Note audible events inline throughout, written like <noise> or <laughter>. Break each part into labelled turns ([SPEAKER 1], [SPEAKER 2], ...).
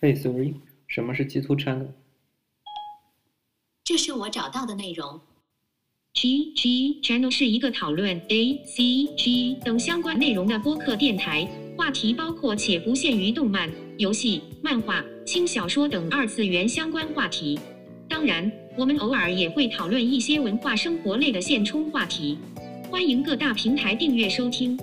[SPEAKER 1] 嘿，sorry，什么是基督 channel？
[SPEAKER 2] 这是我找到的内容。
[SPEAKER 3] G G Channel 是一个讨论 A C G 等相关内容的播客电台，话题包括且不限于动漫、游戏、漫画、轻小说等二次元相关话题。当然，我们偶尔也会讨论一些文化生活类的现充话题。欢迎各大平台订阅收听。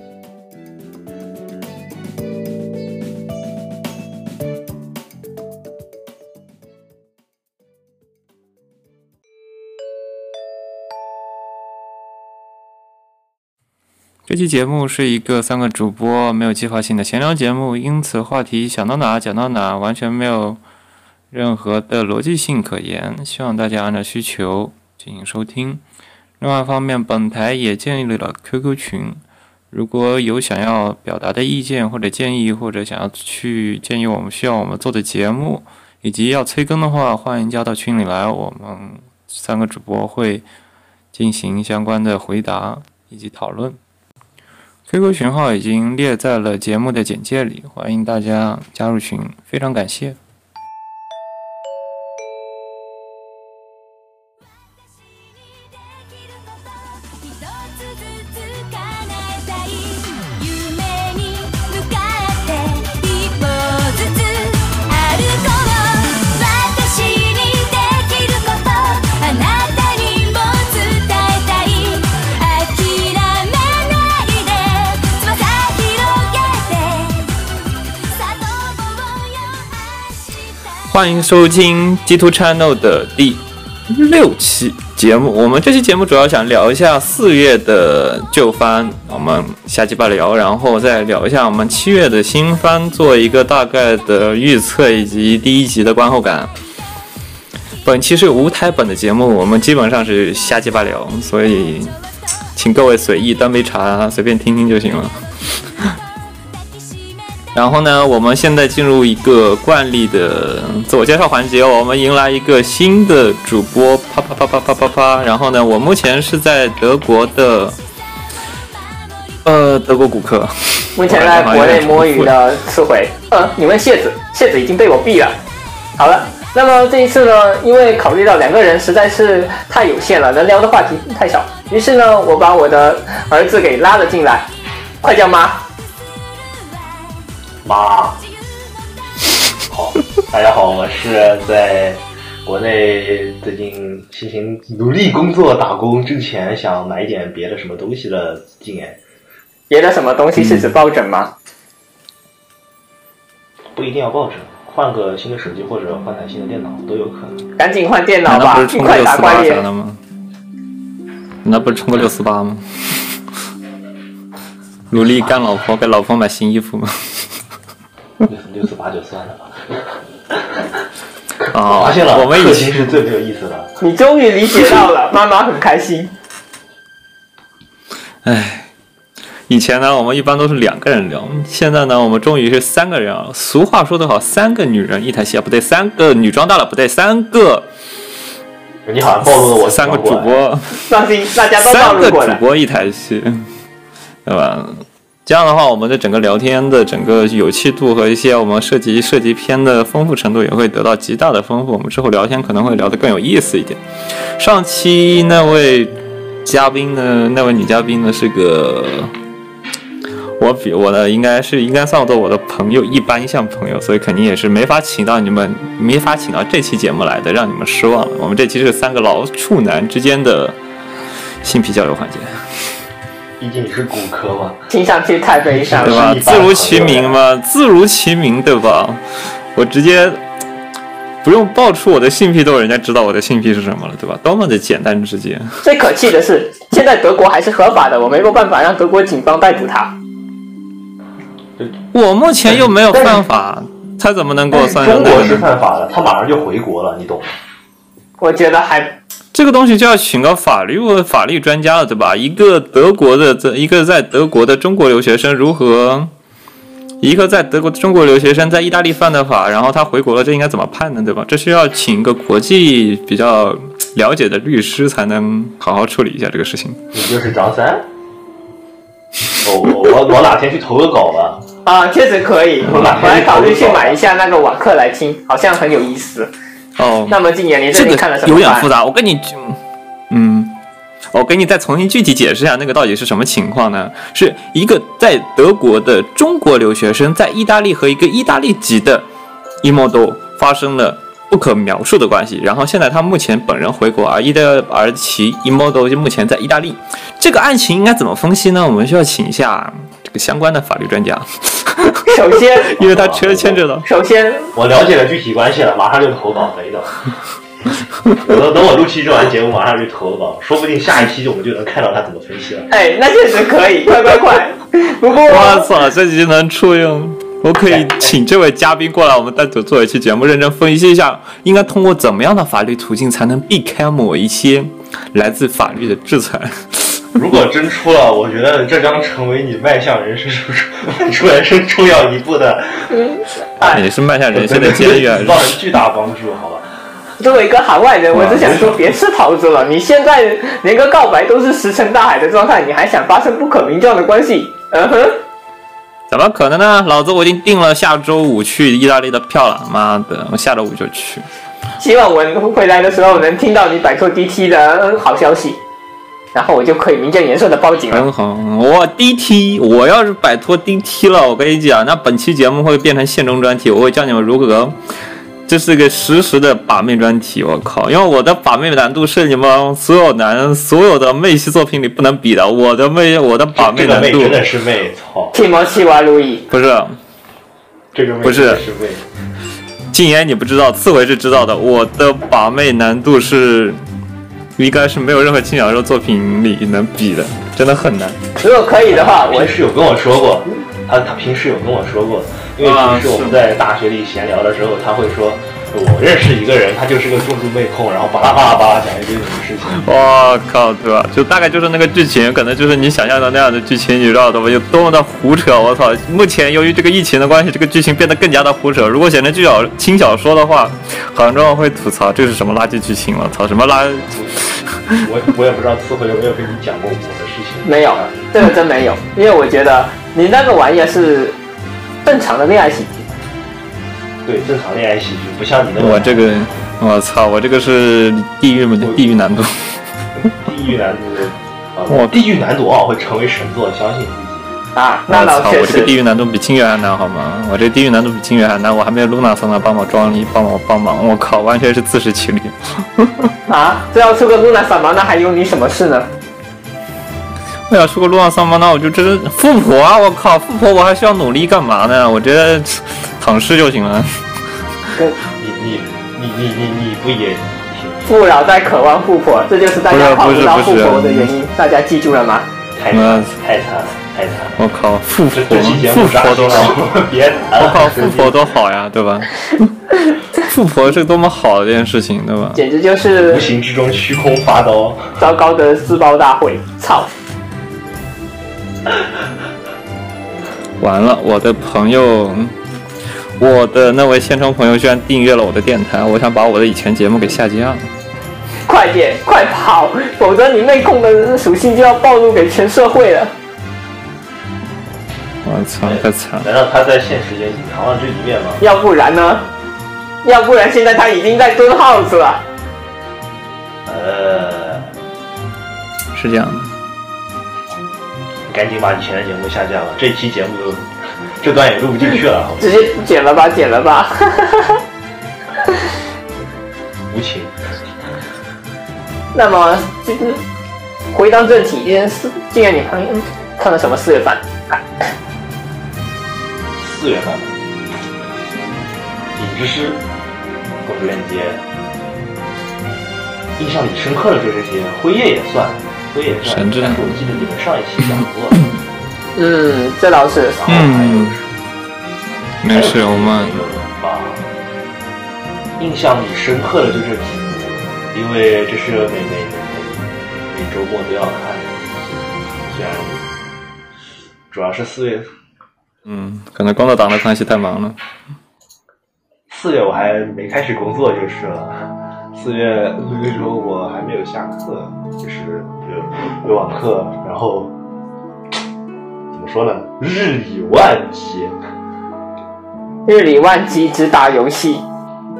[SPEAKER 4] 这期节目是一个三个主播没有计划性的闲聊节目，因此话题想到哪讲到哪，完全没有任何的逻辑性可言。希望大家按照需求进行收听。另外一方面，本台也建立了 QQ 群，如果有想要表达的意见或者建议，或者想要去建议我们需要我们做的节目，以及要催更的话，欢迎加到群里来，我们三个主播会进行相关的回答以及讨论。QQ 群号已经列在了节目的简介里，欢迎大家加入群，非常感谢。欢迎收听 G Two Channel 的第六期节目。我们这期节目主要想聊一下四月的旧番，我们瞎鸡巴聊，然后再聊一下我们七月的新番，做一个大概的预测以及第一集的观后感。本期是无台本的节目，我们基本上是瞎鸡巴聊，所以请各位随意端杯茶，随便听听就行了。然后呢，我们现在进入一个惯例的自我介绍环节，哦我们迎来一个新的主播，啪啪啪啪啪啪啪。然后呢，我目前是在德国的，呃，德国骨科，
[SPEAKER 5] 目前在国内摸鱼的刺回。呃，你问谢子，谢子已经被我毙了。好了，那么这一次呢，因为考虑到两个人实在是太有限了，能聊的话题太少，于是呢，我把我的儿子给拉了进来，快叫妈。
[SPEAKER 6] <laughs> 妈，好，大家好，我是在国内最近辛勤努力工作打工挣钱，想买一点别的什么东西的静言。
[SPEAKER 5] 别的什么东西是指抱枕吗？
[SPEAKER 6] 不一定要抱枕，换个新的手机或者换台新的电脑都有可能。
[SPEAKER 5] 赶紧换电脑
[SPEAKER 4] 难道
[SPEAKER 5] 吧
[SPEAKER 4] 嗯不是，
[SPEAKER 5] 你
[SPEAKER 4] 冲个
[SPEAKER 5] 快
[SPEAKER 4] 六
[SPEAKER 5] 打
[SPEAKER 4] 四八
[SPEAKER 5] 关
[SPEAKER 4] 啥的
[SPEAKER 5] 联。
[SPEAKER 4] 吗？那不是冲个六四八吗？ <laughs> 努力干老婆，给老婆买新衣服吗？
[SPEAKER 6] 六六四八就算了吧。
[SPEAKER 4] 啊、
[SPEAKER 6] 发现了，
[SPEAKER 4] 我们以
[SPEAKER 6] 氪
[SPEAKER 4] 前
[SPEAKER 6] 金是最没有意思的。
[SPEAKER 5] 你终于理解到了，妈妈很开心。
[SPEAKER 4] 唉，以前呢，我们一般都是两个人聊，现在呢，我们终于是三个人啊。俗话说得好，三个女人一台戏啊，不对，三个女装大佬，不对，三个
[SPEAKER 6] 你好像暴露了我
[SPEAKER 4] 三个主
[SPEAKER 6] 转过来，
[SPEAKER 4] 播，
[SPEAKER 5] 放心，大家都暴
[SPEAKER 4] 三
[SPEAKER 5] 露
[SPEAKER 4] 个
[SPEAKER 5] 过
[SPEAKER 4] 主
[SPEAKER 5] 了。
[SPEAKER 4] 播一台戏，对吧？这样的话，我们的整个聊天的整个有趣度和一些我们涉及涉及篇的丰富程度也会得到极大的丰富。我们之后聊天可能会聊得更有意思一点。上期那位嘉宾呢，那位女嘉宾呢是个，我比我呢应该是应该算作我的朋友，一般像朋友，所以肯定也是没法请到你们，没法请到这期节目来的，让你们失望了。我们这期是三个老处男之间的性癖交流环节，
[SPEAKER 6] 毕竟你是骨科嘛。
[SPEAKER 5] 听上去太悲伤
[SPEAKER 4] 对
[SPEAKER 6] 是
[SPEAKER 4] 吧
[SPEAKER 5] 了。
[SPEAKER 6] 一般
[SPEAKER 4] 自如其名嘛，自如其名，对吧？我直接不用爆出我的性癖，都有人家知道我的性癖是什么了，对吧？多么的简单直接。
[SPEAKER 5] 最可气的是，现在德国还是合法的，我没有办法让德国警方逮捕他。
[SPEAKER 4] 我目前又没有犯法，他怎么能给我算上
[SPEAKER 6] 中
[SPEAKER 4] 那
[SPEAKER 6] 国
[SPEAKER 4] 个
[SPEAKER 6] 是
[SPEAKER 4] 呢？
[SPEAKER 6] 犯法的，他马上就回国了，你懂吗？
[SPEAKER 5] 我觉得还
[SPEAKER 4] 这个东西就要请个法律法律专家了，对吧？一个德国的，这一个在德国的中国留学生如何？一个在德国的中国留学生在意大利犯的法，然后他回国了，这应该怎么判呢？对吧？这需要请一个国际比较了解的律师才能好好处理一下这个事情。
[SPEAKER 6] 哦你就是张三。我我我我哪天去投个稿吧，
[SPEAKER 5] 啊，确实可以。
[SPEAKER 6] 我
[SPEAKER 5] 我
[SPEAKER 6] 把它
[SPEAKER 5] 来考虑去买一下那个瓦克来听，好像很有意思。
[SPEAKER 4] 哦，
[SPEAKER 5] 那么今年你最
[SPEAKER 4] 这
[SPEAKER 5] 近看了
[SPEAKER 4] 个
[SPEAKER 5] 什
[SPEAKER 4] 有
[SPEAKER 5] 么
[SPEAKER 4] 点
[SPEAKER 5] 番
[SPEAKER 4] 复？杂，我跟你，嗯，我给你再重新具体解释一下，那个到底是什么情况呢？是一个在德国的中国留学生在意大利和一个意大利籍的伊莫多发生了。不可描述的关系，然后现在他目前本人回国，而伊的而其伊莫多就目前在意大利。这个案情应该怎么分析呢？我们需要请一下这个相关的法律专家，
[SPEAKER 5] 首先，
[SPEAKER 4] 因为他牵牵扯到
[SPEAKER 5] 首先，
[SPEAKER 6] 我了解了具体关系了，马 <laughs> 上就投稿，等一等。
[SPEAKER 4] <laughs>
[SPEAKER 6] 我等等我录期这完节目，马上就投稿，说不定下一期就我们就能看到他怎么分析了。
[SPEAKER 5] 哎，那确实可以，快快快！不过，
[SPEAKER 4] 我操，这集能出用？我可以请这位嘉宾过来，我们单独做一期节目，认真分析一下，应该通过怎么样的法律途径才能避开某一些来自法律的制裁？
[SPEAKER 6] 如果真出了，我觉得这将成为你迈向人生 <laughs> 出人生重要一步的
[SPEAKER 4] 也是迈向人
[SPEAKER 6] <laughs>
[SPEAKER 4] 生的监狱啊。
[SPEAKER 6] 造成巨大帮助，好吧？
[SPEAKER 5] 作为一个海外人，我
[SPEAKER 4] 哇
[SPEAKER 5] 只想说，别吃桃子了。你现在连个告白都是石沉大海的状态，你还想发生不可名状的关系？嗯哼，
[SPEAKER 4] 怎么可能呢？老子我已经订了下周五去意大利的票了，妈的，我下周五就去。
[SPEAKER 5] 希望我回来的时候能听到你摆脱 DT 的好消息，然后我就可以名正言顺的报警了。
[SPEAKER 4] 很好，我 DT，我要是摆脱 DT 了，我跟你讲，那本期节目会变成现中专题，我会教你们如何，这是个实时的把妹专题。我靠，因为我的把妹难度是你们所有男所有的妹系作品里不能比的，我的妹，我的把妹
[SPEAKER 6] 这个
[SPEAKER 4] 啊难
[SPEAKER 6] 妹
[SPEAKER 4] 度
[SPEAKER 6] 真的是妹，操！
[SPEAKER 5] 提摩西瓦路易，
[SPEAKER 4] 不是。
[SPEAKER 6] 这个妹
[SPEAKER 4] 不是
[SPEAKER 6] 真的是妹，
[SPEAKER 4] 禁言你不知道，刺猬是知道的。我的把妹难度是，应该是没有任何轻小说作品里能比的，真的很难。
[SPEAKER 5] 如果可以的话，我
[SPEAKER 6] 我是有跟我说过，他他平时有跟我说过，因为
[SPEAKER 4] 啊
[SPEAKER 6] 平时我们
[SPEAKER 4] 是
[SPEAKER 6] 在大学里闲聊的时候，他会说。我认识一个人，他就是个重度妹控，然后巴拉巴拉巴拉讲一堆什么事情。
[SPEAKER 4] 我、靠，对吧？就大概就是那个剧情，可能就是你想象的那样的剧情，你知道的吧？有多么的胡扯！我操！目前由于这个疫情的关系，这个剧情变得更加的胡扯。如果写成剧小呃轻小说的话，很多人会吐槽这是什么垃圾剧情了，操什么垃
[SPEAKER 6] <laughs> 我我也不知道次回有没有跟你讲过我的事情。
[SPEAKER 5] 没有，这个真没有，因为我觉得你那个玩意儿是正常的恋爱喜剧，
[SPEAKER 6] 对，正常恋爱喜剧，不像你那么
[SPEAKER 4] 我这个，我操，我这个是地狱地狱难度。
[SPEAKER 6] 地狱难度啊，
[SPEAKER 4] 我
[SPEAKER 6] 地狱难度啊会成为神作，相信自
[SPEAKER 5] 啊，那
[SPEAKER 4] 我 <laughs>
[SPEAKER 5] 倒
[SPEAKER 4] 操！
[SPEAKER 5] 确
[SPEAKER 4] 我这个地
[SPEAKER 5] 实。
[SPEAKER 4] 狱难度比清月还难，好吗？我这地狱难度比清月还难，我还没有露娜桑娜帮我装逼，帮我帮忙。我靠，完全是自食其力。
[SPEAKER 5] 啊，这要出个露娜什么，那还有你什么事呢？
[SPEAKER 4] 我哎想出个路上上班，那我就真是富婆啊！我靠，富婆我还需要努力干嘛呢？我觉得躺尸就行了。
[SPEAKER 6] 己。你你你你你你不也
[SPEAKER 5] 富饶在渴望富婆，这就是大
[SPEAKER 4] 不是
[SPEAKER 5] 家泡
[SPEAKER 4] 不是
[SPEAKER 5] 到
[SPEAKER 4] 不
[SPEAKER 5] 富
[SPEAKER 4] 是
[SPEAKER 5] 婆的原因，大家记住了吗？
[SPEAKER 6] 太惨
[SPEAKER 4] 嗯
[SPEAKER 6] 了太惨了太惨了！
[SPEAKER 4] 我靠，富
[SPEAKER 6] 这
[SPEAKER 4] 婆
[SPEAKER 6] 这期节
[SPEAKER 4] 富
[SPEAKER 6] 目啥
[SPEAKER 4] 婆
[SPEAKER 6] 时
[SPEAKER 4] 多好！
[SPEAKER 6] 候啊 <laughs> 别谈
[SPEAKER 4] 我
[SPEAKER 6] 了
[SPEAKER 4] 靠，富婆多好呀，对吧？富婆是多么好的一件事情，对吧？
[SPEAKER 5] 简直就是
[SPEAKER 6] 无形之中虚空发刀，
[SPEAKER 4] <laughs>
[SPEAKER 5] 糟糕的自爆大会，操！
[SPEAKER 4] 完了，我的朋友，我的那位现充朋友居然订阅了我的电台，我想把我的以前节目给下架了。
[SPEAKER 5] 快点，快跑，否则你内控的属性就要暴露给全社会了。
[SPEAKER 4] 我操，太惨！了。
[SPEAKER 6] 难道他在现实也隐藏了这一面吗？
[SPEAKER 5] 要不然呢？要不然现在他已经在蹲耗子了。
[SPEAKER 6] 呃，
[SPEAKER 4] 是这样的。
[SPEAKER 6] 赶紧把以前的节目下架了，这期节目就这段也录不进去了，
[SPEAKER 4] <laughs>
[SPEAKER 6] 好吧
[SPEAKER 5] 直接剪了吧，剪了吧。
[SPEAKER 6] 无情。
[SPEAKER 5] 那么，就是回到正题，竟然是竟然你朋友看了什么四月份？啊
[SPEAKER 6] 四月份，影之师，购置链接。印象里深刻的就是这些，辉夜也算，辉夜也算。
[SPEAKER 4] 神之
[SPEAKER 6] 但是我记得你们上一期讲
[SPEAKER 4] <laughs>
[SPEAKER 6] 过，
[SPEAKER 5] 嗯，这倒是。
[SPEAKER 6] 然后还有
[SPEAKER 4] 嗯没事，我们
[SPEAKER 6] 把印象里深刻的就是，因为这是每每每每周末都要看的，虽然主要是四月
[SPEAKER 4] 嗯，可能工作党的关系太忙了。
[SPEAKER 6] 四月我还没开始工作就是了。四月那时候我还没有下课，就是有有网课，然后怎么么说呢？日理万机。
[SPEAKER 5] 日理万机，只打游戏。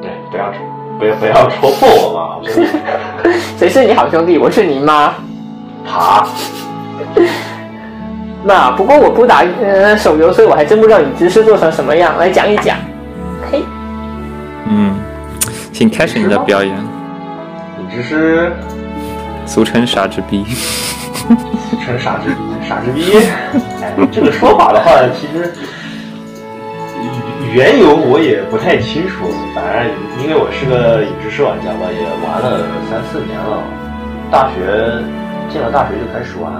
[SPEAKER 6] 对，不要不要不要戳破我嘛，好兄弟。
[SPEAKER 5] 谁是你好兄弟？我是你妈。
[SPEAKER 6] 爬，
[SPEAKER 5] 那不过我不打呃手游，所以我还真不知道你知识做成什么样。来讲一讲。嘿，
[SPEAKER 4] 嗯，请开始你的表演，
[SPEAKER 6] 你这是
[SPEAKER 4] 俗称傻子逼。
[SPEAKER 6] 成傻子傻子逼。哎，这个说法的话，其实缘由我也不太清楚。反正因为我是个影之师玩家吧，也玩了三四年了。大学进了大学就开始玩，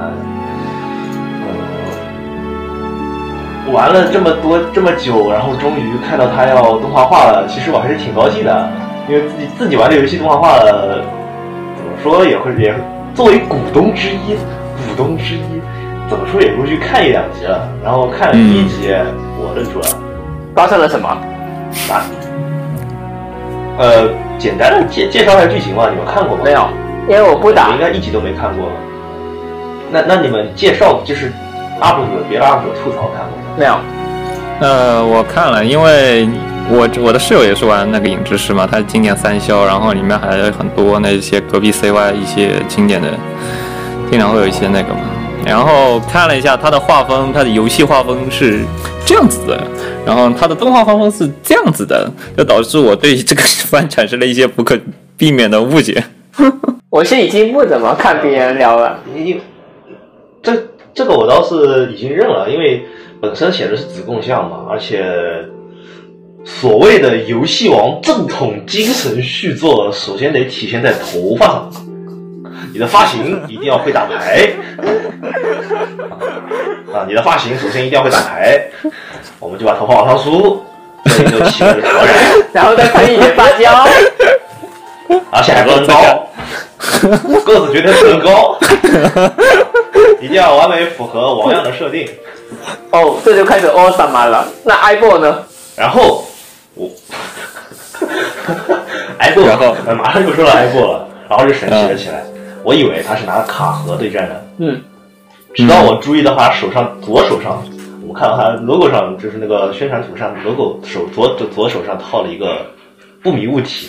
[SPEAKER 6] 呃，玩了这么多这么久，然后终于看到它要动画化了，其实我还是挺高兴的，因为自己自己玩的游戏动画化了，怎么说也会也作为股东之一，股东之一，怎么说也会去看一两集了。然后看了第一集，我的主要
[SPEAKER 5] 发生了什么？
[SPEAKER 6] 啊，呃，简单的介介绍一下剧情吧，你们看过吗？
[SPEAKER 5] 没有，因为我不
[SPEAKER 6] 我
[SPEAKER 5] 打
[SPEAKER 6] 应。该一集都没看过吧。那那你们介绍就是 UP 主别的 UP 主吐槽看过吗？
[SPEAKER 5] 没有。
[SPEAKER 4] <laughs> 呃，我看了，因为我我的室友也是玩那个影之师嘛，他经典三消，然后里面还有很多那些隔壁 CY 一些经典的，经常会有一些那个嘛。然后看了一下他的画风，他的游戏画风是这样子的，然后他的动画画风是这样子的，就导致我对这个番产生了一些不可避免的误解。
[SPEAKER 5] 我是已经不怎么看别人聊了。
[SPEAKER 6] 你这这个我倒是已经认了，因为本身写的是子贡像嘛，而且所谓的游戏王正统精神续作，首先得体现在头发上，你的发型一定要会打牌啊，你的发型首先一定要会打牌，我们就把头发往上梳，所以就起了个头染。
[SPEAKER 5] 然后再喷一点发胶，
[SPEAKER 6] 而且还不能高，个子绝对不能高，一定要完美符合王样的设定。
[SPEAKER 5] 哦，这就开始 awesome 了。那 i b o 呢？
[SPEAKER 6] 然后我 <laughs> 挨过，
[SPEAKER 4] 然后
[SPEAKER 6] 呃马上就说到挨过了，然后就神奇了起来。我以为他是拿卡盒对战的，
[SPEAKER 5] 嗯，
[SPEAKER 6] 直到我注意到他手上左手上，我看到他 logo 上就是那个宣传图上 logo 手左左左手上套了一个不明物体，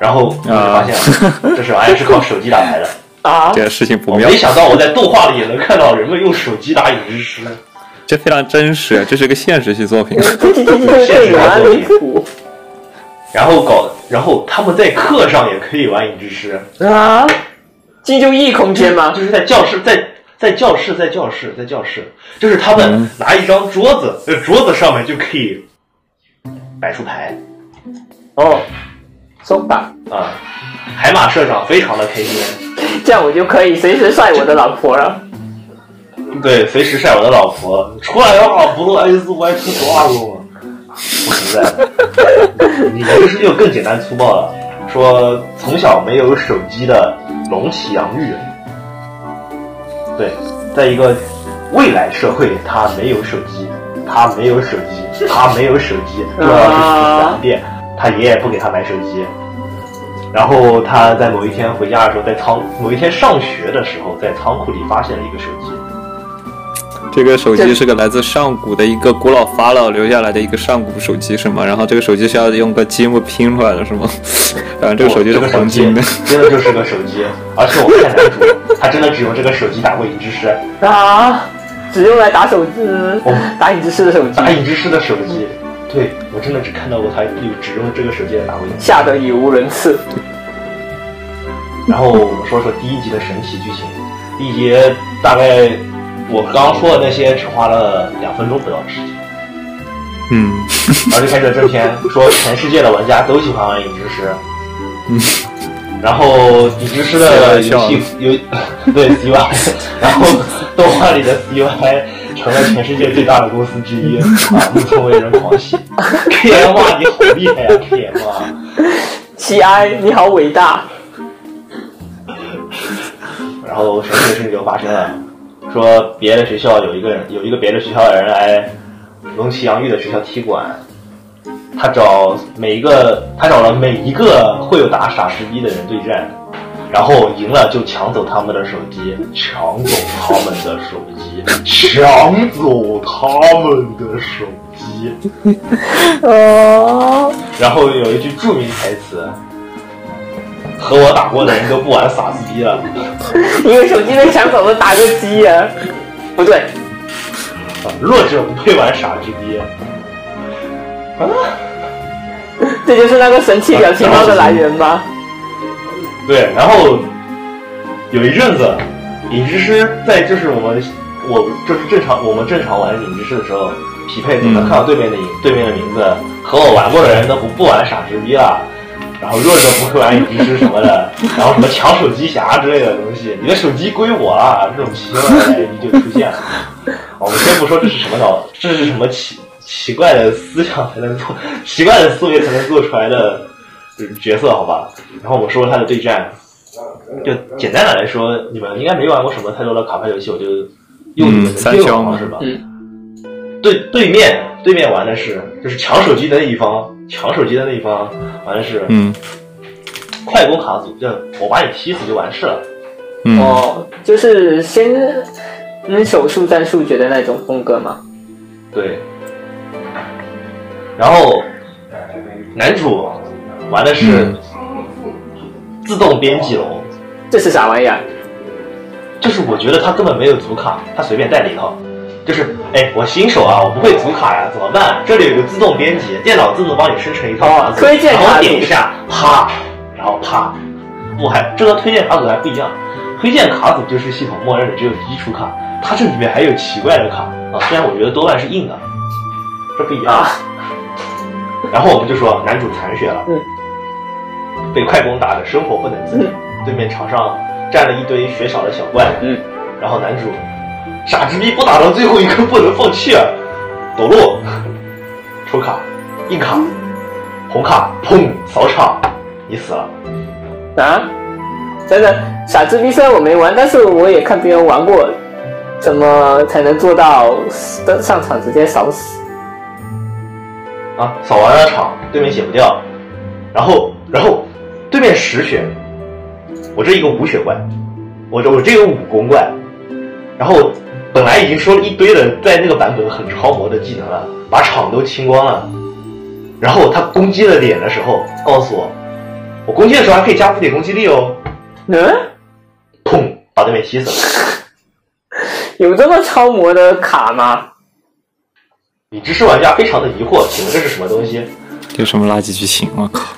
[SPEAKER 6] 然后我就发现了，这手好像是靠手机打牌的。
[SPEAKER 5] 啊
[SPEAKER 4] 这，个事情不
[SPEAKER 6] 我
[SPEAKER 4] 妙
[SPEAKER 6] 没，想到我在动画里也能看到人们用手机打影之师，
[SPEAKER 4] 这非常真实，这是个现实系作品。
[SPEAKER 5] 这这这 <laughs> 这这有啊离谱
[SPEAKER 6] 然后搞，然后他们在课上也可以玩影之师，
[SPEAKER 5] 啊！进入异空间吗
[SPEAKER 6] 就？是在教室，在在教室，在教室，在教室，就是他们
[SPEAKER 4] 嗯
[SPEAKER 6] 拿一张桌子，呃，桌子上面就可以摆出牌
[SPEAKER 5] 哦，松吧，
[SPEAKER 6] 啊。海马社长非常的开心，
[SPEAKER 5] 这样我就可以随时晒我的老婆了。
[SPEAKER 6] 对，随时晒我的老婆出来的话，不露 S 歪出多大路吗？不存在的。你这是又更简单粗暴了，说从小没有手机的龙骑洋芋，对，在一个未来社会，他没有手机，他没有手机，他没有手机，都要去死三遍，他爷爷不给他买手机。然后他在某一天回家的时候，在仓某一天上学的时候，在仓库里发现了一个手机，
[SPEAKER 4] 这个手机是个来自上古的一个古老法老留下来的一个上古手机是吗？然后这个手机是要用个积木拼出来的是吗？ <laughs> 然后这个手机是
[SPEAKER 6] 这个手
[SPEAKER 4] 黄
[SPEAKER 6] 机
[SPEAKER 4] 金的，
[SPEAKER 6] 真的就是个手机，而且我看男主，他真的只用这个手机打过影之师，
[SPEAKER 5] 啊，只用来打手机，
[SPEAKER 6] 哦
[SPEAKER 5] 打影之师的手机，
[SPEAKER 6] 打影之师的手机。对我真的只看到过他有只用这个手机来打过影之师。
[SPEAKER 5] 吓得语无伦次。
[SPEAKER 6] 然后我们说说第一集的神奇剧情，第一集大概我刚说的那些只花了两分钟不到的时间，
[SPEAKER 4] 嗯，
[SPEAKER 6] 然后就开始了正片，说全世界的玩家都喜欢玩影之师。
[SPEAKER 4] 嗯。
[SPEAKER 6] 然后影之师的游戏游对 CY，然后动画里的 CY 成了全世界最大的公司之一，啊，目前为人狂喜。KM 啊，你好厉害呀、k m 啊！
[SPEAKER 5] 西安，你好伟大。
[SPEAKER 6] 然后神奇的事情就发生了，说别的学校有一个人，有一个别的学校的人来龙骑洋芋的学校踢馆，他找每一个，他找了每一个会有打傻逼的人对战，然后赢了就抢走他们的手机，抢走他们的手机，抢走他们的手机。
[SPEAKER 5] 哦，
[SPEAKER 6] 然后有一句著名台词：“和我打过的人都不玩傻子逼了。
[SPEAKER 5] 一个手机被抢走了，打个鸡呀、不对，
[SPEAKER 6] 呃弱者不配玩傻子逼。”
[SPEAKER 5] 这就是那个神奇表情包的来源吧？
[SPEAKER 6] 对，然后有一阵子，影之师在就是我们我就是正常我们正常玩影之师的时候，匹配总能
[SPEAKER 4] 嗯
[SPEAKER 6] 看到对面的影、对面的名字，和我玩过的人都不不玩傻直逼了。然后弱者不会玩影之师什么的，然后什么抢手机侠之类的东西，你的手机归我了，这种奇怪的来历就出现了。我们先不说这是什么脑，这是什么奇奇怪的思想才能做， <laughs> 奇怪的思维才能做出来的就是角色，好吧？然后我说他的对战，就简单的来说，你们应该没玩过什么太多的卡牌游戏，我就用你
[SPEAKER 4] 嗯
[SPEAKER 6] 们的
[SPEAKER 4] 三
[SPEAKER 6] 电
[SPEAKER 4] 消
[SPEAKER 6] 脑
[SPEAKER 4] 嘛
[SPEAKER 6] 是吧？
[SPEAKER 1] 嗯，
[SPEAKER 6] 对对面对面玩的是就是抢手机的那一方，抢手机的那一方玩的是
[SPEAKER 4] 嗯
[SPEAKER 6] 快攻卡组，就我把你踢死就完事了。
[SPEAKER 4] 嗯，
[SPEAKER 5] 哦，就是先嗯手速战速决的那种风格嘛。
[SPEAKER 6] 对，然后男主玩的是
[SPEAKER 4] 嗯
[SPEAKER 6] 自动编辑龙，
[SPEAKER 5] 这是啥玩意儿？
[SPEAKER 6] 就是我觉得他根本没有组卡，他随便带了一套。就是，哎，我新手啊，我不会组卡呀、怎么办？这里有个自动编辑，电脑自动帮你生成一套卡组，
[SPEAKER 5] 推荐
[SPEAKER 6] 然
[SPEAKER 5] 卡
[SPEAKER 6] 后
[SPEAKER 5] 组
[SPEAKER 6] 点一下，啪，然后啪。我还这个推荐卡组还不一样，推荐卡组就是系统默认的只有基础卡，它这里面还有奇怪的卡啊，虽然我觉得多半是硬的，这不一样。
[SPEAKER 5] 啊
[SPEAKER 6] 然后我们就说男主残血了，
[SPEAKER 5] 嗯
[SPEAKER 6] 被快攻打的生活不能自理，对面场上站了一堆血少的小怪，
[SPEAKER 5] 嗯
[SPEAKER 6] 然后男主傻逼逼不打到最后一刻不能放弃啊，走路，抽卡，硬卡，红卡，砰，扫场，你死了。
[SPEAKER 5] 啊？真的，傻子逼虽然我没玩，但是我也看别人玩过，怎么才能做到上场直接扫死？
[SPEAKER 6] 啊，扫完了场，对面血不掉，然后然后对面十血，我这一个无血怪，我这我这个武功怪，然后本来已经说了一堆的在那个版本很超模的技能了，把场都清光了，然后他攻击了脸的时候，告诉我，我攻击的时候还可以加附点攻击力哦，
[SPEAKER 5] 嗯，
[SPEAKER 6] 砰，把对面踢死了。 <laughs>
[SPEAKER 5] 有这么超模的卡吗？
[SPEAKER 6] 你知识玩家非常的疑惑，请问这是什么东西？
[SPEAKER 4] 这什么垃圾剧情？我靠！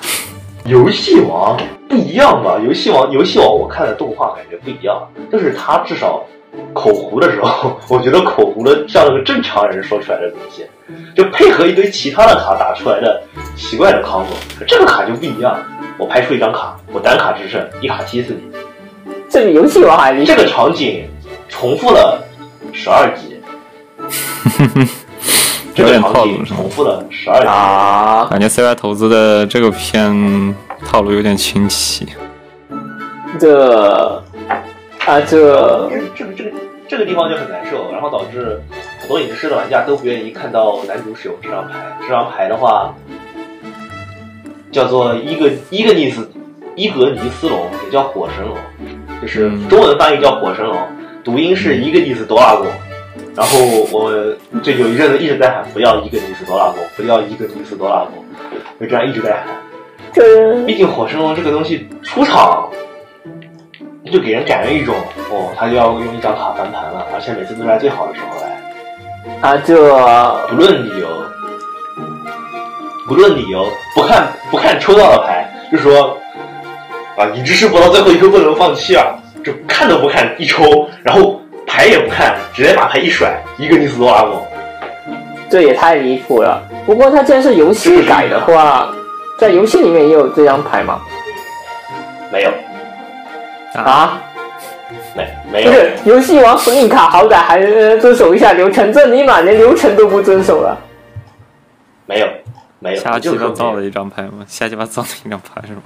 [SPEAKER 6] 游戏王不一样吧？游戏王，游戏王，我看的动画感觉不一样，就是他至少口胡的时候，我觉得口胡的像那个正常人说出来的东西， <laughs> 就配合一堆其他的卡打出来的奇怪的 combo，这个卡就不一样。我排出一张卡，我单卡制胜，一卡踢死你。
[SPEAKER 5] 这比游戏王还厉害。
[SPEAKER 6] 这个场景重复了十二
[SPEAKER 4] <laughs>
[SPEAKER 6] 集，
[SPEAKER 4] 有
[SPEAKER 6] 这个
[SPEAKER 4] 点
[SPEAKER 6] 场
[SPEAKER 4] 套路
[SPEAKER 6] 景
[SPEAKER 4] 是吗
[SPEAKER 6] 重复了十二集。
[SPEAKER 5] 啊，
[SPEAKER 4] 感觉 CY 投资的这个片套路有点清奇。
[SPEAKER 5] 这啊这
[SPEAKER 6] 这这个这个这个地方就很难受，然后导致很多影视的玩家都不愿意看到男主使用这张牌。这张牌的话，叫做伊格伊格尼斯伊格尼斯龙，也叫火神龙，就是
[SPEAKER 4] 嗯
[SPEAKER 6] 中文翻译叫火神龙，读音是伊格尼斯多拉贡。然后我就有一阵子一直在喊不要伊格尼斯多拉贡，不要伊格尼斯多拉贡，就这样一直在喊。
[SPEAKER 5] 这
[SPEAKER 6] 毕竟火神龙这个东西出场，就给人感觉一种哦，他就要用一张卡翻盘了，而且每次都在最好的时候来，
[SPEAKER 5] 啊这
[SPEAKER 6] 不论理由，不论理由，不看不看抽到的牌，就说啊，你只是搏到最后一刻不能放弃啊，就看都不看一抽，然后牌也不看，直接把牌一甩，一个尼斯多拉姆，
[SPEAKER 5] 这也太离谱了。不过它既然是游戏改的话，在游戏里面也有这张牌嘛？
[SPEAKER 6] 没有，
[SPEAKER 5] 啊，
[SPEAKER 6] 没没
[SPEAKER 5] 不
[SPEAKER 6] 有。
[SPEAKER 5] 是游戏王封印卡，好歹还呃遵守一下流程，这尼玛连流程都不遵守了。
[SPEAKER 6] 没有，没有，
[SPEAKER 4] 瞎鸡
[SPEAKER 6] 就是
[SPEAKER 4] 巴
[SPEAKER 6] 没有
[SPEAKER 4] 造了一张牌 <laughs> 吗？瞎鸡巴造了一张牌是吗？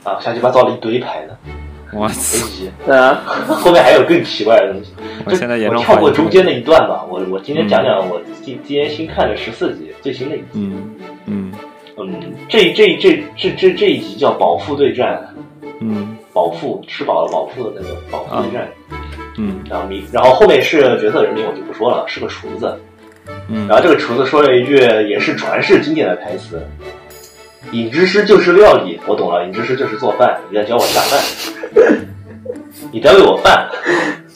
[SPEAKER 4] <laughs>
[SPEAKER 6] 啊，瞎鸡巴造了一堆牌呢，
[SPEAKER 4] 我
[SPEAKER 6] 没
[SPEAKER 4] 操！
[SPEAKER 6] 急。
[SPEAKER 5] 啊，
[SPEAKER 6] <laughs> 后面还有更奇怪的东西。
[SPEAKER 4] 我现在严
[SPEAKER 6] 我
[SPEAKER 4] 重
[SPEAKER 6] 跳
[SPEAKER 4] 怀
[SPEAKER 6] 过
[SPEAKER 4] 疑。
[SPEAKER 6] 中间那一段吧，我我今天讲讲我今今天新看的十四集最新的一集。
[SPEAKER 4] 嗯嗯
[SPEAKER 6] 嗯，这这这这这这一集叫《保护对战》，
[SPEAKER 4] 嗯
[SPEAKER 6] 饱腹吃饱了饱腹的那个饱腹
[SPEAKER 4] 啊
[SPEAKER 6] 之战，
[SPEAKER 4] 嗯
[SPEAKER 6] 然后迷，然后后面是角色人名我就不说了，是个厨子，
[SPEAKER 4] 嗯
[SPEAKER 6] 然后这个厨子说了一句也是传世经典的台词：“饮之师就是料理。”我懂了，饮之师就是做饭，你在教我下饭， <laughs> 你在喂我饭。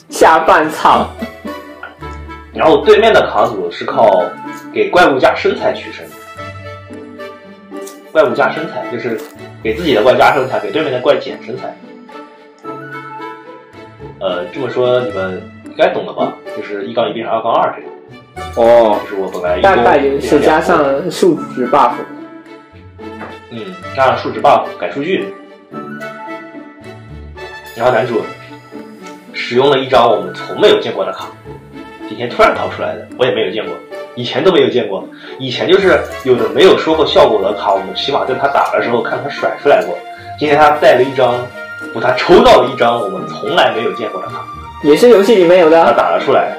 [SPEAKER 5] 下半场
[SPEAKER 6] 然后对面的卡组是靠给怪物加身材取胜，怪物加身材就是给自己的怪加身材，给对面的怪减身材。呃，这么说你们应该懂了吧？就是一杠一变成二杠二这个，
[SPEAKER 5] 哦，
[SPEAKER 6] 就是我本来一
[SPEAKER 5] 大
[SPEAKER 6] 勾
[SPEAKER 5] 概就是加
[SPEAKER 6] 变成两勾
[SPEAKER 5] 上数值 buff，
[SPEAKER 6] 嗯，加上数值 buff 改数据，然后男主使用了一张我们从没有见过的卡，今天突然跑出来的，我也没有见过，以前都没有见过，以前就是有的没有说过效果的卡，我们起码在他打的时候看他甩出来过，今天他带了一张，不，他抽到了一张我们从来没有见过的卡，
[SPEAKER 5] 也是游戏里面有
[SPEAKER 6] 他 <laughs>
[SPEAKER 5] 的。
[SPEAKER 6] 打了出来，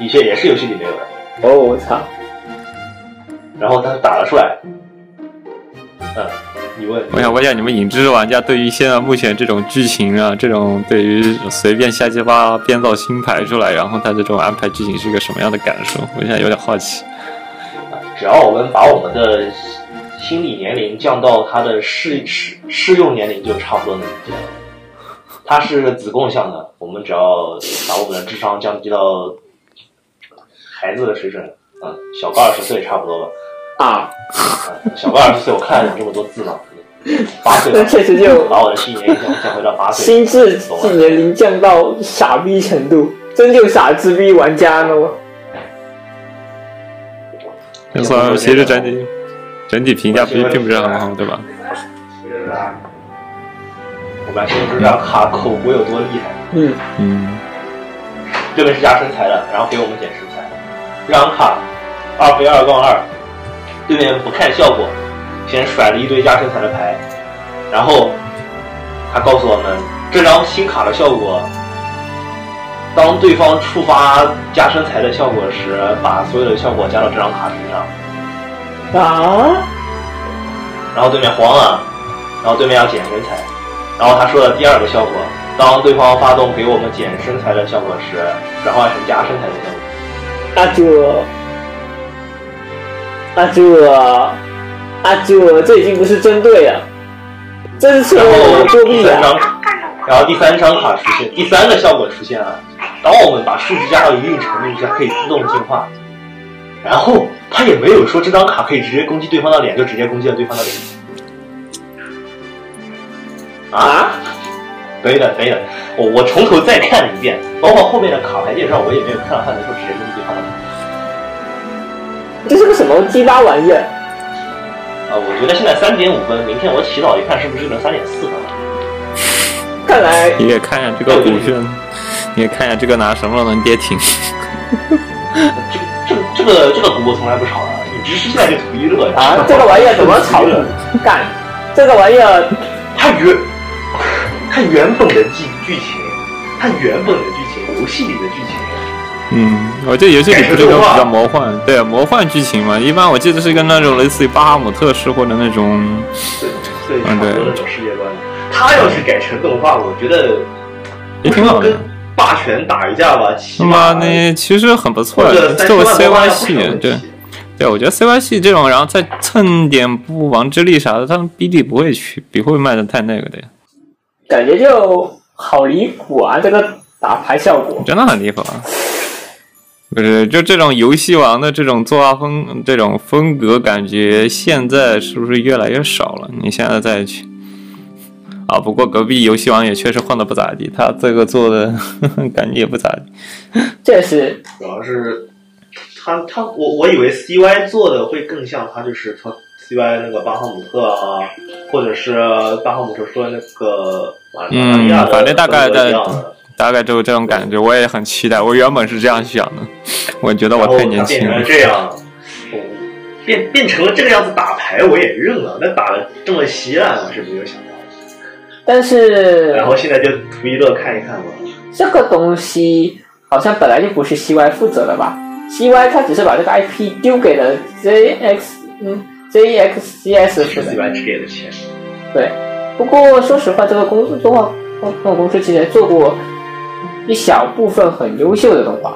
[SPEAKER 6] 以前也是游戏里没有的，
[SPEAKER 5] 哦，我操！
[SPEAKER 6] 然后他打了出来，嗯，你问，
[SPEAKER 4] 我想问一下，你们影之玩家啊对于现在目前这种剧情啊，这种对于随便瞎鸡巴编造新牌出来，然后他这种安排剧情是个什么样的感受？我现在有点好奇。
[SPEAKER 6] 只要我们把我们的心理年龄降到他的适适适用年龄，就差不多能理解了。它是子贡向的，我们只要把我们的智商降低到孩子的水准，嗯，小个二十岁差不多吧，
[SPEAKER 5] 啊，
[SPEAKER 6] 嗯、小个二十岁，我看了有这么多字呢，八
[SPEAKER 5] <laughs>
[SPEAKER 6] 岁
[SPEAKER 5] 那
[SPEAKER 6] 吧，
[SPEAKER 5] 确实就
[SPEAKER 6] 把我的心理年龄降降回到八岁，
[SPEAKER 5] 心智
[SPEAKER 6] 懂
[SPEAKER 5] 技
[SPEAKER 6] 了。
[SPEAKER 5] 能零降到傻逼程度，真就傻子逼玩家了。
[SPEAKER 4] 就说其实整体整体评价并并不是很好，对吧？
[SPEAKER 6] 我们来说说这张卡口播有多厉害。
[SPEAKER 5] 嗯，
[SPEAKER 4] 嗯
[SPEAKER 6] 这边是加身材的，然后给我们减身材。这张卡二 v 二杠二，对面不看效果，先甩了一堆加身材的牌，然后他告诉我们这张新卡的效果，当对方触发加身材的效果时，把所有的效果加到这张卡身上，
[SPEAKER 5] 啊，
[SPEAKER 6] 然后对面慌了，然后对面要减身材，然后他说的第二个效果，当对方发动给我们减身材的效果时，转换成加身材的效果。
[SPEAKER 5] 阿朱，阿朱，阿朱，这已经不是针对了，这是赤
[SPEAKER 6] 然
[SPEAKER 5] 裸裸
[SPEAKER 6] 后
[SPEAKER 5] 的作
[SPEAKER 6] <laughs> 第
[SPEAKER 5] 弊
[SPEAKER 6] 哦三
[SPEAKER 5] 啊！
[SPEAKER 6] 张，然后第三张卡出现，第三个效果出现了。当我们把数值加到一定程度，它可以自动进化。然后他也没有说这张卡可以直接攻击对方的脸，就直接攻击了对方的脸。啊？等一等，等一等，我我从头再看一遍，包括后面的卡牌介绍，我也没有看到他能说直接攻击对方的脸。
[SPEAKER 5] 这是个什么鸡巴玩意儿？
[SPEAKER 6] 啊，我觉得现在三点五分，明天我起早一看，是不是能三点四分？
[SPEAKER 5] 看来
[SPEAKER 4] 你也看一下这个股票，你也看一下这个拿什么能跌停。
[SPEAKER 6] 这个这个这个股我从来不炒的，啊你只是现在就图一乐 <laughs>
[SPEAKER 5] 啊，这个玩意儿怎么炒股？干？这个玩意儿
[SPEAKER 6] 它原它原本的剧剧情，它原本的剧情，游戏里的剧情，
[SPEAKER 4] 嗯，我记得游戏里不是都比较魔幻，对魔幻剧情嘛。一般我记得是跟那种类似于巴哈姆特式或者那种，
[SPEAKER 6] 对对，差
[SPEAKER 4] 嗯
[SPEAKER 6] 不
[SPEAKER 4] 对
[SPEAKER 6] 多那种世界观。它要是改成动画，我觉得
[SPEAKER 4] 也挺好的
[SPEAKER 6] 跟。霸权打一架吧，起
[SPEAKER 4] 那
[SPEAKER 6] 码
[SPEAKER 4] 么那其实很不错
[SPEAKER 6] 或者
[SPEAKER 4] 的，
[SPEAKER 6] 三
[SPEAKER 4] 作为
[SPEAKER 6] 十万
[SPEAKER 4] CY
[SPEAKER 6] 系
[SPEAKER 4] 系，对对，我觉得 CY 系这种，然后再蹭点不亡之力啥的，他们 BD 不会去，不会卖的太那个的呀，
[SPEAKER 5] 感觉就好离谱啊！这个打牌效果，
[SPEAKER 4] 真的很离谱啊！不是，就这种游戏王的这种作画风、这种风格，感觉现在是不是越来越少了？你现在再去啊，不过隔壁游戏王也确实混的不咋地，他这个做的 <laughs> 感觉也不咋地。
[SPEAKER 5] 确实
[SPEAKER 6] 主要是他他我我以为 CY 做的会更像他就是他 CY 那个巴哈姆特啊，或者是巴哈姆特说那个马
[SPEAKER 4] 嗯
[SPEAKER 6] 马利亚的
[SPEAKER 4] 反正大概
[SPEAKER 6] 风格
[SPEAKER 4] 在
[SPEAKER 6] 一样的，
[SPEAKER 4] 大概就是这种感觉，我也很期待。我原本是这样想的， <laughs> 我觉得我
[SPEAKER 6] 然后
[SPEAKER 4] 太
[SPEAKER 6] 他
[SPEAKER 4] 年
[SPEAKER 6] 变
[SPEAKER 4] 轻
[SPEAKER 6] 成了
[SPEAKER 4] 了。
[SPEAKER 6] 这样，我变变成了这个样子打牌我也认了，但打的这么稀烂我是没有想到的。
[SPEAKER 5] 但是
[SPEAKER 6] 然后现在就图一乐看一看吧。
[SPEAKER 5] 这个东西好像本来就不是 CY 负责的吧？CY 他只是把这个 IP 丢给了 JX，嗯，JXCS 负责。
[SPEAKER 6] CY 只给的钱，
[SPEAKER 5] 对，不过说实话，这个公司动画动画公司之前做过一小部分很优秀的动画，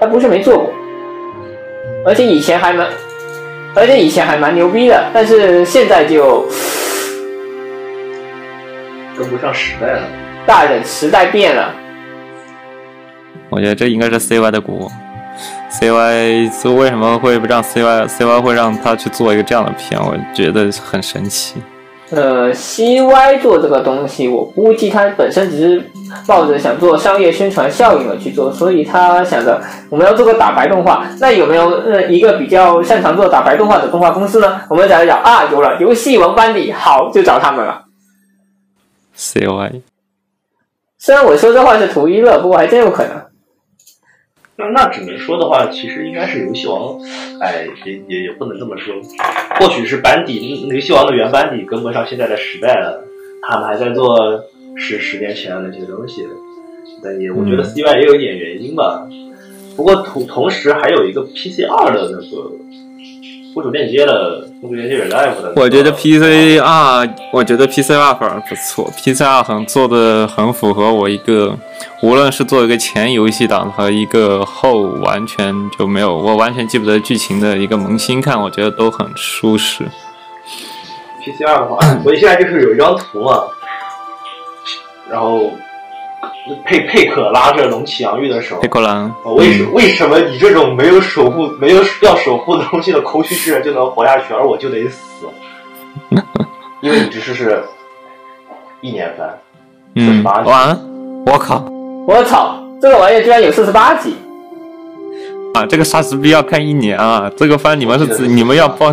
[SPEAKER 5] 但不是没做过，而且以前还蛮，而且以前还蛮牛逼的，但是现在就
[SPEAKER 6] 跟不上时代了。
[SPEAKER 5] 大人时代变了。
[SPEAKER 4] 我觉得这应该是 CY 的锅。CY 做为什么会让 CY CY 会让他去做一个这样的片？我觉得很神奇。
[SPEAKER 5] 呃，CY 做这个东西，我估计他本身只是抱着想做商业宣传效应而去做，所以他想着我们要做个打白动画，那有没有呃一个比较擅长做打白动画的动画公司呢？我们找一找啊，有了，游戏王班底，好，就找他们了。
[SPEAKER 4] CY
[SPEAKER 5] 虽然我说这话是图一乐，不过还真有可能。
[SPEAKER 6] 那那只能说的话，其实应该是游戏王，哎，也也也不能这么说，或许是班底游戏王的原班底跟不上现在的时代了，他们还在做十十年前的那些东西，但也我觉得
[SPEAKER 4] 嗯
[SPEAKER 6] CY 也有一点原因吧。不过同同时还有一个 PC 二的那个公主链接的公主链接 Relive 的那个，
[SPEAKER 4] 我觉得 PC 二，我觉得 PC 二反而不错，PC 二很做的很符合我一个，无论是做一个前游戏党和一个后完全就没有，我完全记不得剧情的一个萌新看，我觉得都很舒适。
[SPEAKER 6] PC 二的话，我现在就是有一张图嘛，然后佩佩可拉着龙骑洋芋的手
[SPEAKER 4] 佩。克兰，
[SPEAKER 6] 哦为什为什么你这种没有守护、没有要守护的东西的空虚之人就能活下去，而我就得死？因为你只是是一年番，
[SPEAKER 4] 嗯，晚安。我靠
[SPEAKER 5] 我操，这个玩意儿居然有四十八集，
[SPEAKER 4] 啊！这个莎士比亚看一年啊，这个番你们是自你们要抱，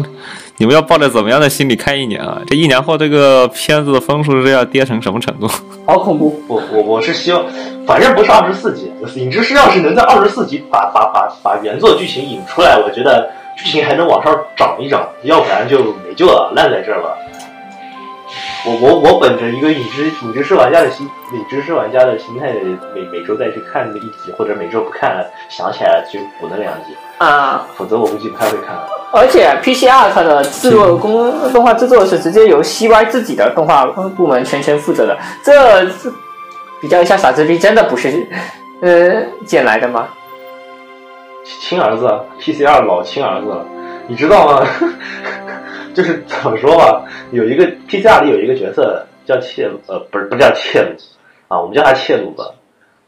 [SPEAKER 4] 你们要抱着怎么样的心理看一年啊？这一年后这个片子的分数是要跌成什么程度？
[SPEAKER 5] 好恐怖！
[SPEAKER 6] 我我我是希望，反正不是二十四集，影之师要是能在二十四集把把把把原作剧情引出来，我觉得剧情还能往上涨一涨，要不然就没救了，烂在这儿了。我我我本着一个影之影之师玩家的心，影之师玩家的心态，每每周再去看那个一集，或者每周不看了，想起来了去补那两集，
[SPEAKER 5] 啊、
[SPEAKER 6] 否则我估计不太会看了。
[SPEAKER 5] 而且 PCR 它的制作工动画制作是直接由 CY 自己的动画部门全权负责的，这这比较一下傻子逼真的不是呃捡来的吗？
[SPEAKER 6] 亲儿子，PCR 老亲儿子了，你知道吗？ <laughs> 就是怎么说吧，有一个 PCR 里有一个角色叫切鲁，呃，不是不叫切鲁啊，我们叫他切鲁吧。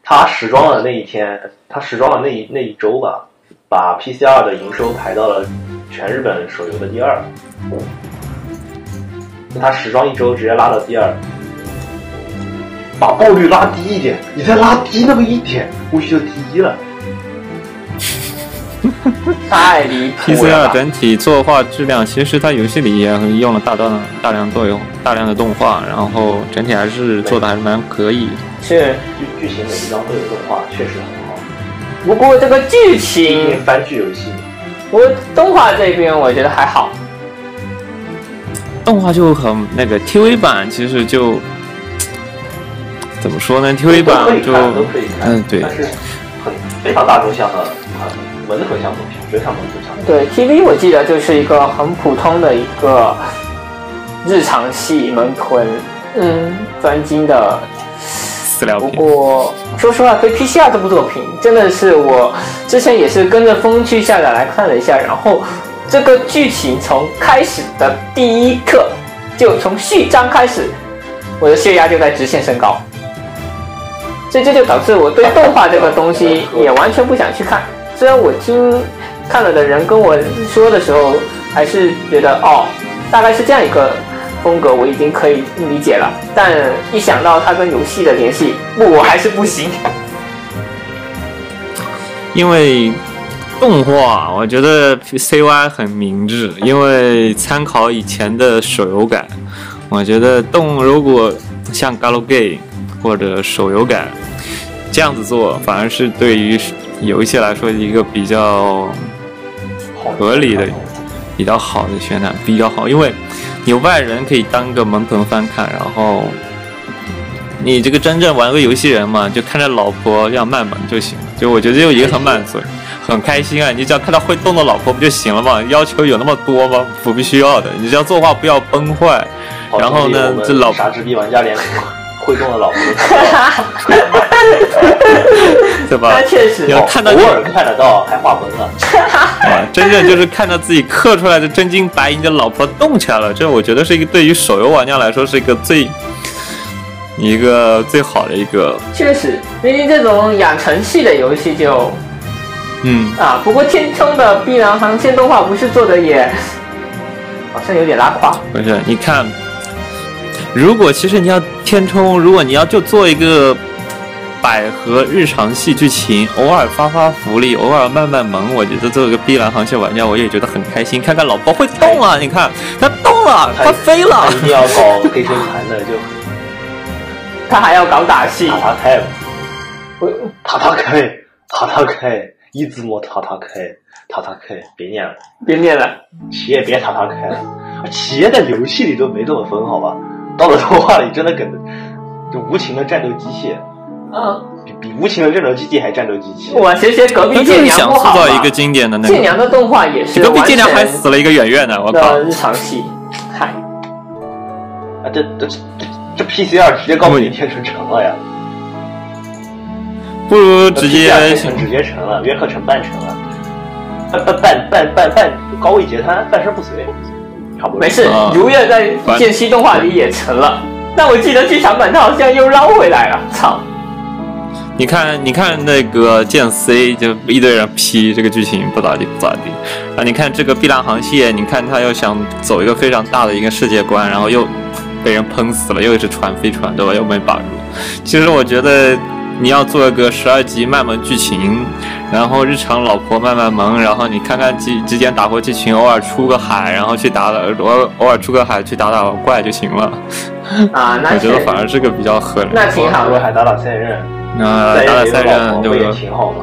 [SPEAKER 6] 他时装的那一天，他时装的那一那一周吧，把 PCR 的营收排到了全日本手游的第二。他时装一周直接拉到第二，把爆率拉低一点，你再拉低那么一点，估计就第一了。
[SPEAKER 5] 太离谱
[SPEAKER 4] PC
[SPEAKER 5] 了
[SPEAKER 4] 二
[SPEAKER 5] 吧！
[SPEAKER 4] 整体作画质量，其实它游戏里也用了大段大量作用大量的动画，然后整体还是做的还是蛮可以。
[SPEAKER 5] 是，
[SPEAKER 6] 剧剧情每一章都有动画，确实很好。
[SPEAKER 5] 不过这个剧
[SPEAKER 6] 因为
[SPEAKER 5] 情，
[SPEAKER 6] 番剧游戏，
[SPEAKER 5] 我动画这边我觉得还好，
[SPEAKER 4] 动画就很那个 TV 版，其实就怎么说呢？TV
[SPEAKER 6] 都可
[SPEAKER 4] 版
[SPEAKER 6] 以
[SPEAKER 4] 就
[SPEAKER 6] 看，都可以看，
[SPEAKER 4] 嗯对
[SPEAKER 6] 但是很非常大众向的啊，文本向作品，非常文本向的。
[SPEAKER 5] 对 TV 我记得就是一个很普通的一个日常系门豚，嗯，专精的
[SPEAKER 4] 饲料
[SPEAKER 5] 不
[SPEAKER 4] 片。
[SPEAKER 5] 过说实话，对 PCR 这部作品真的是我之前也是跟着风去下载来看了一下，然后这个剧情从开始的第一刻，就从序章开始，我的血压就在直线升高，所以这就导致我对动画这个东西也完全不想去看。虽然我听看了的人跟我说的时候，还是觉得哦，大概是这样一个风格，我已经可以理解了。但一想到它跟游戏的联系，不，我还是不行。
[SPEAKER 4] 因为动画，我觉得 CY 很明智，因为参考以前的手游改，我觉得动如果像 Galgame 或者手游改这样子做，反而是对于游戏来说一个比较
[SPEAKER 6] 好
[SPEAKER 4] 合理的比较好的宣传，比较好，因为你外人可以当个门童翻看，然后你这个真正玩个游戏人嘛，就看着老婆要卖萌就行了，就我觉得就已经很满足，很开心啊！你只要看到会动的老婆不就行了嘛？要求有那么多吗？不必须要的，你只要作画不要崩坏，
[SPEAKER 6] 好
[SPEAKER 4] 然后呢
[SPEAKER 6] 兄弟我们
[SPEAKER 4] 这老
[SPEAKER 6] 傻纸币玩家连会动的老婆都看
[SPEAKER 4] 对
[SPEAKER 5] <laughs>
[SPEAKER 4] 吧
[SPEAKER 5] 那？确实，
[SPEAKER 4] 有
[SPEAKER 6] 不
[SPEAKER 4] 看
[SPEAKER 6] 到，
[SPEAKER 4] 到
[SPEAKER 6] 偶尔看得到，还画魂了。
[SPEAKER 4] 啊，真正就是看到自己刻出来的 <laughs> 真金白银的老婆动起来了，这我觉得是一个对于手游玩家来说是一个最一个最好的一个，
[SPEAKER 5] 确实，因为这种养成系的游戏就
[SPEAKER 4] 嗯，
[SPEAKER 5] 啊，不过天冲的《碧蓝航线》动画不是做的也好像有点拉胯，
[SPEAKER 4] 不是，你看，如果其实你要填充，如果你要就做一个百合日常戏剧情，偶尔发发福利，偶尔卖卖萌，我觉得做个碧蓝航线玩家我也觉得很开心。看看老婆会动了，你看它动了，
[SPEAKER 5] 哎
[SPEAKER 4] 它飞
[SPEAKER 6] 他
[SPEAKER 4] 了
[SPEAKER 6] 一，定要搞黑键盘的，就
[SPEAKER 5] 他还要搞打戏
[SPEAKER 6] 塔，塔开，我塔塔开，塔塔开，一字母塔塔开，塔塔开，别念了，
[SPEAKER 5] 别念了，企
[SPEAKER 6] 企业别塔塔开了。企业在游戏里都没这么分，好吧？到了动画里真的跟就无情的战斗机械，
[SPEAKER 5] 嗯，
[SPEAKER 6] 比比无情的战斗机械还战斗机械。
[SPEAKER 5] 我学学隔
[SPEAKER 4] 它
[SPEAKER 5] 壁
[SPEAKER 4] 就
[SPEAKER 5] 剑
[SPEAKER 4] 是
[SPEAKER 5] 娘
[SPEAKER 4] 想
[SPEAKER 5] 不
[SPEAKER 4] 塑
[SPEAKER 5] 好
[SPEAKER 4] 造
[SPEAKER 5] 吗？
[SPEAKER 4] 一个经典的那
[SPEAKER 5] 剑
[SPEAKER 4] 个。
[SPEAKER 5] 娘的动画也是
[SPEAKER 4] 隔壁
[SPEAKER 5] 完
[SPEAKER 4] 剑
[SPEAKER 5] 全
[SPEAKER 4] 娘还死了一个圆圆呢，我靠！
[SPEAKER 5] 的日常戏，嗨，
[SPEAKER 6] 啊，这这这这 PCR 直接告诉你天成成了呀，
[SPEAKER 4] 不如直接哎
[SPEAKER 6] PCR 天成直接成了，约克成半成了，半半半半半高位截瘫，半身不遂，差不多。
[SPEAKER 5] 没事
[SPEAKER 4] 啊，
[SPEAKER 5] 如月在剑西动画里也成了，但我记得剧场版他好像又捞回来了，操！
[SPEAKER 4] 你看，你看那个剑 C 就一堆人批这个剧情不咋地不咋地，啊，你看这个碧蓝航线，你看他又想走一个非常大的一个世界观，然后又被人喷死了，又是船飞船对吧？又没把住。其实我觉得你要做一个十二集慢慢剧情，然后日常老婆慢慢萌，然后你看看之之间打过剧情，偶尔出个海，然后去打打偶尔偶尔出个海去打打怪就行了。
[SPEAKER 5] 啊，那
[SPEAKER 4] 我觉得
[SPEAKER 5] 确
[SPEAKER 4] 反而这个比较合人。
[SPEAKER 5] 那挺好
[SPEAKER 6] 我
[SPEAKER 5] 的，
[SPEAKER 6] 还打打赛刃，
[SPEAKER 4] 那啊打打赛刃对不
[SPEAKER 6] 对不也
[SPEAKER 4] 对？
[SPEAKER 6] 挺好吗？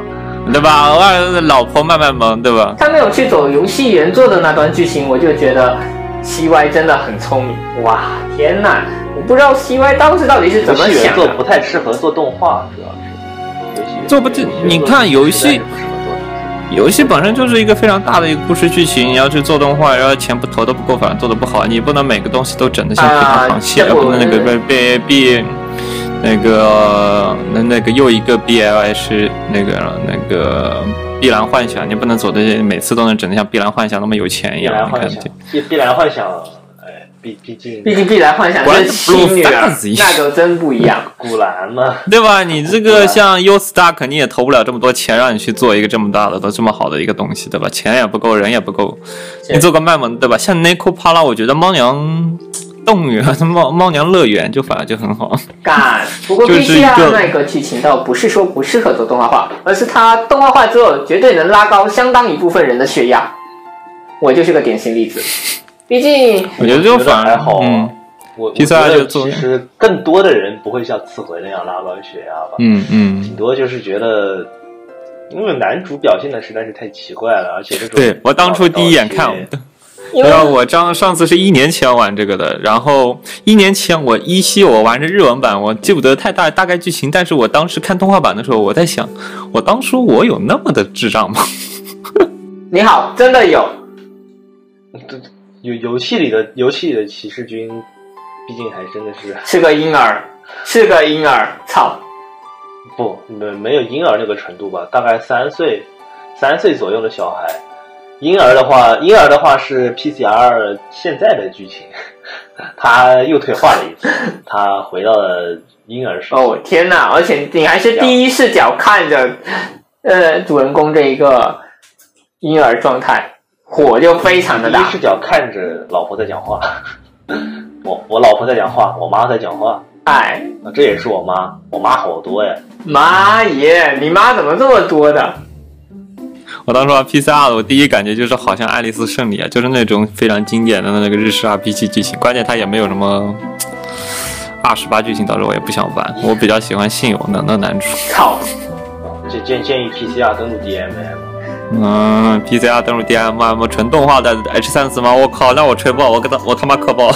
[SPEAKER 4] 对吧？偶尔老婆慢慢萌，对吧？
[SPEAKER 5] 他没有去走游戏原作的那段剧情，我就觉得 CY 真的很聪明。哇，天哪！我不知道 CY 当时到底是怎
[SPEAKER 6] 游
[SPEAKER 5] 么
[SPEAKER 6] 戏原
[SPEAKER 5] 想
[SPEAKER 6] 作
[SPEAKER 5] 的。
[SPEAKER 6] 不太适合做动画，主要是游戏
[SPEAKER 4] 做不进你看游戏
[SPEAKER 6] 不适合做动画
[SPEAKER 4] 游戏本身就是一个非常大的一个故事剧情，你要去做动画，然后钱不投的不够，反而做的不好，你不能每个东西都整的像平常行戏，
[SPEAKER 5] 啊
[SPEAKER 4] 而不能那个
[SPEAKER 5] 这
[SPEAKER 4] 被被被那个那那个又一个 BLS 那个那个碧蓝幻想，你不能走的每次都能整的像碧蓝幻想那么有钱一
[SPEAKER 6] 必
[SPEAKER 4] 样。
[SPEAKER 6] 然
[SPEAKER 4] 你看
[SPEAKER 6] 幻想，必必然幻想，哎，毕毕竟
[SPEAKER 5] 毕竟《碧蓝幻想》
[SPEAKER 4] 果然
[SPEAKER 5] 是
[SPEAKER 4] 是
[SPEAKER 5] 七女啊
[SPEAKER 4] Blue Fantasy，
[SPEAKER 5] 那就真不一样。
[SPEAKER 6] 古兰嘛，
[SPEAKER 4] 对吧？你这个像 U Star 肯定也投不了这么多钱，让你去做一个这么大的、都这么好的一个东西，对吧？钱也不够，人也不够，
[SPEAKER 5] 是
[SPEAKER 4] 你做个卖萌，对吧？像 n i c o p a l a 我觉得猫娘动物园、猫猫娘乐园就反而就很好。
[SPEAKER 5] 干，不过
[SPEAKER 4] 就是一
[SPEAKER 5] BTR
[SPEAKER 4] 个
[SPEAKER 5] 那个剧情倒不是说不适合做动画化，而是它动画化之后绝对能拉高相当一部分人的血压。我就是个典型例子。毕竟
[SPEAKER 4] 我觉得就反
[SPEAKER 6] 还
[SPEAKER 4] 而
[SPEAKER 6] 好啊
[SPEAKER 4] 嗯
[SPEAKER 6] 我我
[SPEAKER 4] 披
[SPEAKER 6] 觉
[SPEAKER 4] 萨就
[SPEAKER 6] 得
[SPEAKER 4] 做
[SPEAKER 6] 其实更多的人不会像刺回那样拉高血压吧，
[SPEAKER 4] 嗯嗯
[SPEAKER 6] 顶，多就是觉得，因为男主表现的实在是太奇怪了，而且这种
[SPEAKER 4] 对我当初第一眼看
[SPEAKER 6] 搞搞。
[SPEAKER 5] 因为
[SPEAKER 4] 然后啊我上上次是一年前玩这个的，然后一年前我依稀我玩的日文版，我记不得太大大概剧情，但是我当时看动画版的时候，我在想，我当初我有那么的智障吗？
[SPEAKER 5] 你好，真的有
[SPEAKER 6] 游游戏里的游戏里的骑士军，毕竟还真的是
[SPEAKER 5] 是个婴儿，是个婴儿， <laughs> 操！
[SPEAKER 6] 不没没有婴儿那个程度吧，大概三岁，三岁左右的小孩。婴儿的话，婴儿的话是 PCR 现在的剧情，他又退化了一次，他回到了婴儿时期。
[SPEAKER 5] 哦天哪！而且你还
[SPEAKER 4] 啊
[SPEAKER 5] 是第一视角看着，呃，主人公这一个婴儿状态，火就非常
[SPEAKER 4] 嗯
[SPEAKER 5] 的
[SPEAKER 6] 第一
[SPEAKER 5] 大
[SPEAKER 6] 视。角看着老婆在讲话， <laughs> 我我老婆在讲话，我妈在讲话，
[SPEAKER 5] 哎，
[SPEAKER 6] 啊，这也是我妈，我妈好多呀。
[SPEAKER 5] 妈耶！你妈怎么这么多的？
[SPEAKER 4] 我当时玩 PCR 的，我第一感觉就是好像《爱丽丝胜利》啊，就是那种非常经典的那个日式 RPG 剧情，关键它也没有什么二十八剧情，当时我也不想玩，我比较喜欢性有能的男主。
[SPEAKER 5] 操！
[SPEAKER 6] 这建建议 PCR 登录 DMM，
[SPEAKER 4] 嗯，PCR 登录 DMM 纯动画的 H 三四吗？我靠，那我吹爆，我跟他我他妈磕爆！ <laughs>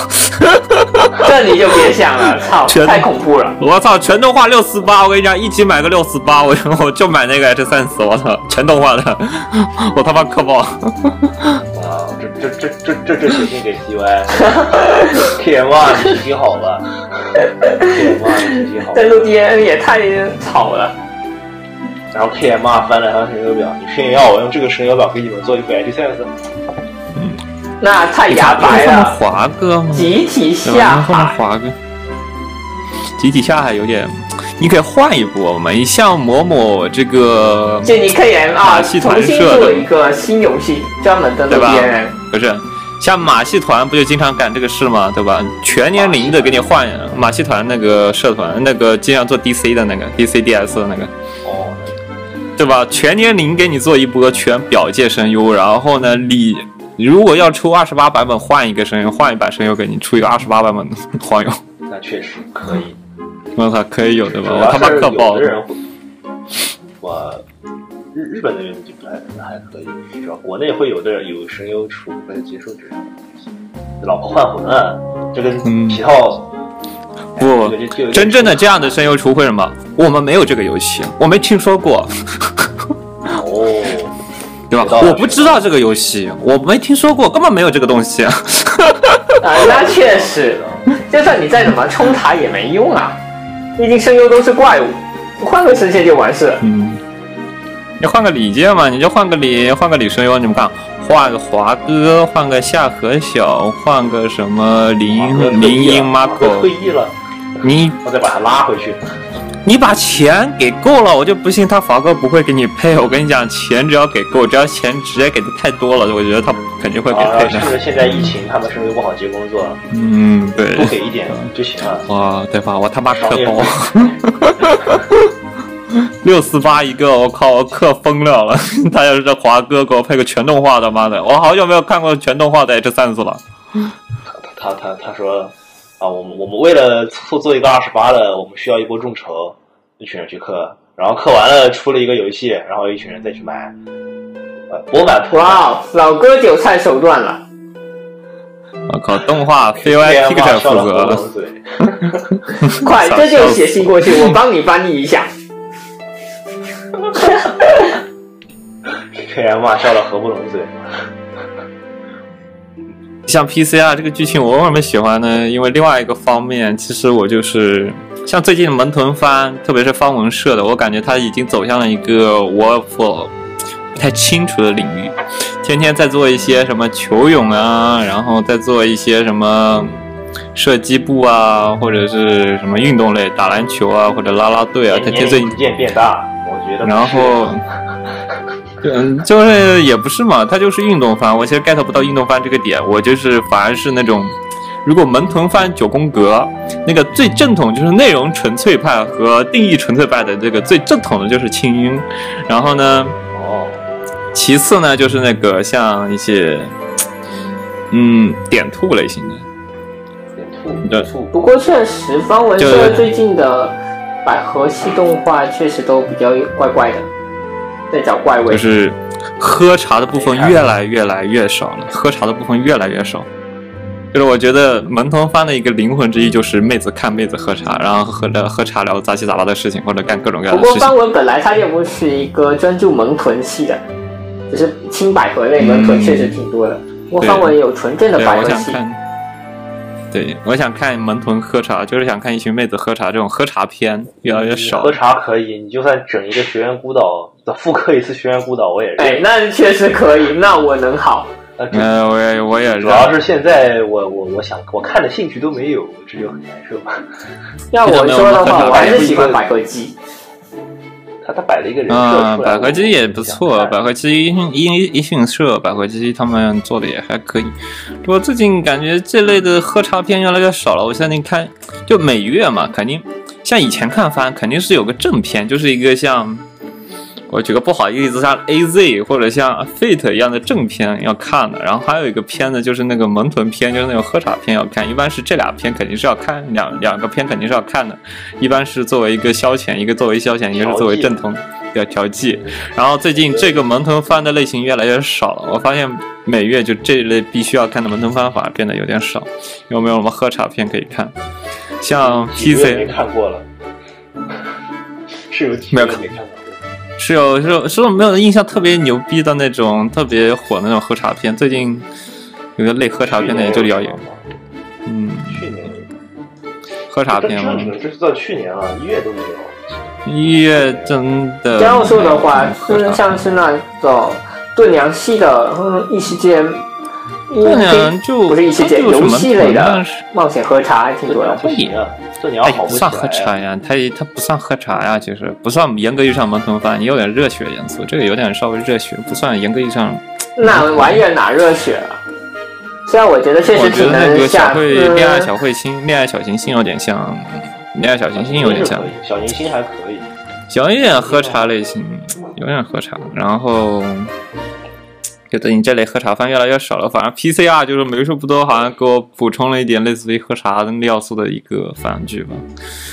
[SPEAKER 5] 这你就别想了，操！
[SPEAKER 4] 全
[SPEAKER 5] 太恐怖了。
[SPEAKER 4] 我操，全动画六四八，我跟你讲，一起买个六四八，我我就买 <laughs> 那个 H 三四，我操，全动画的，我他妈磕爆！
[SPEAKER 6] 啊，这这这这这这决定给 CY。铁
[SPEAKER 5] <laughs>
[SPEAKER 6] 妈，你脾气好吧？铁妈，你脾气好吧
[SPEAKER 5] <laughs> 在。录 DNN 也太吵了。
[SPEAKER 6] 然后 K M R 翻了他神游表，你炫耀我用这个神游表给你们做一个 H sense，
[SPEAKER 5] 那太牙白啊
[SPEAKER 4] 能放 <laughs>
[SPEAKER 5] 了，
[SPEAKER 4] 华哥吗？
[SPEAKER 5] 集体
[SPEAKER 4] 对吧？
[SPEAKER 5] 下
[SPEAKER 4] 能放
[SPEAKER 5] 海。
[SPEAKER 4] 华哥。集体下海有点，你可以换一波嘛。你像某某这个
[SPEAKER 5] 就你可以啊，
[SPEAKER 4] 马戏团
[SPEAKER 5] 重新
[SPEAKER 4] 社
[SPEAKER 5] 做
[SPEAKER 4] 的
[SPEAKER 5] 一个新游戏，专门的录
[SPEAKER 4] 对吧
[SPEAKER 5] DNN。
[SPEAKER 4] 不是，像马戏团不就经常干这个事吗？对吧？全年龄的给你换马戏团那个社团，那个经常做 DC 的那个 DCDS 的那个，
[SPEAKER 6] 哦，
[SPEAKER 4] 对吧？全年龄给你做一波全表界声优，然后呢，你如果要出二十八版本，换一个声优，换一版声优给你出一个二十八版本的 <laughs> 黄油，
[SPEAKER 6] 那确实可以。
[SPEAKER 4] 我操，可以有对吧？
[SPEAKER 6] 主
[SPEAKER 4] 我他
[SPEAKER 6] 要
[SPEAKER 4] 妈
[SPEAKER 6] 是
[SPEAKER 4] 可爆
[SPEAKER 6] 有的
[SPEAKER 4] 了！
[SPEAKER 6] 人会，我日日本那边就不太还可以，主要国内会有的有声优出，我也接受这种东西。老婆换魂啊，这跟
[SPEAKER 4] 嗯
[SPEAKER 6] 皮套
[SPEAKER 4] 不
[SPEAKER 6] 这个就有点
[SPEAKER 4] 真正的这样的声优出会什么？我们没有这个游戏，我没听说过。
[SPEAKER 6] 哦，
[SPEAKER 4] 对吧
[SPEAKER 6] 知道？了
[SPEAKER 4] 我不知道这个游戏，我没听说过，根本没有这个东西。
[SPEAKER 5] 啊，那确实，就算你再怎么冲塔也没用啊，毕竟声优都是怪物，换个声线就完事了。
[SPEAKER 4] 嗯，你换个李健嘛，你就换个李，换个李声优，你们看，换个华哥，换个夏河晓，换个什么林林英
[SPEAKER 6] 我退
[SPEAKER 4] Marco，
[SPEAKER 6] 役了，
[SPEAKER 4] 你
[SPEAKER 6] 我再把他拉回去。
[SPEAKER 4] 你把钱给够了，我就不信他华哥不会给你配。我跟你讲，钱只要给够，只要钱直接给的太多了，我觉得他肯定会给
[SPEAKER 6] 啊，
[SPEAKER 4] 配
[SPEAKER 6] 是
[SPEAKER 4] 上
[SPEAKER 6] 不。是现在疫情，他们是不是不好接工作？
[SPEAKER 4] 嗯，对
[SPEAKER 6] 多，给一点就行了。
[SPEAKER 4] 哇，对吧？我他妈可
[SPEAKER 6] 商业
[SPEAKER 4] 包。 <laughs> 六四八一个，我靠，我氪疯了 <laughs> 了！他要是这华哥给我配个全动画的，妈的，我好久没有看过全动画的 H 三四了。
[SPEAKER 6] 他他他说啊，我们我们为了做做一个二十八的，我们需要一波众筹，一群人去氪，然后氪完了出了一个游戏，然后一群人再去买，呃，博满破
[SPEAKER 5] 哇哦，老哥韭菜手
[SPEAKER 4] <laughs>
[SPEAKER 5] 段了，
[SPEAKER 4] 我靠，动
[SPEAKER 6] <laughs>
[SPEAKER 4] 画 C
[SPEAKER 6] 万
[SPEAKER 4] Y Picture 负责
[SPEAKER 6] 了喉
[SPEAKER 4] 了，
[SPEAKER 6] 咙嘴，
[SPEAKER 5] 快，
[SPEAKER 4] 笑
[SPEAKER 5] 这就写信过去，我帮你翻译一下。
[SPEAKER 6] 被人骂笑到合不拢嘴。
[SPEAKER 4] 像 P C R 这个剧情，我为什么喜欢呢？因为另外一个方面，其实我就是像最近的门豚番，特别是方文社的，我感觉他已经走向了一个我我不太清楚的领域，天天在做一些什么球泳啊，然后再做一些什么射击部啊，或者是什么运动类，打篮球啊，或者啦啦队啊，他
[SPEAKER 6] 年
[SPEAKER 4] 天最
[SPEAKER 6] 龄逐渐变大，我觉得不是。
[SPEAKER 4] 然后，嗯，就是也不是嘛，它就是运动番。我其实 get 不到运动番这个点，我就是反而是那种，如果门豚番九宫格那个最正统就是内容纯粹派和定义纯粹派的这个最正统的就是青音，然后呢，
[SPEAKER 6] 哦，
[SPEAKER 4] 其次呢就是那个像一些，嗯，点兔类型的，
[SPEAKER 6] 点
[SPEAKER 4] 对
[SPEAKER 6] 兔兔
[SPEAKER 5] 不过确实，方文社最近的百合系动画确实都比较怪怪的，在找怪味。
[SPEAKER 4] 就是喝茶的部分越来越来越少了，喝茶的部分越来越少。就是我觉得门童番的一个灵魂之一，就是妹子看妹子喝茶，然后喝着喝茶聊杂七杂八的事情，或者干各种各样
[SPEAKER 5] 不
[SPEAKER 4] 的
[SPEAKER 5] 过
[SPEAKER 4] 事情
[SPEAKER 5] 方。文本来他就不是一个专注萌臀系的，就是青百合类萌臀确实挺多的。不过
[SPEAKER 4] 对
[SPEAKER 5] 方文有纯正的
[SPEAKER 4] 对，
[SPEAKER 5] 百
[SPEAKER 4] 我
[SPEAKER 5] 合
[SPEAKER 4] 想
[SPEAKER 5] 系，
[SPEAKER 4] 看，对，我想看门童喝茶，就是想看一群妹子喝茶这种喝茶片越来越
[SPEAKER 6] 你
[SPEAKER 4] 少
[SPEAKER 6] 嗯喝。茶可以，你就算整一个学员孤岛，复刻一次学员孤岛，我也认。
[SPEAKER 5] 哎，那确实可以，那我能好。
[SPEAKER 6] 那主
[SPEAKER 4] 嗯、我也我也
[SPEAKER 6] 主要
[SPEAKER 4] 让
[SPEAKER 6] 是现在我我我想我看的兴趣都没有，这就很难受。 <laughs>
[SPEAKER 5] 要我说的话，我还是喜欢
[SPEAKER 6] 这种
[SPEAKER 5] 百合姬。
[SPEAKER 6] 他他摆了一个人设
[SPEAKER 4] 嗯，
[SPEAKER 6] 出来，
[SPEAKER 4] 百合姬也不错，
[SPEAKER 6] 百
[SPEAKER 4] 百合姬一一迅社、百合姬他们做的也还可以。不过最近感觉这类的喝茶片越来越少了。我现在看，就每月嘛，肯定像以前看番肯定是有个正片，就是一个像我举个不好意思，像 A Z 或者像 Fate 一样的正片要看的。然后还有一个片子就是那个萌豚片，就是那种喝茶片要看。一般是这俩片肯定是要看，两两个片肯定是要看的。一般是作为一个消遣，一个作为消遣，一个是作为正统的调剂。然后最近这个萌豚番的类型越来越少了，我发现每月就这一类必须要看的萌豚番反而变得有点少，因为没有什么喝茶片可以看。像
[SPEAKER 6] 几个月
[SPEAKER 4] PC
[SPEAKER 6] 没看过了，是有几
[SPEAKER 4] 没
[SPEAKER 6] 个
[SPEAKER 4] 有
[SPEAKER 6] 月
[SPEAKER 4] 看
[SPEAKER 6] 没看过。
[SPEAKER 4] 是有是有是有没有印象特别牛逼的那种特别火的那种喝茶片？最近有的类喝茶片的也就了解。嗯，
[SPEAKER 6] 去年有
[SPEAKER 4] 喝茶
[SPEAKER 6] 这
[SPEAKER 4] 片
[SPEAKER 6] 这只
[SPEAKER 4] 吗？
[SPEAKER 6] 能知道去年啊了，一月都没有。
[SPEAKER 4] 一月真的没有什么喝茶片。
[SPEAKER 5] 这样说的话，
[SPEAKER 4] 嗯
[SPEAKER 5] 就是像是那种炖凉系的，嗯，异世界，
[SPEAKER 4] 这两啊就
[SPEAKER 5] 不是异世界
[SPEAKER 4] 它就
[SPEAKER 5] 游
[SPEAKER 4] 什么
[SPEAKER 5] 戏类的
[SPEAKER 4] 但是
[SPEAKER 5] 冒险喝茶，还挺多的。
[SPEAKER 6] 不行啊，这鸟
[SPEAKER 4] 它也
[SPEAKER 6] 好
[SPEAKER 4] 不
[SPEAKER 6] 不起
[SPEAKER 4] 哎算喝
[SPEAKER 6] 来
[SPEAKER 4] 茶呀，它也它不算喝茶呀，其实不算严格意义上门头饭，也有点热血元素，这个有点稍微热血，不算严格意义上。
[SPEAKER 5] 那玩意儿哪热血啊？虽然我觉得确
[SPEAKER 4] 我
[SPEAKER 5] 实
[SPEAKER 4] 觉
[SPEAKER 5] 挺
[SPEAKER 4] 得那
[SPEAKER 5] 能
[SPEAKER 4] 个小
[SPEAKER 5] 下，
[SPEAKER 4] 慧恋爱小
[SPEAKER 5] 嗯，
[SPEAKER 4] 慧心，恋爱小行星有点像，恋爱小行星有点像
[SPEAKER 6] 可，以，小行星还可以。
[SPEAKER 4] 小有点喝茶类型，有点喝茶，然后。就最近这类喝茶番越来越少了，反而 PCR 就是为数不多，好像给我补充了一点类似于喝茶的要素的一个番剧吧。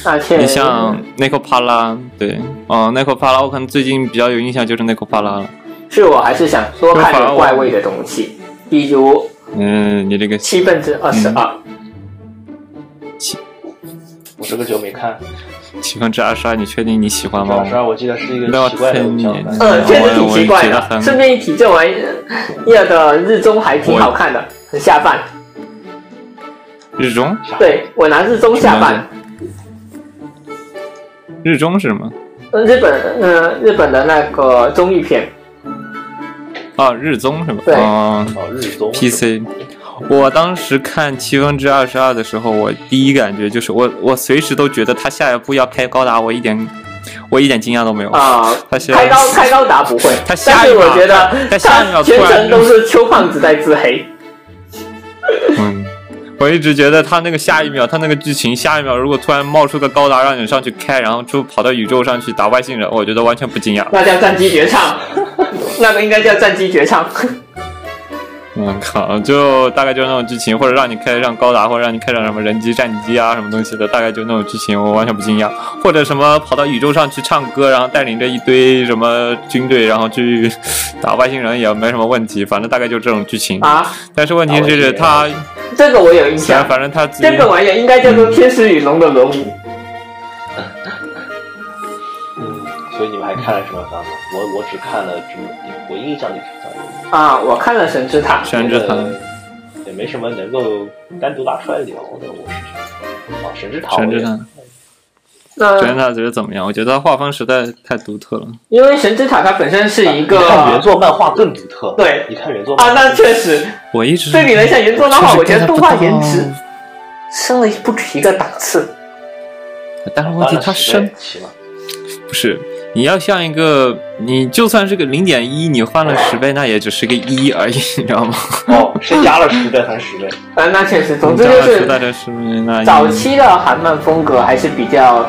[SPEAKER 5] 而且
[SPEAKER 4] 你像 n i c o p a l a 对，哦 n i c o p a l a 我可能最近比较有印象就是 n i c o p a l a 了。
[SPEAKER 5] 是我还是想多看点怪味的东西，比如
[SPEAKER 4] 嗯，你这个
[SPEAKER 5] 七分之二十
[SPEAKER 4] 嗯
[SPEAKER 5] 二。
[SPEAKER 6] 我这个久没看，
[SPEAKER 4] 七分之二十二，你确定你喜欢
[SPEAKER 6] 老
[SPEAKER 4] 吗
[SPEAKER 6] 师？啊，我记得是一
[SPEAKER 4] 那
[SPEAKER 6] 个
[SPEAKER 4] 我
[SPEAKER 6] 奇怪的偶像
[SPEAKER 4] 天哪。
[SPEAKER 6] 番
[SPEAKER 5] 嗯，确实挺奇怪
[SPEAKER 4] 我也觉得很
[SPEAKER 5] 的。顺便一提，这玩意儿呃的日综还挺好看的，很下饭。
[SPEAKER 4] 日中，
[SPEAKER 5] 对我拿日综下饭。
[SPEAKER 4] 日中是吗？
[SPEAKER 5] 呃日本，呃，日本的那个综艺片，
[SPEAKER 4] 哦，日综是吗？
[SPEAKER 5] 对
[SPEAKER 4] 哦
[SPEAKER 6] 哦，日综
[SPEAKER 4] PC。我当时看七分之二十二的时候，我第一感觉就是我我随时都觉得他下一步要开高达，我一点我一点惊讶都没有。
[SPEAKER 5] 啊、
[SPEAKER 4] 他现在
[SPEAKER 5] 开高开高达不会，
[SPEAKER 4] 哦他
[SPEAKER 5] 但
[SPEAKER 4] 下一
[SPEAKER 5] 是
[SPEAKER 4] 秒
[SPEAKER 5] 我觉得
[SPEAKER 4] 他下一秒
[SPEAKER 5] 他
[SPEAKER 4] 突然
[SPEAKER 5] 全程都是邱胖子在自黑。
[SPEAKER 4] 嗯，我一直觉得他那个下一秒，他那个剧情下一秒，如果突然冒出个高达让你上去开，然后就跑到宇宙上去打外星人，我觉得完全不惊讶。
[SPEAKER 5] 那叫战机
[SPEAKER 4] <laughs>
[SPEAKER 5] 绝唱，那个应该叫战机绝唱。
[SPEAKER 4] 我靠，嗯就大概就是那种剧情，或者让你开上高达，或者让你开上什么人机、战机啊，什么东西的，大概就那种剧情，我完全不惊讶。或者什么跑到宇宙上去唱歌，然后带领着一堆什么军队，然后去打外星人也没什么问题，反正大概就这种剧情。
[SPEAKER 5] 啊，
[SPEAKER 4] 但是问题是
[SPEAKER 6] 打
[SPEAKER 4] 他
[SPEAKER 6] 外星，
[SPEAKER 5] 这个我有印
[SPEAKER 4] 虽然
[SPEAKER 5] 象，
[SPEAKER 4] 反正他自己
[SPEAKER 5] 嗯这个玩意儿应该叫做《天使与龙的轮舞》。
[SPEAKER 6] 嗯，所以你们还看了什么番吗？我我只看了这么一，我印象里只看了一
[SPEAKER 5] 啊，我看了《神之塔》，
[SPEAKER 4] 全职堂。
[SPEAKER 6] 个，也没什么能够单独拿出来聊的。我是觉得啊，神之塔，
[SPEAKER 4] 神之塔，
[SPEAKER 5] 那嗯
[SPEAKER 4] 神之塔觉得怎么样？我觉得他画风实在太独特了。
[SPEAKER 5] 因为《神之塔》它本身是一个
[SPEAKER 6] 你看原作漫画更独特。
[SPEAKER 5] 对
[SPEAKER 6] 你看原作
[SPEAKER 5] 啊，
[SPEAKER 6] 漫画
[SPEAKER 5] 那确实
[SPEAKER 4] 我一直
[SPEAKER 5] 对比了一下原作的
[SPEAKER 4] 就是
[SPEAKER 5] 话，我觉
[SPEAKER 4] get
[SPEAKER 5] 得
[SPEAKER 4] 不啊
[SPEAKER 5] 动画
[SPEAKER 4] 到
[SPEAKER 5] 颜值升了一不止一个档次。
[SPEAKER 4] 但是问题他
[SPEAKER 6] 时代
[SPEAKER 4] 升
[SPEAKER 6] 也奇嘛
[SPEAKER 4] 不是，你要像一个，你就算是个零点一，你翻了十倍，那也只是个一而已，你知道吗？
[SPEAKER 6] 哦，是加了十倍还是十倍？
[SPEAKER 5] 啊，那确实，总
[SPEAKER 4] 你
[SPEAKER 5] 之
[SPEAKER 4] 加
[SPEAKER 5] 就
[SPEAKER 4] 了十代
[SPEAKER 5] 是
[SPEAKER 4] 的十倍，那一
[SPEAKER 5] 早期的韩漫风格还是比较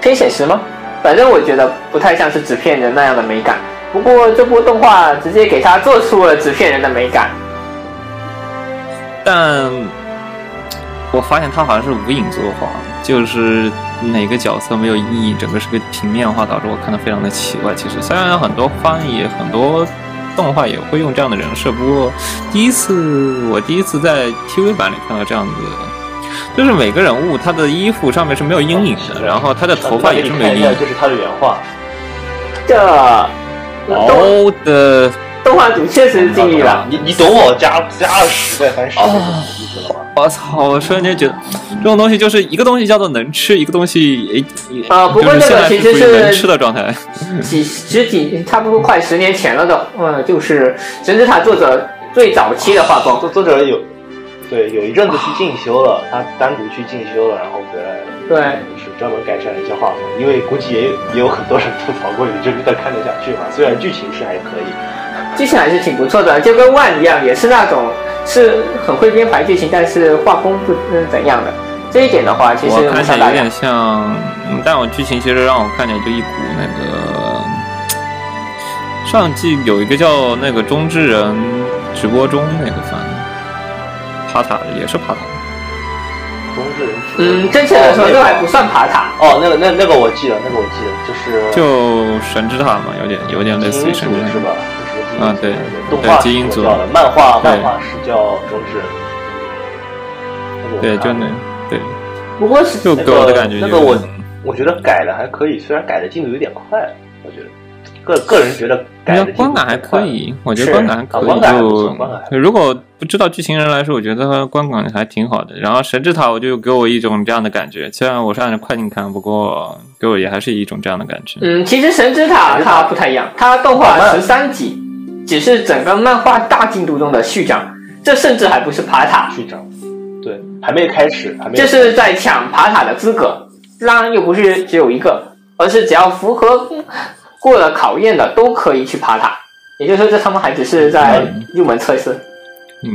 [SPEAKER 5] 偏写实吗？反正我觉得不太像是纸片人那样的美感。不过这部动画直接给它做出了纸片人的美感。
[SPEAKER 4] 但我发现他好像是无影作画，就是哪个角色没有意义，整个是个平面化，导致我看的非常的奇怪。其实虽然很多番也很多动画也会用这样的人设，不过第一次我第一次在 TV 版里看到这样子的，就是每个人物他的衣服上面是没有阴影的，然后他的头发也是没有阴影
[SPEAKER 6] <laughs> 这。是他的原话。
[SPEAKER 5] 这动
[SPEAKER 4] 哦的
[SPEAKER 5] 动画组确实尽力了。
[SPEAKER 6] 你你懂我加加了十倍还是十倍的意思了吗？
[SPEAKER 4] 我操！我瞬间觉得，这种东西就是一个东西呃叫做能吃，一个东西诶
[SPEAKER 5] 啊不过
[SPEAKER 4] 就是
[SPEAKER 5] 这
[SPEAKER 4] 现在
[SPEAKER 5] 个其实
[SPEAKER 4] 处于
[SPEAKER 5] 是
[SPEAKER 4] 能吃的状态。
[SPEAKER 5] 几十几，差不多快十年前了的，嗯，就是《神之塔》作者最早期的画风。
[SPEAKER 6] 哦作作者有，对，有一阵子去进修了，他单独去进修了，然后回来了，
[SPEAKER 5] 对
[SPEAKER 6] 是专门改善了一些画风，因为估计也有也有很多人吐槽过，你这个看得下去吗？虽然剧情是还可以，
[SPEAKER 5] 剧情还是挺不错的，就跟万一样，也是那种是很会编排剧情，但是画风不嗯怎样的。这一点的话，其实
[SPEAKER 4] 我
[SPEAKER 5] 无
[SPEAKER 4] 看起
[SPEAKER 5] 伤
[SPEAKER 4] 来
[SPEAKER 5] 大
[SPEAKER 4] 有
[SPEAKER 5] 雅
[SPEAKER 4] 点。像，嗯但我剧情其实让我看起来就一股那个上季有一个叫那个中之人直播中那个番，爬塔的也是爬塔。
[SPEAKER 6] 中之人是
[SPEAKER 5] 嗯，正确的说，
[SPEAKER 6] 哦那
[SPEAKER 5] 这
[SPEAKER 6] 个
[SPEAKER 5] 还不算爬塔。
[SPEAKER 6] 哦，那个那那个我记得，那个我记得，就是
[SPEAKER 4] 就神之塔嘛，有点有点类
[SPEAKER 6] 基
[SPEAKER 4] 似
[SPEAKER 6] 因
[SPEAKER 4] 于
[SPEAKER 6] 组
[SPEAKER 4] 神之塔
[SPEAKER 6] 是。吧？就是
[SPEAKER 4] 啊
[SPEAKER 6] 基因组
[SPEAKER 4] 对
[SPEAKER 6] 动画
[SPEAKER 4] 对基因
[SPEAKER 6] 是
[SPEAKER 4] 组
[SPEAKER 6] 叫的，漫画
[SPEAKER 4] 对
[SPEAKER 6] 漫画是叫中之人，那个我
[SPEAKER 4] 对，就
[SPEAKER 6] 看
[SPEAKER 4] 那
[SPEAKER 5] 啊
[SPEAKER 6] 了，
[SPEAKER 4] 对，
[SPEAKER 5] 不过
[SPEAKER 4] 嗯
[SPEAKER 5] 是
[SPEAKER 4] 就给我的感觉就
[SPEAKER 6] 那
[SPEAKER 4] 是
[SPEAKER 6] 个我我觉得改的还可以，虽然改的进度有点快，我觉得。个个人觉得改
[SPEAKER 4] 那
[SPEAKER 6] 的
[SPEAKER 4] 观感还可，以，我觉得观感还可
[SPEAKER 6] 是啊观
[SPEAKER 4] 以。
[SPEAKER 6] 感还
[SPEAKER 4] 就
[SPEAKER 6] 不错观感还不
[SPEAKER 4] 如果不知道剧情人来说，我觉得它观感还挺好的。然后神之塔，我就给我一种这样的感觉，虽然我是按着快进看，不过给我也还是一种这样的感觉。
[SPEAKER 5] 嗯，其实《神之塔》它不太一样，它动画
[SPEAKER 6] 好慢
[SPEAKER 5] 十三集，只是整个漫画大进度中的序章，这甚至还不是爬塔，
[SPEAKER 6] 去找，对，还没开始，还没
[SPEAKER 5] 这是在抢爬塔的资格。当然又不是只有一个，而是只要符合过了考验的都可以去爬塔。也就是说，这他们还只是在入门测试。
[SPEAKER 4] 嗯，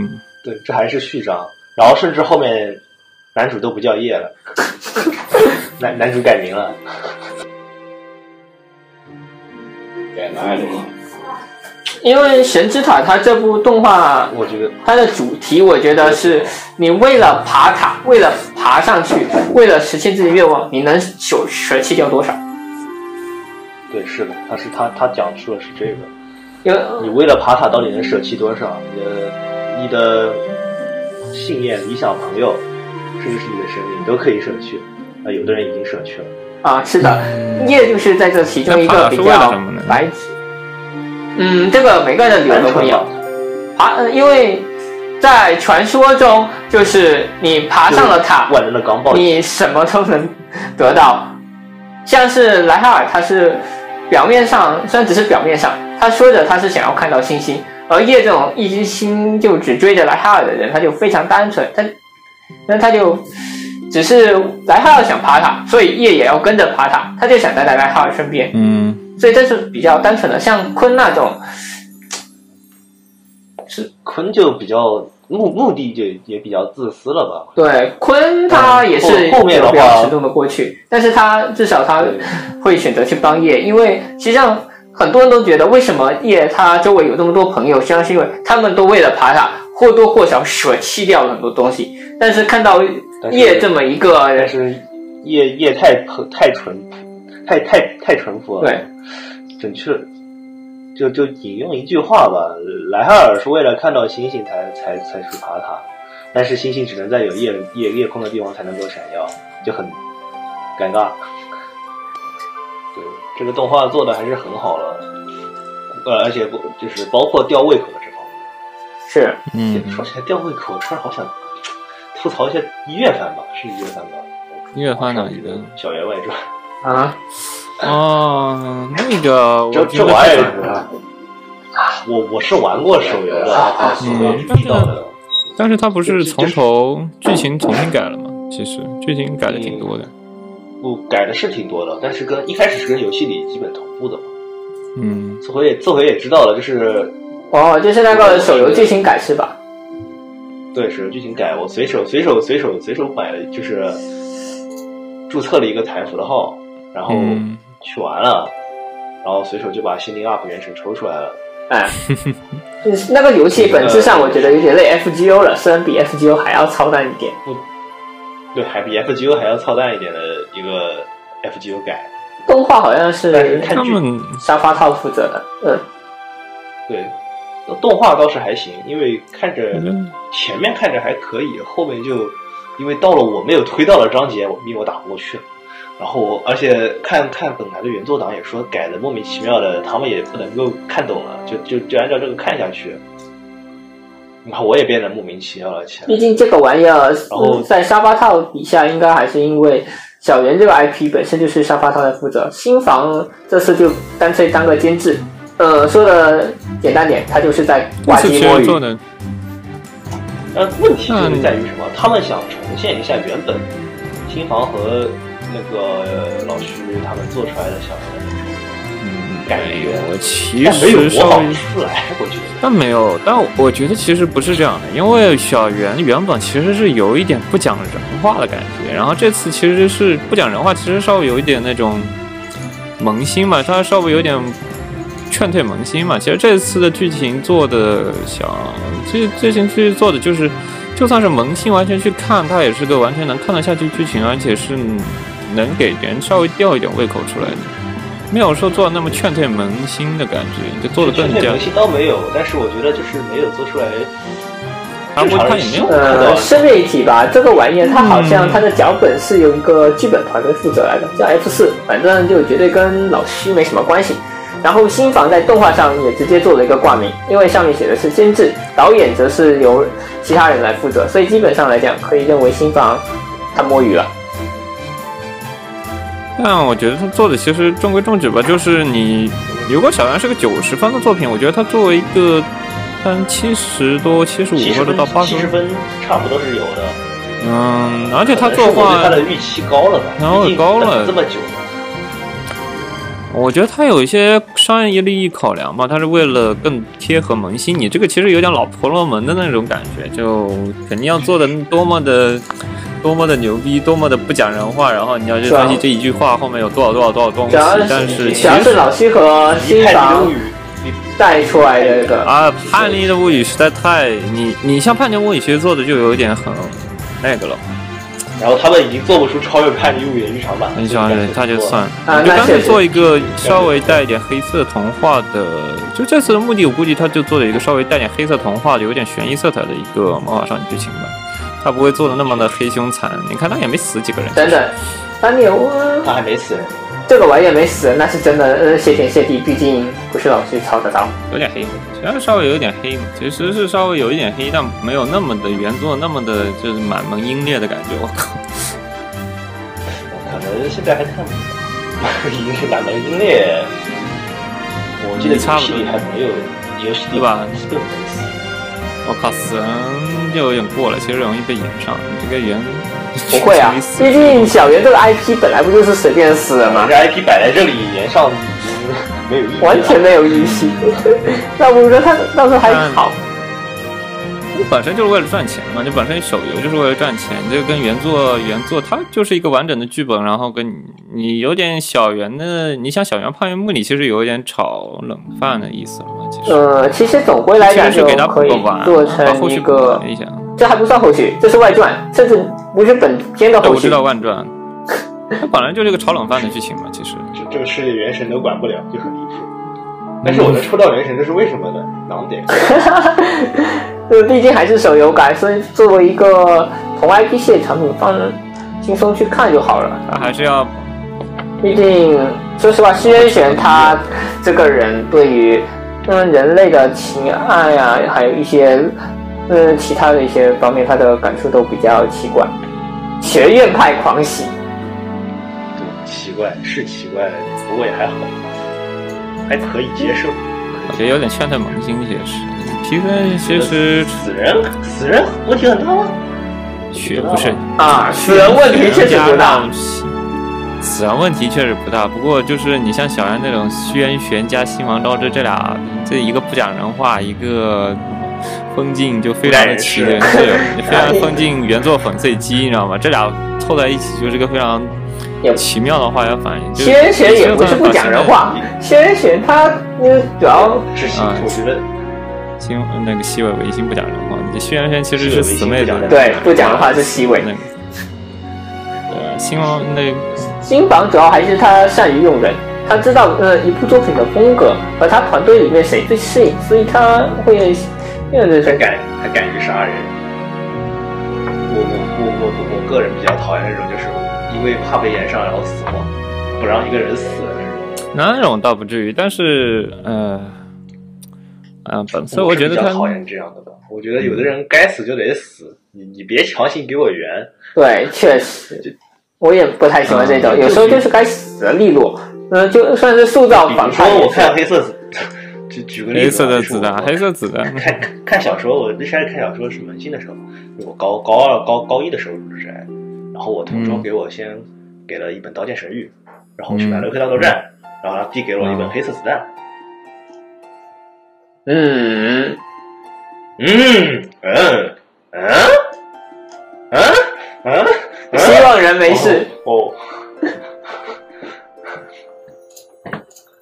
[SPEAKER 6] 对，这还是序章，然后甚至后面男主都不叫叶了， <laughs> 男男主改名了，
[SPEAKER 7] 改哪里？
[SPEAKER 5] 因为《神之塔》它这部动画
[SPEAKER 6] 我觉得
[SPEAKER 5] 它的主题，我觉得是你为了爬塔，为了爬上去，为了实现自己的愿望，你能舍舍弃掉多少？
[SPEAKER 6] 对，是的，他是他他讲述的是这个，
[SPEAKER 5] 因为
[SPEAKER 6] 你
[SPEAKER 4] 嗯
[SPEAKER 6] 为了爬塔到底能舍弃多少？你的你的信念、理想、朋友，甚至是你的生命，你都可以舍去。啊，有的人已经舍去了。
[SPEAKER 5] 啊，是的，叶就是在这其中一个
[SPEAKER 4] 嗯那爬塔
[SPEAKER 5] 比
[SPEAKER 4] 是为了
[SPEAKER 5] 较
[SPEAKER 4] 什么呢
[SPEAKER 5] 白纸。嗯，这个每个人的理由都不一样。爬，呃因为在传说中，就是你爬上了塔，
[SPEAKER 6] 万能的钢镚，
[SPEAKER 5] 你什么都能得到。像是莱哈尔，他是表面上虽然只是表面上，他说着他是想要看到星星，而叶这种一心就只追着莱哈尔的人，他就非常单纯，他那他就只是莱哈尔想爬塔，所以叶也要跟着爬塔，他就想待在莱哈尔身边，
[SPEAKER 4] 嗯，
[SPEAKER 5] 所以这是比较单纯的。像坤那种，
[SPEAKER 6] 坤就比较目目的就也比较自私了吧？
[SPEAKER 5] 对坤他也是
[SPEAKER 6] 嗯后后面的
[SPEAKER 5] 有
[SPEAKER 6] 话
[SPEAKER 5] 比较迟钝的过去，但是他至少他
[SPEAKER 6] 对
[SPEAKER 5] 会选择去帮叶，因为实际上很多人都觉得为什么叶他周围有这么多朋友，实际上是因为他们都为了爬塔或多或少舍弃掉了很多东西，但是看到
[SPEAKER 6] 但是
[SPEAKER 5] 叶这么一个
[SPEAKER 6] 但
[SPEAKER 5] 人，
[SPEAKER 6] 是叶叶太朴太淳太太太淳朴了。
[SPEAKER 5] 对，
[SPEAKER 6] 准确就就引用一句话吧，莱哈尔是为了看到星星才才才去爬塔，但是星星只能在有夜夜夜空的地方才能够闪耀，就很尴尬。对，这个动画做的还是很好了，呃，而且不就是包括吊胃口这方面。
[SPEAKER 5] 是
[SPEAKER 4] 嗯，
[SPEAKER 6] 说起来吊胃口，我突然好想吐槽一下一月番吧，是一月番吧？
[SPEAKER 4] 一月番哪一个
[SPEAKER 6] 小员外传，
[SPEAKER 5] 啊，
[SPEAKER 4] 哦，那个啊
[SPEAKER 6] 这
[SPEAKER 4] 我觉
[SPEAKER 6] 这
[SPEAKER 4] 得
[SPEAKER 6] 玩意儿，我我是玩过手游的，啊所
[SPEAKER 4] 嗯
[SPEAKER 6] 以知道的。
[SPEAKER 4] 但是它不是从头剧情重新改了吗？其实剧情改的挺多的。
[SPEAKER 6] 我改的是挺多的，但是跟一开始是跟游戏里基本同步的嘛。
[SPEAKER 4] 嗯，
[SPEAKER 6] 这回也这回也知道了，就是
[SPEAKER 5] 哦，就是那个手游剧情改是吧？
[SPEAKER 6] 对手游剧情改，我随手随手随手随手买了，就是注册了一个台服的号，然后
[SPEAKER 4] 嗯
[SPEAKER 6] 去玩了，然后随手就把心灵 UP 原神抽出来了。 <laughs>
[SPEAKER 5] 哎，就是那个游戏本质上我觉得有点类 FGO 了，虽然比 FGO 还要操蛋一点。
[SPEAKER 6] 对，还比 FGO 还要操蛋一点的一个 FGO 改，
[SPEAKER 5] 动画好像
[SPEAKER 6] 但是
[SPEAKER 5] 是
[SPEAKER 6] 看
[SPEAKER 4] 他
[SPEAKER 6] 剧
[SPEAKER 4] 们
[SPEAKER 5] 沙发套负责的，嗯，
[SPEAKER 6] 对，动画倒是还行，因为看着
[SPEAKER 4] 嗯
[SPEAKER 6] 前面看着还可以，后面就因为到了我没有推到的章节，我因为我打不过去，然后我而且看看本来的原作党也说改的莫名其妙的，他们也不能够看懂了，就就就按照这个看下去，然后我也变得莫名其妙了起来
[SPEAKER 5] 毕。竟这个玩意儿、
[SPEAKER 6] 后
[SPEAKER 5] 嗯、在沙发套底下，应该还是因为小圆这个 IP 本身就是沙发套在负责，新房这次就干脆当个监制。呃，说的简单点，他就是在
[SPEAKER 4] 这
[SPEAKER 5] 挂
[SPEAKER 4] 次
[SPEAKER 5] 机
[SPEAKER 4] 其
[SPEAKER 5] 摸
[SPEAKER 4] 实做
[SPEAKER 5] 鱼。
[SPEAKER 6] 嗯
[SPEAKER 4] 的
[SPEAKER 6] 但问题就是在于什么？他们想重现一下原本新房和那个老徐他们做出来的小
[SPEAKER 4] 嗯
[SPEAKER 6] 感觉
[SPEAKER 4] 我其
[SPEAKER 6] 但没有
[SPEAKER 4] 实
[SPEAKER 6] 模
[SPEAKER 4] 稍
[SPEAKER 6] 仿
[SPEAKER 4] 微
[SPEAKER 6] 出来，我觉得。
[SPEAKER 4] 但没有，但我觉得其实不是这样的，因为小圆原本其实是有一点不讲人话的感觉，然后这次其实是不讲人话，其实稍微有一点那种萌新嘛，他稍微有点劝退萌新嘛。其实这次的剧情做的想，这这情去做的就是，就算是萌新完全去看，它也是个完全能看得下去剧情，而且是能给人稍微吊一点胃口出来的。没有说做的那么劝退萌新的感觉，就做的更
[SPEAKER 6] 全面
[SPEAKER 4] 加
[SPEAKER 6] 游戏倒没有，但是我觉得就是没有做出来。
[SPEAKER 4] 韩国它也没有
[SPEAKER 5] 呃，顺便一提吧，这个玩意儿它好像
[SPEAKER 4] 嗯
[SPEAKER 5] 它的脚本是由一个剧本团队负责来的，叫 F 四，反正就绝对跟老师没什么关系。然后新房在动画上也直接做了一个挂名，因为上面写的是监制，导演则是由其他人来负责，所以基本上来讲可以认为新房他摸鱼了。
[SPEAKER 4] 哦但我觉得他做的其实中规中矩吧，就是你《刘国小羊》是个九十分的作品，我觉得他作为一个，嗯，七十多、七十五
[SPEAKER 6] 七
[SPEAKER 4] 或
[SPEAKER 6] 十
[SPEAKER 4] 者
[SPEAKER 6] 分
[SPEAKER 4] 到八
[SPEAKER 6] 七十分差不多是有的。
[SPEAKER 4] 嗯，而且他
[SPEAKER 6] 可能是
[SPEAKER 4] 作
[SPEAKER 6] 我
[SPEAKER 4] 画
[SPEAKER 6] 对他的预期高了吧？
[SPEAKER 4] 然后
[SPEAKER 6] 毕竟
[SPEAKER 4] 高了
[SPEAKER 6] 等这么久，
[SPEAKER 4] 我觉得他有一些商业利益考量吧，他是为了更贴合萌新。你这个其实有点老婆罗门的那种感觉，就肯定要做的多么的多么的牛逼，多么的不讲人话，然后你要去
[SPEAKER 5] 是啊
[SPEAKER 4] 分析这一句话后面有多少多少多少东西
[SPEAKER 5] 主要。
[SPEAKER 4] 但是
[SPEAKER 5] 是
[SPEAKER 4] 其
[SPEAKER 5] 主要是
[SPEAKER 4] 实
[SPEAKER 5] 老西和新
[SPEAKER 6] 一派
[SPEAKER 5] 房
[SPEAKER 6] 流语，
[SPEAKER 5] 带出来的一个，
[SPEAKER 4] 啊，《叛逆的物语》实在太你你像《叛逆物语》其实做的就有一点很那个了，
[SPEAKER 6] 然后他们已经做不出超越《叛逆物语》的日常版了，
[SPEAKER 4] 很喜欢
[SPEAKER 6] 所以干
[SPEAKER 4] 的
[SPEAKER 6] 脆
[SPEAKER 4] 他就
[SPEAKER 6] 不做了
[SPEAKER 4] 算了。
[SPEAKER 5] 啊，
[SPEAKER 4] 就
[SPEAKER 5] 那
[SPEAKER 4] 干脆
[SPEAKER 5] 确
[SPEAKER 4] 做
[SPEAKER 5] 实
[SPEAKER 4] 一个稍微带一点黑色童话的，就这次的目的，我估计他就做了一个稍微带点黑色童话的、有点悬疑色彩的一个魔法少女剧情吧。他不会做的那么的黑凶残，你看他也没死几个人。
[SPEAKER 5] 等等，当年我
[SPEAKER 6] 他还没死，
[SPEAKER 5] 啊这个玩意儿没死，那是真的，呃，谢天谢地，毕竟不是老师抄的刀。
[SPEAKER 4] 有点黑，虽然稍微有一点黑嘛，其实是稍微有一点黑，但没有那么的原作那么的，就是满门英烈的感觉。我靠，
[SPEAKER 6] 可能现在还看不 <laughs> 到。英满门英烈，我记得游
[SPEAKER 4] 嗯差不
[SPEAKER 6] 戏
[SPEAKER 4] 多
[SPEAKER 6] 里还没有，游戏里
[SPEAKER 4] 对吧
[SPEAKER 6] 基本没死。
[SPEAKER 4] 我靠，死人嗯就有点过了，其实容易被引上。你这个
[SPEAKER 5] <laughs>
[SPEAKER 4] 人
[SPEAKER 5] 不会啊
[SPEAKER 4] 没，死
[SPEAKER 5] 毕竟小圆这个 IP 本来不就是随便死的吗
[SPEAKER 6] 人？家 IP 摆在这里，延上已经 <laughs> 没有意义了。
[SPEAKER 5] 完全没有
[SPEAKER 4] <laughs>
[SPEAKER 5] 意义。那我觉得他到时候还好，
[SPEAKER 4] 本身就是为了赚钱嘛，就本身手游就是为了赚钱，这个跟原作原作它就是一个完整的剧本，然后跟你你有点小圆的，你像小圆胖圆木里其实有一点炒冷饭的意思了嘛，其实。
[SPEAKER 5] 呃，其实总归来
[SPEAKER 4] 其
[SPEAKER 5] 讲
[SPEAKER 4] 实是
[SPEAKER 5] 就
[SPEAKER 4] 给它补
[SPEAKER 5] 可以
[SPEAKER 4] 个完，
[SPEAKER 5] 做
[SPEAKER 4] 嗯把
[SPEAKER 5] 成
[SPEAKER 4] 后
[SPEAKER 5] 一
[SPEAKER 4] 续补
[SPEAKER 5] 个
[SPEAKER 4] 完，一下。
[SPEAKER 5] 这还不算后续，这是外传，甚至不是本片的
[SPEAKER 4] 对，我
[SPEAKER 5] 后
[SPEAKER 4] 知
[SPEAKER 5] 续。
[SPEAKER 4] 道万
[SPEAKER 5] <laughs>
[SPEAKER 4] 转，它本来就是一个炒冷饭的剧情嘛，其实。
[SPEAKER 6] 这这个世界原神都管不了，就很离谱。但是我能抽到原神，这是为什么呢？囊得。
[SPEAKER 5] <laughs> 这毕竟还是手游改，所以作为一个同 IP 系的产品，放轻松去看就好了。
[SPEAKER 4] 它还是要
[SPEAKER 5] 毕竟，说实话，薛渊玄他这个人对于嗯人类的情爱呀、啊，还有一些嗯其他的一些方面，他的感触都比较奇怪。学院派狂喜，
[SPEAKER 6] 对， <laughs> 奇怪是奇怪，不过也还好，还可以接受。
[SPEAKER 4] 我觉得有点劝退萌新，其实。其实其实
[SPEAKER 6] 死人死人问题很大吗？
[SPEAKER 4] 学不是啊
[SPEAKER 5] 啊，死人问题确实不大。。
[SPEAKER 4] 死亡问题确实不大，不过就是你像小安那种轩辕加西王昭之这俩，这一个不讲人话，一个封禁就非常的奇人，
[SPEAKER 5] <laughs>
[SPEAKER 4] 对，非常封禁原作粉碎机，你知道吗？这俩凑在一起就是一个非常
[SPEAKER 5] 也
[SPEAKER 4] 奇妙的化学反应。就是
[SPEAKER 5] 薛渊玄也不是不讲人话，薛渊玄他嗯主要
[SPEAKER 6] 窒息，
[SPEAKER 4] 啊
[SPEAKER 6] 我觉得
[SPEAKER 4] 新呃那个西尾维新不讲人话，你轩辕轩其实是死妹子，
[SPEAKER 5] 对不讲人话是西尾
[SPEAKER 4] 那，个。呃，新王那个
[SPEAKER 5] 新房主要还是他善于用人，他知道呃一部作品的风格和他团队里面谁最适应，所以他会呃用人
[SPEAKER 6] 还敢还敢于杀人。我我我我我个人比较讨厌那种，就是因为怕被延上然后死亡，不让一个人死的那
[SPEAKER 4] 那
[SPEAKER 6] 种。
[SPEAKER 4] 种倒不至于，但是呃，呃，本身
[SPEAKER 6] 我
[SPEAKER 4] 我
[SPEAKER 6] 是
[SPEAKER 4] 觉得
[SPEAKER 6] 比较
[SPEAKER 4] 他
[SPEAKER 6] 讨厌这样的吧。我觉得有的人该死就得死，你你别强行给我圆。
[SPEAKER 5] 对，确实，我也不太喜欢这种，
[SPEAKER 4] 嗯
[SPEAKER 5] 有时候就是该死的利落，嗯，就算是塑造
[SPEAKER 6] 比
[SPEAKER 5] 反
[SPEAKER 6] 如
[SPEAKER 5] 派
[SPEAKER 6] 说
[SPEAKER 5] 也
[SPEAKER 6] 我
[SPEAKER 5] 是
[SPEAKER 6] 看黑色 <laughs> 子，举举个例
[SPEAKER 4] 黑
[SPEAKER 6] 子
[SPEAKER 4] 色
[SPEAKER 6] 啊，
[SPEAKER 4] 的嗯
[SPEAKER 6] 就是
[SPEAKER 4] 子
[SPEAKER 6] 我
[SPEAKER 4] 弹，黑色子弹，
[SPEAKER 6] 看看看小说，我最开始看小说是萌新的时候，我高高二高高一的时候入职，哎然后我同桌
[SPEAKER 4] 嗯
[SPEAKER 6] 给我先给了一本《刀剑神域》，然后我去
[SPEAKER 4] 嗯
[SPEAKER 6] 买了《黑大作战》，然后他递给了我一本《黑色子弹》。
[SPEAKER 5] 嗯，
[SPEAKER 6] 嗯嗯嗯嗯嗯嗯，
[SPEAKER 5] 希望人没事。
[SPEAKER 6] 哦。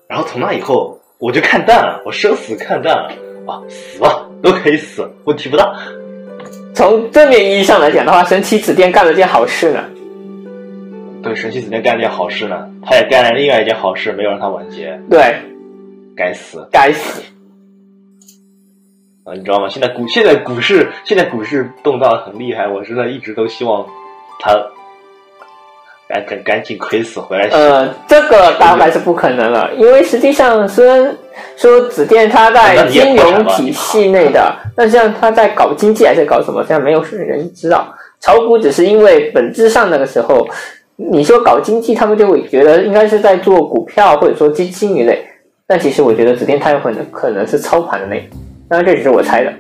[SPEAKER 6] 然后从那以后，我就看淡了，我生死看淡了啊，死吧都可以死，问题不大。
[SPEAKER 5] 从正面意义上来讲的话，神奇子殿干了件好事呢。
[SPEAKER 6] 对，神奇子弹干了件好事呢，他也干了另外一件好事，没有让他完结，
[SPEAKER 5] 对，
[SPEAKER 6] 该死
[SPEAKER 5] 该死，
[SPEAKER 6] 啊！你知道吗？现在股现在股市现在股市动荡很厉害，我真的一直都希望他赶赶赶紧亏死回来洗。
[SPEAKER 5] 呃，这个当然是不可能了，因为实际上虽然说紫电它在金融体系内的， <laughs> 但实际上它在搞经济还是搞什么，现在没有人知道。炒股只是因为本质上那个时候，你说搞经济，他们就会觉得应该是在做股票或者说基金一类，但其实我觉得紫电它有可能可能是操盘的类，当然这只是我猜的。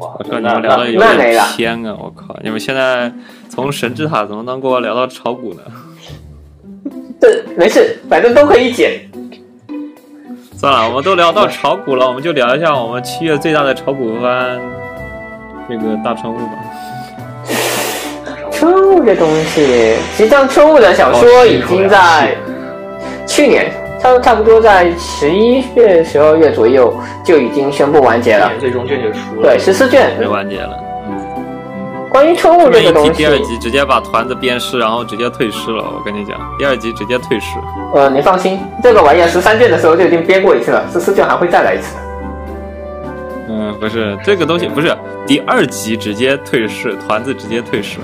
[SPEAKER 6] 哇
[SPEAKER 4] 我，靠，
[SPEAKER 6] 那
[SPEAKER 4] 你们
[SPEAKER 6] 那
[SPEAKER 4] 聊的有
[SPEAKER 5] 那没
[SPEAKER 4] 点
[SPEAKER 5] 了
[SPEAKER 4] 偏啊！我靠，你们现在从神之塔怎么能给我聊到炒股呢？
[SPEAKER 5] 这没事，反正都可以剪。
[SPEAKER 4] 算了，我们都聊到炒股了，我们就聊一下我们七月最大的炒股番这个大窗户吧。
[SPEAKER 5] 春雾这东西，实际上春雾的小说已
[SPEAKER 4] 啊
[SPEAKER 5] 经在去年，差差不多在十一月、十二月左右就已经宣布完结了。
[SPEAKER 6] 最终卷就出
[SPEAKER 5] 对，十四卷。
[SPEAKER 4] 嗯没完结了，嗯，
[SPEAKER 5] 关于春雾
[SPEAKER 4] 后
[SPEAKER 5] 这个
[SPEAKER 4] 面一
[SPEAKER 5] 东
[SPEAKER 4] 集
[SPEAKER 5] 西
[SPEAKER 4] 第，二集直接把团子鞭尸，然后直接退市了。我跟你讲，第二集直接退市。
[SPEAKER 5] 呃，你放心，这个玩意儿十三卷的时候就已经编过一次了，十四卷还会再来一次。
[SPEAKER 4] 嗯，不是这个东西，不是第二集直接退市，团子直接退市，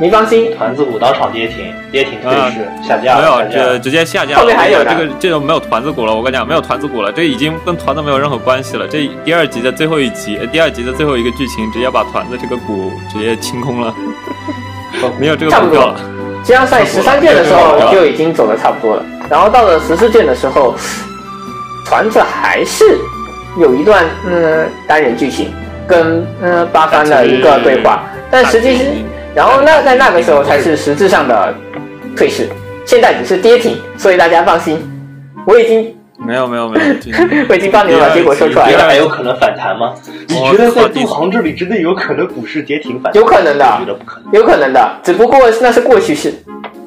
[SPEAKER 5] 你放心，
[SPEAKER 6] 团子舞当场跌停，跌停退市，下架，
[SPEAKER 4] 啊没有
[SPEAKER 6] 下
[SPEAKER 4] 这
[SPEAKER 6] 架。
[SPEAKER 4] 直接下架了。
[SPEAKER 5] 后面还有呢
[SPEAKER 4] 这个这个没有团子股了，我跟你讲，没有团子股了，这已经跟团子没有任何关系了。这第二集的最后一集，呃第二集的最后一个剧情，直接把团子这个股直接清空
[SPEAKER 5] <laughs>
[SPEAKER 4] 了，没有这个
[SPEAKER 5] 差
[SPEAKER 4] 股
[SPEAKER 5] 不
[SPEAKER 4] 票
[SPEAKER 5] 多
[SPEAKER 4] 了。。
[SPEAKER 5] 实际上在十三卷的时候就已经走的差不多了，然后到了十四卷的时候，团子还是有一段嗯单人剧情跟嗯八番的一个对话，但实际是，然后那在那个时候才是实质上的退市，现在只是跌停，所以大家放心，我已经
[SPEAKER 4] 没有没有没有，这个
[SPEAKER 5] 我已经帮你们把结果说出来
[SPEAKER 6] 觉得
[SPEAKER 5] 了，
[SPEAKER 6] 还有可能反弹吗？你觉得在杜航这里真的有可能股市跌停反弹？
[SPEAKER 5] 有可能的
[SPEAKER 6] 我觉得不可能。
[SPEAKER 5] 有可能的，只不过那是过去式，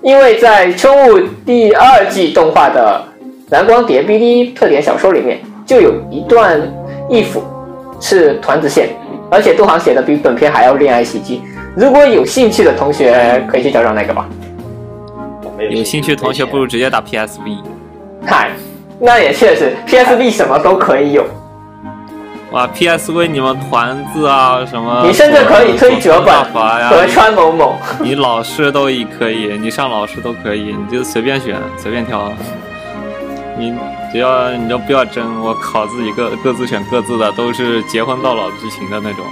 [SPEAKER 5] 因为在《春雾》第二季动画的《蓝光蝶 BD》特点小说里面，就有一段一幅是团子线，而且杜航写的比本片还要恋爱喜剧。如果有兴趣的同学，可以去找找那个吧。
[SPEAKER 6] 我没有
[SPEAKER 4] 有兴趣的同学不如直接打 PSV。
[SPEAKER 5] 嗨，那也确实，PSB 什么都可以有，
[SPEAKER 4] 哇，PSV 你们团子啊什么，
[SPEAKER 5] 你甚至可以推折本
[SPEAKER 4] 法呀，
[SPEAKER 5] 和川某某。
[SPEAKER 4] 你老师都已可以，你上老师都可以，你就随便选，随便挑。你只要你就不要争，我靠，自己各各自选各自的，都是结婚到老之情的那种。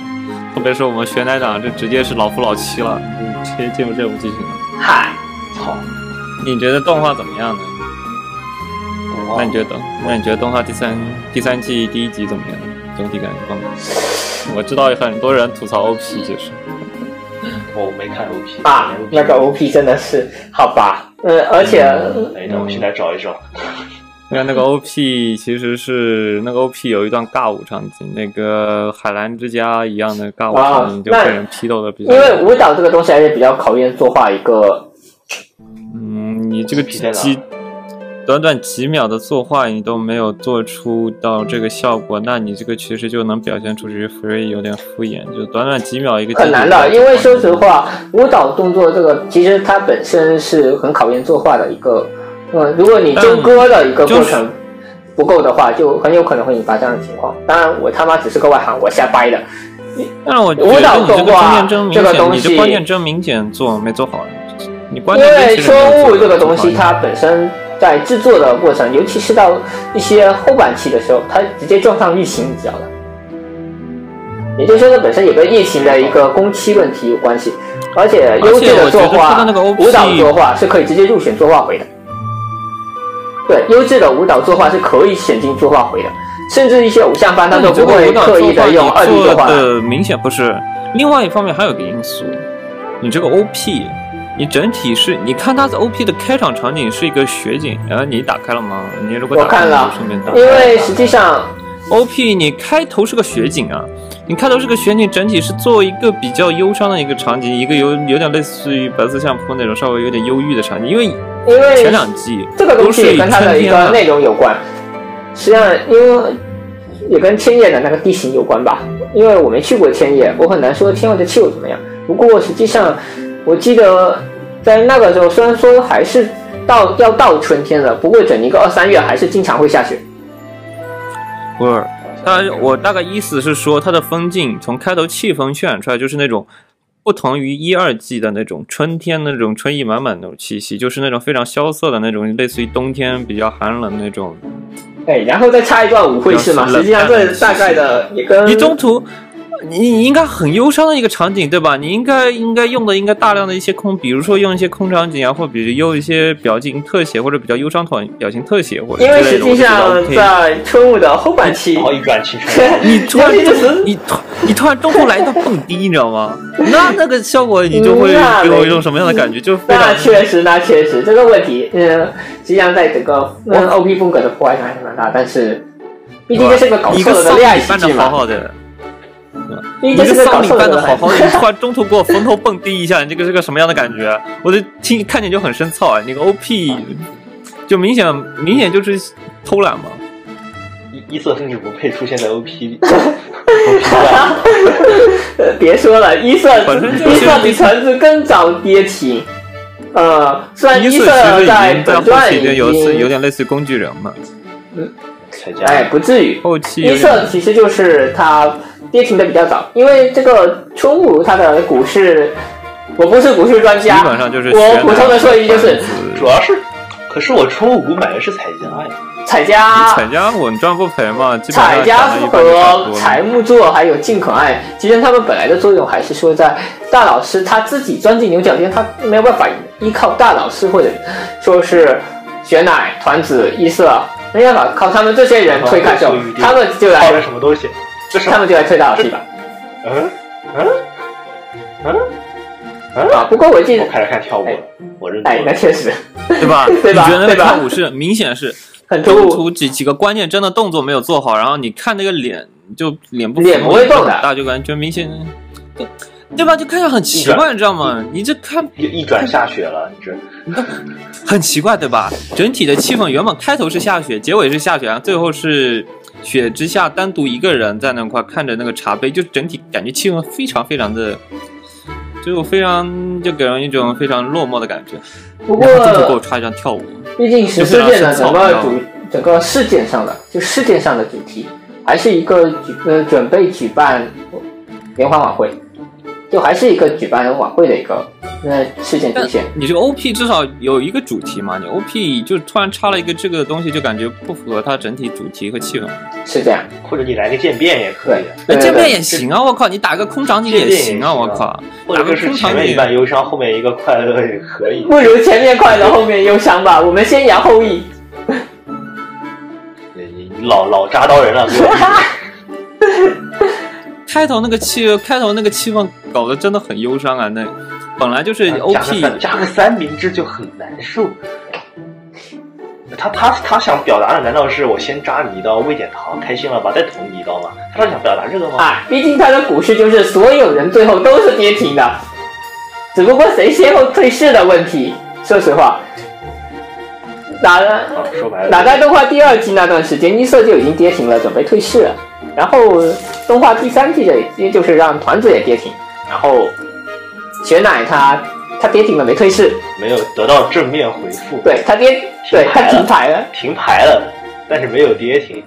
[SPEAKER 4] 特别是我们学奶长，这直接是老夫老妻了，就直接进入这种剧情了。
[SPEAKER 5] 嗨，
[SPEAKER 6] 操！
[SPEAKER 4] 你觉得动画怎么样呢？
[SPEAKER 6] 嗯
[SPEAKER 4] 那你觉得？那你觉得动画第三第三季第一集怎么样？总体感觉？我知道很多人吐槽 OP，就是
[SPEAKER 6] 我没看 OP
[SPEAKER 5] 啊，那个 OP 真的是好吧？嗯，而且
[SPEAKER 6] 哎，那我现在找一找。
[SPEAKER 5] 嗯
[SPEAKER 4] 对
[SPEAKER 5] <laughs>
[SPEAKER 4] 啊，那个 OP 其实是那个 OP 有一段尬舞场景，那个海蓝之家一样的尬舞场景
[SPEAKER 5] 啊
[SPEAKER 4] 就被人批斗的比较。
[SPEAKER 5] 因为舞蹈这个东西还是比较考验作画一个
[SPEAKER 4] 嗯，你这个
[SPEAKER 6] 批
[SPEAKER 4] 几
[SPEAKER 6] 在哪
[SPEAKER 4] 几短短几秒的作画，你都没有做出到这个效
[SPEAKER 5] 嗯
[SPEAKER 4] 果，那你这个其实就能表现出去 free 有点敷衍，就短短几秒一个
[SPEAKER 5] 很难的，
[SPEAKER 4] 技术
[SPEAKER 5] 因为说实话，舞蹈动作这个其实它本身是很考验作画的一个，嗯，如果你
[SPEAKER 4] 但
[SPEAKER 5] 纠割的一个
[SPEAKER 4] 就是
[SPEAKER 5] 过程不够的话，就很有可能会引发这样的情况。当然，我他妈只是个外行，我瞎掰的。
[SPEAKER 4] 但是我觉得
[SPEAKER 5] 舞蹈
[SPEAKER 4] 你这个
[SPEAKER 5] 动画
[SPEAKER 4] 关键真明
[SPEAKER 5] 这个
[SPEAKER 4] 显，
[SPEAKER 5] 东
[SPEAKER 4] 你
[SPEAKER 5] 西
[SPEAKER 4] 这关键真明显做没做好，你关
[SPEAKER 5] 因
[SPEAKER 4] 键
[SPEAKER 5] 为
[SPEAKER 4] 真其实没有
[SPEAKER 5] 春雾
[SPEAKER 4] 做
[SPEAKER 5] 这个
[SPEAKER 4] 好
[SPEAKER 5] 东西，它本身在制作的过程，尤其是到一些后半期的时候，它直接撞上疫情，你知道的。也就是说，它本身也跟疫情的一个工期问题有关系，而且优质的作
[SPEAKER 4] 而且我觉得它的
[SPEAKER 5] 画
[SPEAKER 4] 那个 OP
[SPEAKER 5] 舞蹈作画是可以直接入选作画回的。对，优质的舞蹈作画是可以选进作画回的，甚至一些偶像番它
[SPEAKER 4] 但
[SPEAKER 5] 都
[SPEAKER 4] 你这
[SPEAKER 5] 不
[SPEAKER 4] 个
[SPEAKER 5] 会
[SPEAKER 4] 舞蹈
[SPEAKER 5] 刻意
[SPEAKER 4] 作画
[SPEAKER 5] 的用二 D
[SPEAKER 4] 你
[SPEAKER 5] 作
[SPEAKER 4] 做
[SPEAKER 5] 画来。
[SPEAKER 4] 的明显不是。另外一方面还有一个因素，你这个 OP，你整体是，你看它的 OP 的开场场景是一个雪景，呃，你打开了吗？你如果
[SPEAKER 5] 我
[SPEAKER 4] 打开
[SPEAKER 5] 看
[SPEAKER 4] 了，
[SPEAKER 5] 了
[SPEAKER 4] 就顺便打开。
[SPEAKER 5] 因为实际上
[SPEAKER 4] OP 你开头是个雪景啊，你开头是个雪景，整体是做一个比较忧伤的一个场景，一个有有点类似于白色相扑那种稍微有点忧郁的场景，因为
[SPEAKER 5] 因为
[SPEAKER 4] 前两季
[SPEAKER 5] 这个东西也跟它的一
[SPEAKER 4] 啊
[SPEAKER 5] 个内容有关。实际上，因为也跟千叶的那个地形有关吧，因为我没去过千叶，我很难说千叶的气候怎么样。不过实际上，我记得在那个时候，虽然说还是到要到春天了，不过整一个二三月还是经常会下雪。
[SPEAKER 4] 不是，他我大概意思是说，它的分镜从开头气氛渲染出来就是那种不同于一二季的那种春天那种春意满满那种气息，就是那种非常萧瑟的那种，类似于冬天比较寒冷那种。
[SPEAKER 5] 哎，然后再插一段舞会是吗？
[SPEAKER 4] 啊
[SPEAKER 5] 实际上这大概的也跟
[SPEAKER 4] 你中途，你你应该很忧伤的一个场景，对吧？你应该应该用的应该大量的一些空，比如说用一些空场景啊，或者比如用一些表情特写，或者比较忧伤团表情特写，或者
[SPEAKER 5] 因为
[SPEAKER 4] 之类
[SPEAKER 5] 实
[SPEAKER 4] 的
[SPEAKER 5] 际
[SPEAKER 4] 我哦
[SPEAKER 5] 上
[SPEAKER 4] 觉得 OK
[SPEAKER 5] 在春雾的后半期
[SPEAKER 6] 然，后一转青春，
[SPEAKER 5] <laughs>
[SPEAKER 4] 你突然
[SPEAKER 5] 尤其
[SPEAKER 4] 中
[SPEAKER 5] 是
[SPEAKER 4] 你突你突然中途来一段蹦迪，你知道吗？那那个效果你就会
[SPEAKER 5] 嗯那
[SPEAKER 4] 给我一种什么样的感觉？就非
[SPEAKER 5] 那
[SPEAKER 4] 常
[SPEAKER 5] 确实，那确实这个问题，
[SPEAKER 4] 呃
[SPEAKER 5] 嗯，实际上在整个嗯 OP 风格的破坏性还是蛮大，但是毕竟这是个搞
[SPEAKER 4] 一
[SPEAKER 5] 错
[SPEAKER 4] 个
[SPEAKER 5] 了的
[SPEAKER 4] 丧
[SPEAKER 5] 恋爱
[SPEAKER 4] 礼
[SPEAKER 5] 喜
[SPEAKER 4] 办
[SPEAKER 5] 剧
[SPEAKER 4] 的好
[SPEAKER 5] 嘛，
[SPEAKER 4] 好的，
[SPEAKER 5] 毕
[SPEAKER 4] 你
[SPEAKER 5] 竟
[SPEAKER 4] 这
[SPEAKER 5] 是
[SPEAKER 4] 个
[SPEAKER 5] 搞
[SPEAKER 4] 丧礼
[SPEAKER 5] 错了
[SPEAKER 4] 办的
[SPEAKER 5] 的
[SPEAKER 4] 好好的，
[SPEAKER 5] <laughs>
[SPEAKER 4] 你突然中途给我风头蹦迪一下，你这个是个什么样的感觉？我就听看见就很生臊啊！你个 OP 就明显明显就是偷懒嘛。
[SPEAKER 6] 一一色甚至不配出现在 OP
[SPEAKER 5] <laughs>
[SPEAKER 6] 里。 <laughs>
[SPEAKER 5] 呃别说了，一色
[SPEAKER 4] 本身就是
[SPEAKER 5] 一色比橙子更早跌起，呃，虽然
[SPEAKER 4] 一
[SPEAKER 5] 色
[SPEAKER 4] 色其实已经在
[SPEAKER 5] 本
[SPEAKER 4] 后
[SPEAKER 5] 传
[SPEAKER 4] 期
[SPEAKER 5] 已
[SPEAKER 4] 就有是有
[SPEAKER 5] 经，
[SPEAKER 4] 点类似于工具人嘛，
[SPEAKER 6] 才加
[SPEAKER 5] 哎，不至于，
[SPEAKER 4] 后期有点
[SPEAKER 5] 一色其实就是它跌停的比较早，因为这个春武它的股市，我不是股市专
[SPEAKER 4] 基
[SPEAKER 5] 家，
[SPEAKER 4] 本上就是
[SPEAKER 5] 我
[SPEAKER 4] 选
[SPEAKER 5] 普通的说一句就是
[SPEAKER 6] 主要是，可是我春雾谷买的是彩家呀，
[SPEAKER 5] 彩家
[SPEAKER 4] 彩家稳赚不赔嘛，基本上
[SPEAKER 5] 彩家
[SPEAKER 4] 讲了一半就差不
[SPEAKER 5] 和
[SPEAKER 4] 多了
[SPEAKER 5] 彩木座还有静可爱，其实他们本来的作用还是说在大老师他自己钻进牛角尖，他没有办法依靠大老师或者说是雪乃、团子、一色，没办法靠他们这些人推
[SPEAKER 4] 哦
[SPEAKER 5] 开秀，他们就来
[SPEAKER 6] 泡着什么东西？这是
[SPEAKER 5] 啊他们就来推大老师一把
[SPEAKER 6] 嗯嗯嗯，
[SPEAKER 5] 啊。不过我记得
[SPEAKER 6] 我，开始看跳舞了，我认
[SPEAKER 5] 哎，
[SPEAKER 6] 错
[SPEAKER 5] 那
[SPEAKER 6] 了。
[SPEAKER 5] 确实
[SPEAKER 4] 对吧？
[SPEAKER 5] <laughs> 对吧
[SPEAKER 4] 你觉得那
[SPEAKER 5] 对吧
[SPEAKER 4] 跳舞是明显是
[SPEAKER 5] 很突
[SPEAKER 4] 中
[SPEAKER 5] 兀，
[SPEAKER 4] 途几几个关键真的动作没有做好，然后你看那个脸就脸不
[SPEAKER 5] 脸不会动的
[SPEAKER 4] 大就感觉明显，对对吧？就看着很奇怪，你知道吗？你这看
[SPEAKER 6] 一一转下雪了，你这
[SPEAKER 4] 很奇怪，对吧？整体的气氛原本开头是下雪，结尾是下雪，然后最后是雪之下单独一个人在那块看着那个茶杯，就整体感觉气氛非常非常的，就非常就给人一种非常落寞的感觉。
[SPEAKER 5] 不过
[SPEAKER 4] 然后中途给我插一段跳舞，
[SPEAKER 5] 毕竟十四
[SPEAKER 4] 就非
[SPEAKER 5] 届呢，
[SPEAKER 4] 常
[SPEAKER 5] 整
[SPEAKER 4] 草
[SPEAKER 5] 个
[SPEAKER 4] 料
[SPEAKER 5] 主整个事件上的就事件上的主题，还是一个举呃准备举办联欢晚会，就还是一个举办晚会的一个呃事件主线。
[SPEAKER 4] 你这个 OP 至少有一个主题嘛，你 OP 就突然插了一个这个东西，就感觉不符合它整体主题和气氛。
[SPEAKER 5] 是这样，
[SPEAKER 6] 或者你来个渐变也可以
[SPEAKER 4] 那
[SPEAKER 5] 对，，对
[SPEAKER 4] 渐变
[SPEAKER 5] 对
[SPEAKER 4] 也行啊，我靠，你打个空场景也行啊，我靠，
[SPEAKER 6] 或者就是前面一半忧伤，后面一个快乐也可以。
[SPEAKER 5] 不如前面快乐，后面忧伤吧。我们先扬后抑。
[SPEAKER 6] 你你老老扎刀人了，给我
[SPEAKER 4] 开头那个气，开头那个气氛搞得真的很忧伤啊。那本来就是
[SPEAKER 5] 啊
[SPEAKER 6] <laughs> 加个
[SPEAKER 4] OP，
[SPEAKER 6] 三加个三明治就很难受。他他他想表达的难道是我先扎你一刀，喂点糖，开心了吧，再捅你一刀吗？他是想表达这个吗？
[SPEAKER 5] 啊，毕竟他的股市就是所有人最后都是跌停的，只不过谁先后退市的问题。说实话，打了
[SPEAKER 6] 啊，说白了，
[SPEAKER 5] 哪在动画第二季那段时间，一色就已经跌停了，准备退市了。然后动画第三季的，也就是让团子也跌停，然后雪乃他他跌停了没退市，
[SPEAKER 6] 没有得到正面回复，
[SPEAKER 5] 对他跌，对他停牌了。
[SPEAKER 6] 停牌了，但是没有跌停。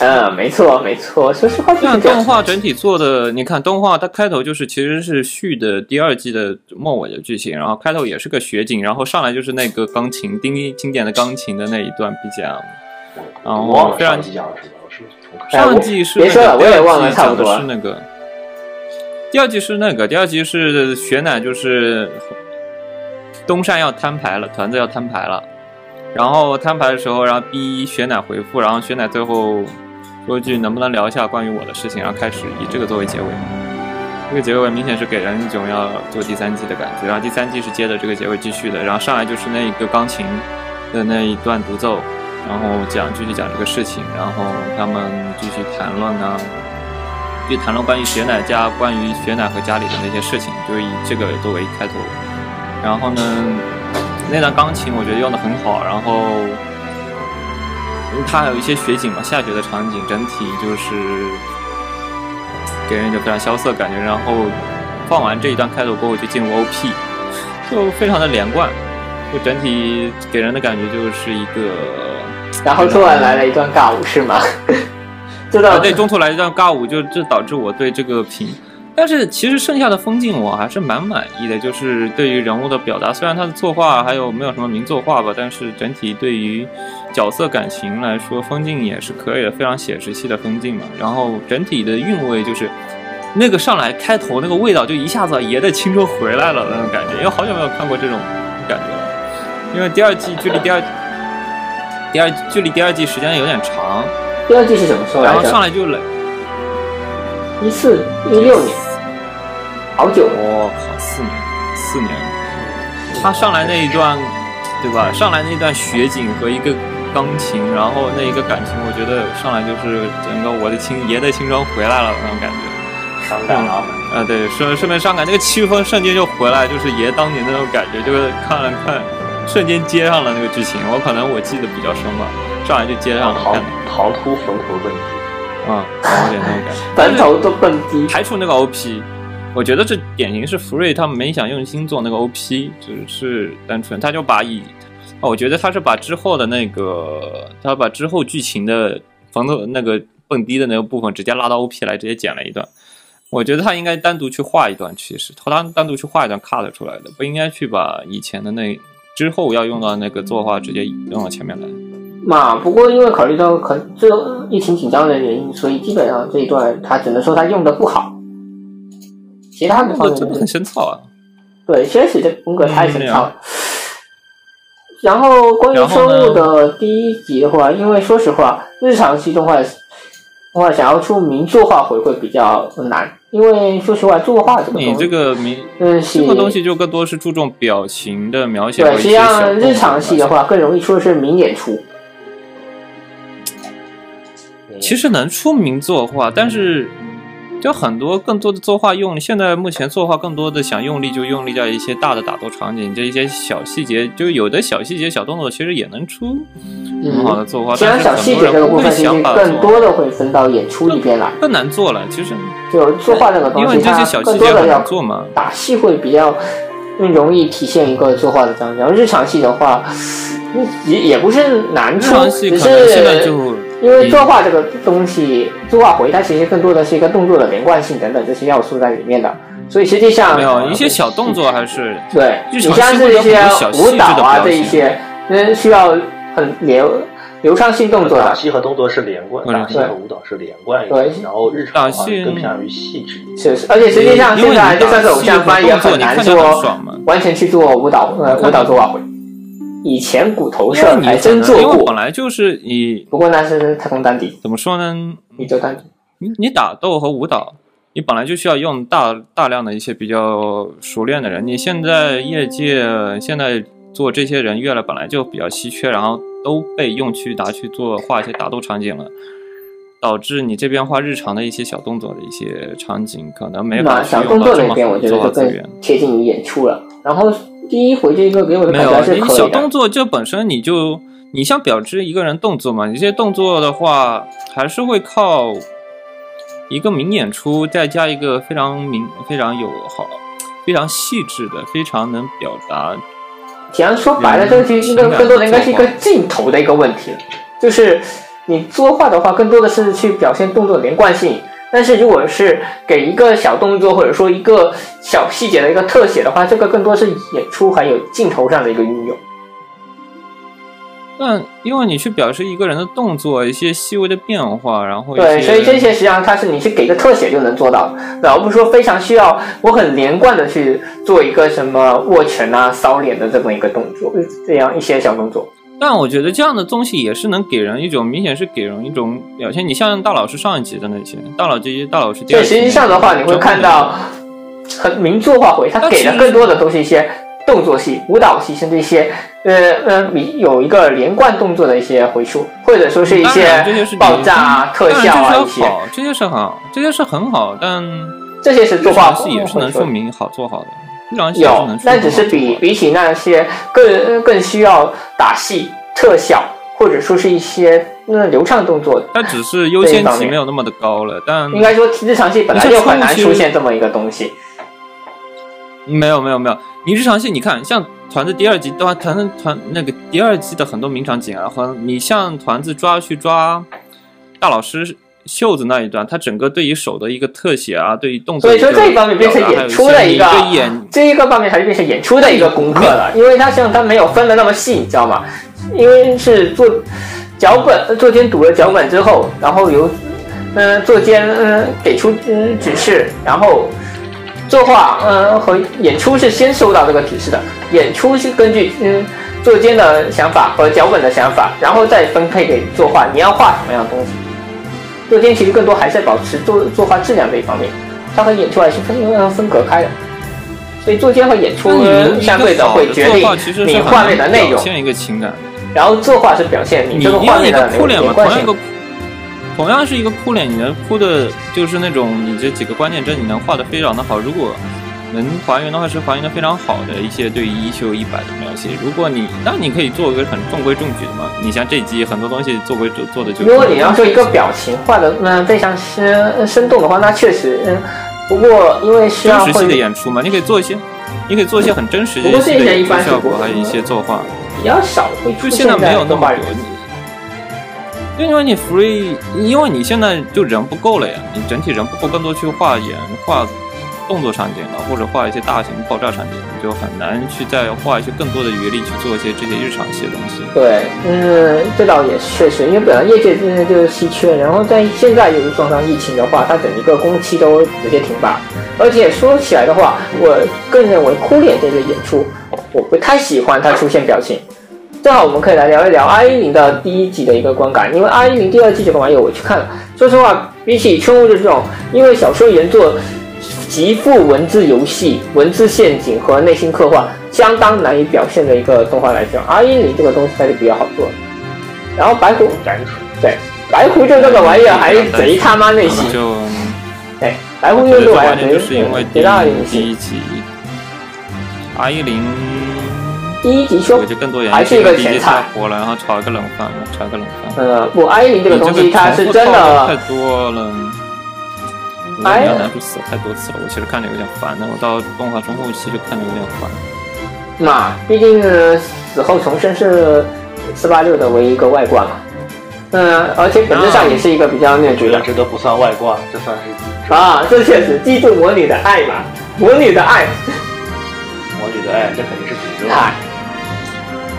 [SPEAKER 5] 嗯，没错没错，说实话就
[SPEAKER 4] 但
[SPEAKER 5] 是这
[SPEAKER 4] 动
[SPEAKER 5] 样。
[SPEAKER 4] 画整体做的，你看动画它开头就是其实是续的第二季的末尾的剧情，然后开头也是个雪景，然后上来就是那个钢琴，经经典的钢琴的那一段 BGM。然
[SPEAKER 6] 我
[SPEAKER 4] 后
[SPEAKER 6] 忘了
[SPEAKER 4] 哦非常
[SPEAKER 6] 上集讲了什么，我是不是重看？
[SPEAKER 5] 哎
[SPEAKER 4] 上
[SPEAKER 5] 我
[SPEAKER 4] 季是
[SPEAKER 5] 别
[SPEAKER 4] 那
[SPEAKER 5] 说
[SPEAKER 4] 个，
[SPEAKER 5] 了我
[SPEAKER 4] 第
[SPEAKER 5] 也
[SPEAKER 4] 二季
[SPEAKER 5] 忘了差不
[SPEAKER 4] 讲的
[SPEAKER 5] 多了
[SPEAKER 4] 是那个，第二季是那个，第二季是雪乃就是东山要摊牌了，团子要摊牌了，然后摊牌的时候，然后逼雪乃回复，然后雪乃最后说一句能不能聊一下关于我的事情，然后开始以这个作为结尾。这个结尾明显是给人一种要做第三季的感觉，然后第三季是接着这个结尾继续的，然后上来就是那一个钢琴的那一段独奏，然后讲继续讲这个事情，然后他们继续谈论啊，继续谈论关于雪乃家、关于雪乃和家里的那些事情，就是以这个作为开头。然后呢，那段钢琴我觉得用的很好，然后嗯它还有一些雪景嘛，下雪的场景，整体就是给人一种非常萧瑟的感觉。然后放完这一段开头过后就进入 OP，就非常的连贯。就整体给人的感觉就是一个，
[SPEAKER 5] 然后突然来了一段尬舞是吗？这 <laughs>
[SPEAKER 4] 啊
[SPEAKER 5] 段
[SPEAKER 4] 对，中途来一段尬舞，就这导致我对这个品但是其实剩下的风景我还是蛮满意的，就是对于人物的表达，虽然他的作画还有没有什么名作画吧，但是整体对于角色感情来说，风景也是可以的，非常写实系的风景嘛。然后整体的韵味就是那个上来开头那个味道，就一下子爷的青春回来了那种感觉，因为好久没有看过这种感觉了。因为第二季距离第二第二距离第二季时间有点长，
[SPEAKER 5] 第二季是什么时候
[SPEAKER 4] 然
[SPEAKER 5] 来
[SPEAKER 4] 后啊上
[SPEAKER 5] 着？
[SPEAKER 4] 来就冷。
[SPEAKER 5] 一四一六年，好久
[SPEAKER 4] 我
[SPEAKER 5] 哦。
[SPEAKER 4] 靠，四年，四年。他上来那一段，对吧？上来那一段雪景和一个钢琴，然后那一个感情，我觉得上来就是整个我的青爷的青春回来了那种感觉。
[SPEAKER 6] 伤感啊，
[SPEAKER 4] 啊，对，顺顺便上感，那个气氛瞬间就回来，就是爷当年的那种感觉，就是看了看，瞬间接上了那个剧情。我可能我记得比较深吧，上来就接上了，
[SPEAKER 6] 唐
[SPEAKER 4] 看
[SPEAKER 6] 唐突坟头问
[SPEAKER 4] 啊，有点那种感觉。
[SPEAKER 5] 坟头都蹦迪，
[SPEAKER 4] 排除那个 OP，我觉得这典型是福瑞他们没想用心做那个 OP，只是单纯他就把以，哦，我觉得他是把之后的那个，他把之后剧情的房子那个蹦迪的那个部分直接拉到 OP 来，直接剪了一段。我觉得他应该单独去画一段，其实他单单独去画一段 cut 出来的，不应该去把以前的那之后要用到那个作画直接用到前面来。
[SPEAKER 5] 嘛，不过因为考虑到可这疫情紧张的原因，所以基本上这一段他只能说他用的不好，其他的
[SPEAKER 4] 那
[SPEAKER 5] 方
[SPEAKER 4] 个
[SPEAKER 5] 面
[SPEAKER 4] 真的很深造啊！
[SPEAKER 5] 对，先写的风格太神
[SPEAKER 4] 嗯
[SPEAKER 5] 操了。然后关于
[SPEAKER 4] 然后
[SPEAKER 5] 收
[SPEAKER 4] 呢
[SPEAKER 5] 入的第一集的话，因为说实话，日常系动画动画想要出名作化回馈比较难，因为说实话，作画这个
[SPEAKER 4] 你
[SPEAKER 5] 东
[SPEAKER 4] 这
[SPEAKER 5] 西，
[SPEAKER 4] 个明
[SPEAKER 5] 嗯，是
[SPEAKER 4] 这个东西就更多是注重表情的描写和
[SPEAKER 5] 对，
[SPEAKER 4] 一
[SPEAKER 5] 实
[SPEAKER 4] 些
[SPEAKER 5] 际
[SPEAKER 4] 小动
[SPEAKER 5] 上
[SPEAKER 4] 作啊
[SPEAKER 5] 日常系的话，更容易出的是名演出。
[SPEAKER 6] 题。
[SPEAKER 4] 其
[SPEAKER 6] 实
[SPEAKER 4] 实能出名作画，但是就很多更多的作画用，现在目前作画更多的想用力就用力在一些大的打斗场景，这一些小细节，就有的小细节、小动作其实也能出很好的
[SPEAKER 5] 嗯，
[SPEAKER 4] 作画，
[SPEAKER 5] 虽然
[SPEAKER 4] 哦但是
[SPEAKER 5] 小细
[SPEAKER 4] 很
[SPEAKER 5] 节
[SPEAKER 4] 多人不会
[SPEAKER 5] 这个部分，其实
[SPEAKER 4] 想把
[SPEAKER 5] 更多的会分到演出里边来。
[SPEAKER 4] 更难做了。其实
[SPEAKER 5] 就作画这个
[SPEAKER 4] 因
[SPEAKER 5] 东
[SPEAKER 4] 为
[SPEAKER 5] 西，
[SPEAKER 4] 这
[SPEAKER 5] 它
[SPEAKER 4] 些小
[SPEAKER 5] 更
[SPEAKER 4] 细
[SPEAKER 5] 多
[SPEAKER 4] 节
[SPEAKER 5] 的
[SPEAKER 4] 很
[SPEAKER 5] 要
[SPEAKER 4] 难做嘛。
[SPEAKER 5] 打戏会比较更容易体现一个作画的章。然后日常戏的话，嗯也也不是难
[SPEAKER 4] 日
[SPEAKER 5] 出
[SPEAKER 4] 常，戏
[SPEAKER 5] 只
[SPEAKER 4] 可能现在
[SPEAKER 5] 是
[SPEAKER 4] 就
[SPEAKER 5] 因为作画这个东西，作画回它其实更多的是一个动作的连贯性等等这些要素在里面的。所以实际上
[SPEAKER 4] 没有一些小动作还是
[SPEAKER 5] 对，
[SPEAKER 4] 日
[SPEAKER 5] 你
[SPEAKER 4] 常
[SPEAKER 5] 像
[SPEAKER 4] 戏会
[SPEAKER 5] 是
[SPEAKER 4] 有
[SPEAKER 5] 一些
[SPEAKER 4] 很多小细
[SPEAKER 5] 舞
[SPEAKER 4] 致的
[SPEAKER 5] 蹈啊
[SPEAKER 4] 表
[SPEAKER 5] 这
[SPEAKER 4] 情
[SPEAKER 5] 一些，那需要很流流畅性动作
[SPEAKER 6] 打
[SPEAKER 5] 的。
[SPEAKER 6] 戏和动作是连贯，
[SPEAKER 4] 嗯
[SPEAKER 6] 打戏和舞蹈是连贯一点
[SPEAKER 5] 对，
[SPEAKER 6] 然后日常
[SPEAKER 4] 打
[SPEAKER 6] 的话
[SPEAKER 4] 戏
[SPEAKER 6] 更偏向于细致一点。
[SPEAKER 5] 是，而且实际上
[SPEAKER 4] 因为
[SPEAKER 5] 现
[SPEAKER 4] 你
[SPEAKER 5] 在就
[SPEAKER 4] 打
[SPEAKER 5] 算是偶
[SPEAKER 4] 戏
[SPEAKER 5] 像
[SPEAKER 4] 和
[SPEAKER 5] 番也
[SPEAKER 4] 动作
[SPEAKER 5] 很
[SPEAKER 4] 你
[SPEAKER 5] 难
[SPEAKER 4] 看着很
[SPEAKER 5] 说
[SPEAKER 4] 爽嘛
[SPEAKER 5] 完全去做舞蹈呃舞蹈作画会。以前骨头
[SPEAKER 4] 因为
[SPEAKER 5] 社
[SPEAKER 4] 你
[SPEAKER 5] 还真
[SPEAKER 4] 因
[SPEAKER 5] 做
[SPEAKER 4] 为本
[SPEAKER 5] 过，
[SPEAKER 4] 来就是以
[SPEAKER 5] 不过那是太空丹迪，
[SPEAKER 4] 怎么说呢？
[SPEAKER 5] 宇宙丹迪。
[SPEAKER 4] 你你打斗和舞蹈，你本来就需要用大大量的一些比较熟练的人。你现在业界现在做这些人越来本来就比较稀缺，然后都被用去拿去做画一些打斗场景了，导致你这边画日常的一些小动作的一些场景，可能没
[SPEAKER 5] 那
[SPEAKER 4] 法去
[SPEAKER 5] 小
[SPEAKER 4] 用
[SPEAKER 5] 动
[SPEAKER 4] 到
[SPEAKER 5] 作
[SPEAKER 4] 这
[SPEAKER 5] 那
[SPEAKER 4] 么
[SPEAKER 5] 边，
[SPEAKER 4] 好
[SPEAKER 5] 我
[SPEAKER 4] 的
[SPEAKER 5] 觉
[SPEAKER 4] 作
[SPEAKER 5] 得
[SPEAKER 4] 画
[SPEAKER 5] 就
[SPEAKER 4] 资
[SPEAKER 5] 更
[SPEAKER 4] 源。
[SPEAKER 5] 贴近于演出了。然后第一回这个给我的
[SPEAKER 4] 没
[SPEAKER 5] 感
[SPEAKER 4] 有
[SPEAKER 5] 觉还是
[SPEAKER 4] 你
[SPEAKER 5] 可
[SPEAKER 4] 小
[SPEAKER 5] 以的
[SPEAKER 4] 动，作，这本身你就你像表示一个人动作嘛，你这些动作的话，还是会靠一个明演出，再加一个非常明、非常有好、非常细致的、非常能表达。
[SPEAKER 5] 其实说白了，这其实应该更多的应该是一个镜头的一个问题了，就是你作画的话，更多的是去表现动作连贯性。但是如果是给一个小动作或者说一个小细节的一个特写的话，这个更多是演出还有镜头上的一个运用。
[SPEAKER 4] 但因为你去表示一个人的动作，一些细微的变化，然后一
[SPEAKER 5] 对，
[SPEAKER 4] 些
[SPEAKER 5] 所以这些实际上它是你去给个特写就能做到的，对而不是说非常需要我很连贯的去做一个什么握拳啊、搔脸的这么一个动作，这样一些小动作。
[SPEAKER 4] 但我觉得这样的东西也是能给人一种明显是给人一种表现。你像大老师上一集的那些，大佬第一、大老师第
[SPEAKER 5] 所
[SPEAKER 4] 二
[SPEAKER 5] 以
[SPEAKER 4] 集，
[SPEAKER 5] 实际上的话，你会看到很名作化回，它给
[SPEAKER 4] 哦
[SPEAKER 5] 的更多的都是一些动作戏、舞蹈戏，甚至一些呃呃比有一个连贯动作的一些回数，或者说是一
[SPEAKER 4] 嗯当
[SPEAKER 5] 些
[SPEAKER 4] 然这些是
[SPEAKER 5] 爆炸啊、特效啊一
[SPEAKER 4] 当然这些
[SPEAKER 5] 些，
[SPEAKER 4] 好，这些是很好，这些是很好，但
[SPEAKER 5] 这些是
[SPEAKER 4] 日
[SPEAKER 5] 作画
[SPEAKER 4] 常戏也是能说明好做好的，日常戏也是
[SPEAKER 5] 有
[SPEAKER 4] 能，说
[SPEAKER 5] 但
[SPEAKER 4] 明
[SPEAKER 5] 只是
[SPEAKER 4] 好做
[SPEAKER 5] 比
[SPEAKER 4] 好的
[SPEAKER 5] 比起那些更呃更需要打戏、特效，或者说是一些那流畅动作，
[SPEAKER 4] 它只是优先级没有那么的高了，但
[SPEAKER 5] 应该说日常戏本来就很难出现这么一个东西。
[SPEAKER 4] 没有没有没有，你日常戏你看，像团子第二集的话，团子团那个第二季的很多名场景啊，和你像团子抓去抓大老师袖子那一段，他整个对于手的一个特写啊，对于动作
[SPEAKER 5] 所
[SPEAKER 4] 的
[SPEAKER 5] 以
[SPEAKER 4] 一个
[SPEAKER 5] 说
[SPEAKER 4] 表达，
[SPEAKER 5] 这一方面变成演出的一个
[SPEAKER 4] 还有对眼，
[SPEAKER 5] 这一个方面还是变成演出的一个功课了，因为他像他没有分的那么细，你知道吗？因为是做脚本，作监读了脚本之后，然后由嗯、作监嗯、给出嗯、指示，然后作画嗯、和演出是先收到这个指示的，演出是根据嗯。作监的想法和脚本的想法，然后再分配给作画，你要画什么样的东西？作监其实更多还是在保持作作画质量这一方面。它和演出还是分呃分隔开的，所以作监和演出呃
[SPEAKER 4] 那你
[SPEAKER 5] 相对的会决
[SPEAKER 4] 一个好的作画其
[SPEAKER 5] 定
[SPEAKER 4] 实是
[SPEAKER 5] 你
[SPEAKER 4] 很
[SPEAKER 5] 画面的
[SPEAKER 4] 能
[SPEAKER 5] 内
[SPEAKER 4] 表
[SPEAKER 5] 容，
[SPEAKER 4] 现一个情感。
[SPEAKER 5] 然后作画是表现
[SPEAKER 4] 你
[SPEAKER 5] 这个画
[SPEAKER 4] 因为
[SPEAKER 5] 面
[SPEAKER 4] 一个
[SPEAKER 5] 的
[SPEAKER 4] 哭脸嘛，同
[SPEAKER 5] 连贯
[SPEAKER 4] 样一
[SPEAKER 5] 性
[SPEAKER 4] 个。哭，同样是一个哭脸，你能哭的，就是那种你这几个关键帧你能画的非常的好。如果能还原的话，是还原的非常好的一些对于一秀一百的描写。如果你，那你可以做一个很中规中矩的嘛。你像这集很多东西做规做做的就中规中矩。
[SPEAKER 5] 如果你要说一个表情画的嗯非常生生动的话，那确实嗯，不过因为需
[SPEAKER 4] 真
[SPEAKER 5] 要
[SPEAKER 4] 实系的
[SPEAKER 5] 会
[SPEAKER 4] 演出嘛，你可以做一些，你可以做一些很真实的
[SPEAKER 5] 不过
[SPEAKER 4] 一
[SPEAKER 5] 这
[SPEAKER 4] 些
[SPEAKER 5] 一点
[SPEAKER 4] 演
[SPEAKER 5] 一
[SPEAKER 4] 出
[SPEAKER 5] 般是
[SPEAKER 4] 效
[SPEAKER 5] 不
[SPEAKER 4] 果，
[SPEAKER 5] 会
[SPEAKER 4] 还有一些作画。
[SPEAKER 5] 比较少会出
[SPEAKER 4] 就
[SPEAKER 5] 现
[SPEAKER 4] 现在没有那
[SPEAKER 5] 动
[SPEAKER 4] 么
[SPEAKER 5] 画
[SPEAKER 4] 多
[SPEAKER 5] 里。。
[SPEAKER 4] 因为你 free，因为你现在就人不够了呀，你整体人不够，更多去画眼、画动作场景了，或者画一些大型爆炸场景，你就很难去再画一些更多的余力去做一些这些日常系的东西。
[SPEAKER 5] 对，嗯，这倒也确实，因为本来业界现在就是稀缺，然后在现在又撞上疫情的话，它整一个工期都直接停摆。而且说起来的话，我更认为哭脸这个演出，我不太喜欢它出现表情。正好我们可以来聊一聊阿依林的第一集的一个观感，因为阿依林第二季这个玩意儿我去看了，说实话，比起《春雾》这种，因为小说原作极富文字游戏、文字陷阱和内心刻画，相当难以表现的一个动画来说，阿依林这个东西它就比较好做。然后白狐，
[SPEAKER 6] 单纯
[SPEAKER 5] 对，白狐就这个玩意儿还贼他妈内心，
[SPEAKER 4] 就
[SPEAKER 5] 对，白
[SPEAKER 4] 我
[SPEAKER 5] 狐
[SPEAKER 4] 觉
[SPEAKER 5] 就
[SPEAKER 4] 得
[SPEAKER 5] 这
[SPEAKER 4] 这
[SPEAKER 5] 玩意
[SPEAKER 4] 完
[SPEAKER 5] 儿
[SPEAKER 4] 全就是因为第
[SPEAKER 5] 贼他妈内
[SPEAKER 4] 一第
[SPEAKER 5] 心。
[SPEAKER 4] 一集，阿依林，
[SPEAKER 5] 第一集
[SPEAKER 4] 我
[SPEAKER 5] 说
[SPEAKER 4] 觉得更多原因
[SPEAKER 5] 还是一个
[SPEAKER 4] 第一
[SPEAKER 5] 前
[SPEAKER 4] 集
[SPEAKER 5] 菜
[SPEAKER 4] 太火了，然后炒一个冷饭，炒一个冷饭。
[SPEAKER 5] 呃，不，阿依林这个
[SPEAKER 4] 你
[SPEAKER 5] 东
[SPEAKER 4] 这
[SPEAKER 5] 西它是
[SPEAKER 4] 重复
[SPEAKER 5] 真
[SPEAKER 4] 套路
[SPEAKER 5] 的
[SPEAKER 4] 太多了。我
[SPEAKER 5] 哎
[SPEAKER 4] 觉得男主死了太多次了，我其实看着有点烦的。我到动画中后期就看着有点烦。
[SPEAKER 5] 嘛，毕竟呃死后重生是四八六的唯一一个外挂嘛。嗯，而且本质上也是一个比较虐
[SPEAKER 6] 我觉
[SPEAKER 5] 主
[SPEAKER 6] 得
[SPEAKER 5] 的
[SPEAKER 6] 这都不算外挂，这算是
[SPEAKER 5] 啊，这确实记住魔女的爱嘛，魔女的爱
[SPEAKER 6] 魔女的爱，哎这肯定是诅咒。
[SPEAKER 5] 爱。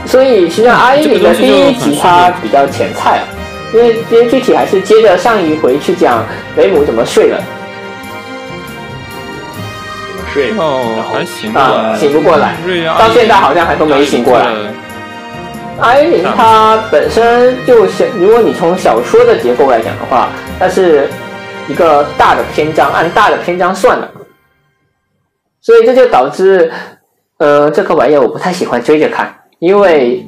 [SPEAKER 5] 所以实际上阿依里的第一集它比较前菜啊，因为因为具体还是接着上一回去讲雷姆怎么睡了
[SPEAKER 6] 怎么
[SPEAKER 5] <laughs>
[SPEAKER 6] 睡？然
[SPEAKER 4] 哦，
[SPEAKER 6] 后
[SPEAKER 4] 还行吧。
[SPEAKER 5] 啊，醒不过来。
[SPEAKER 4] 瑞亚
[SPEAKER 5] 到现在好像还都没醒过来。啊艾琳她本身就是，如果你从小说的结构来讲的话，它是一个大的篇章，按大的篇章算的，所以这就导致，呃，这个玩意儿我不太喜欢追着看，因为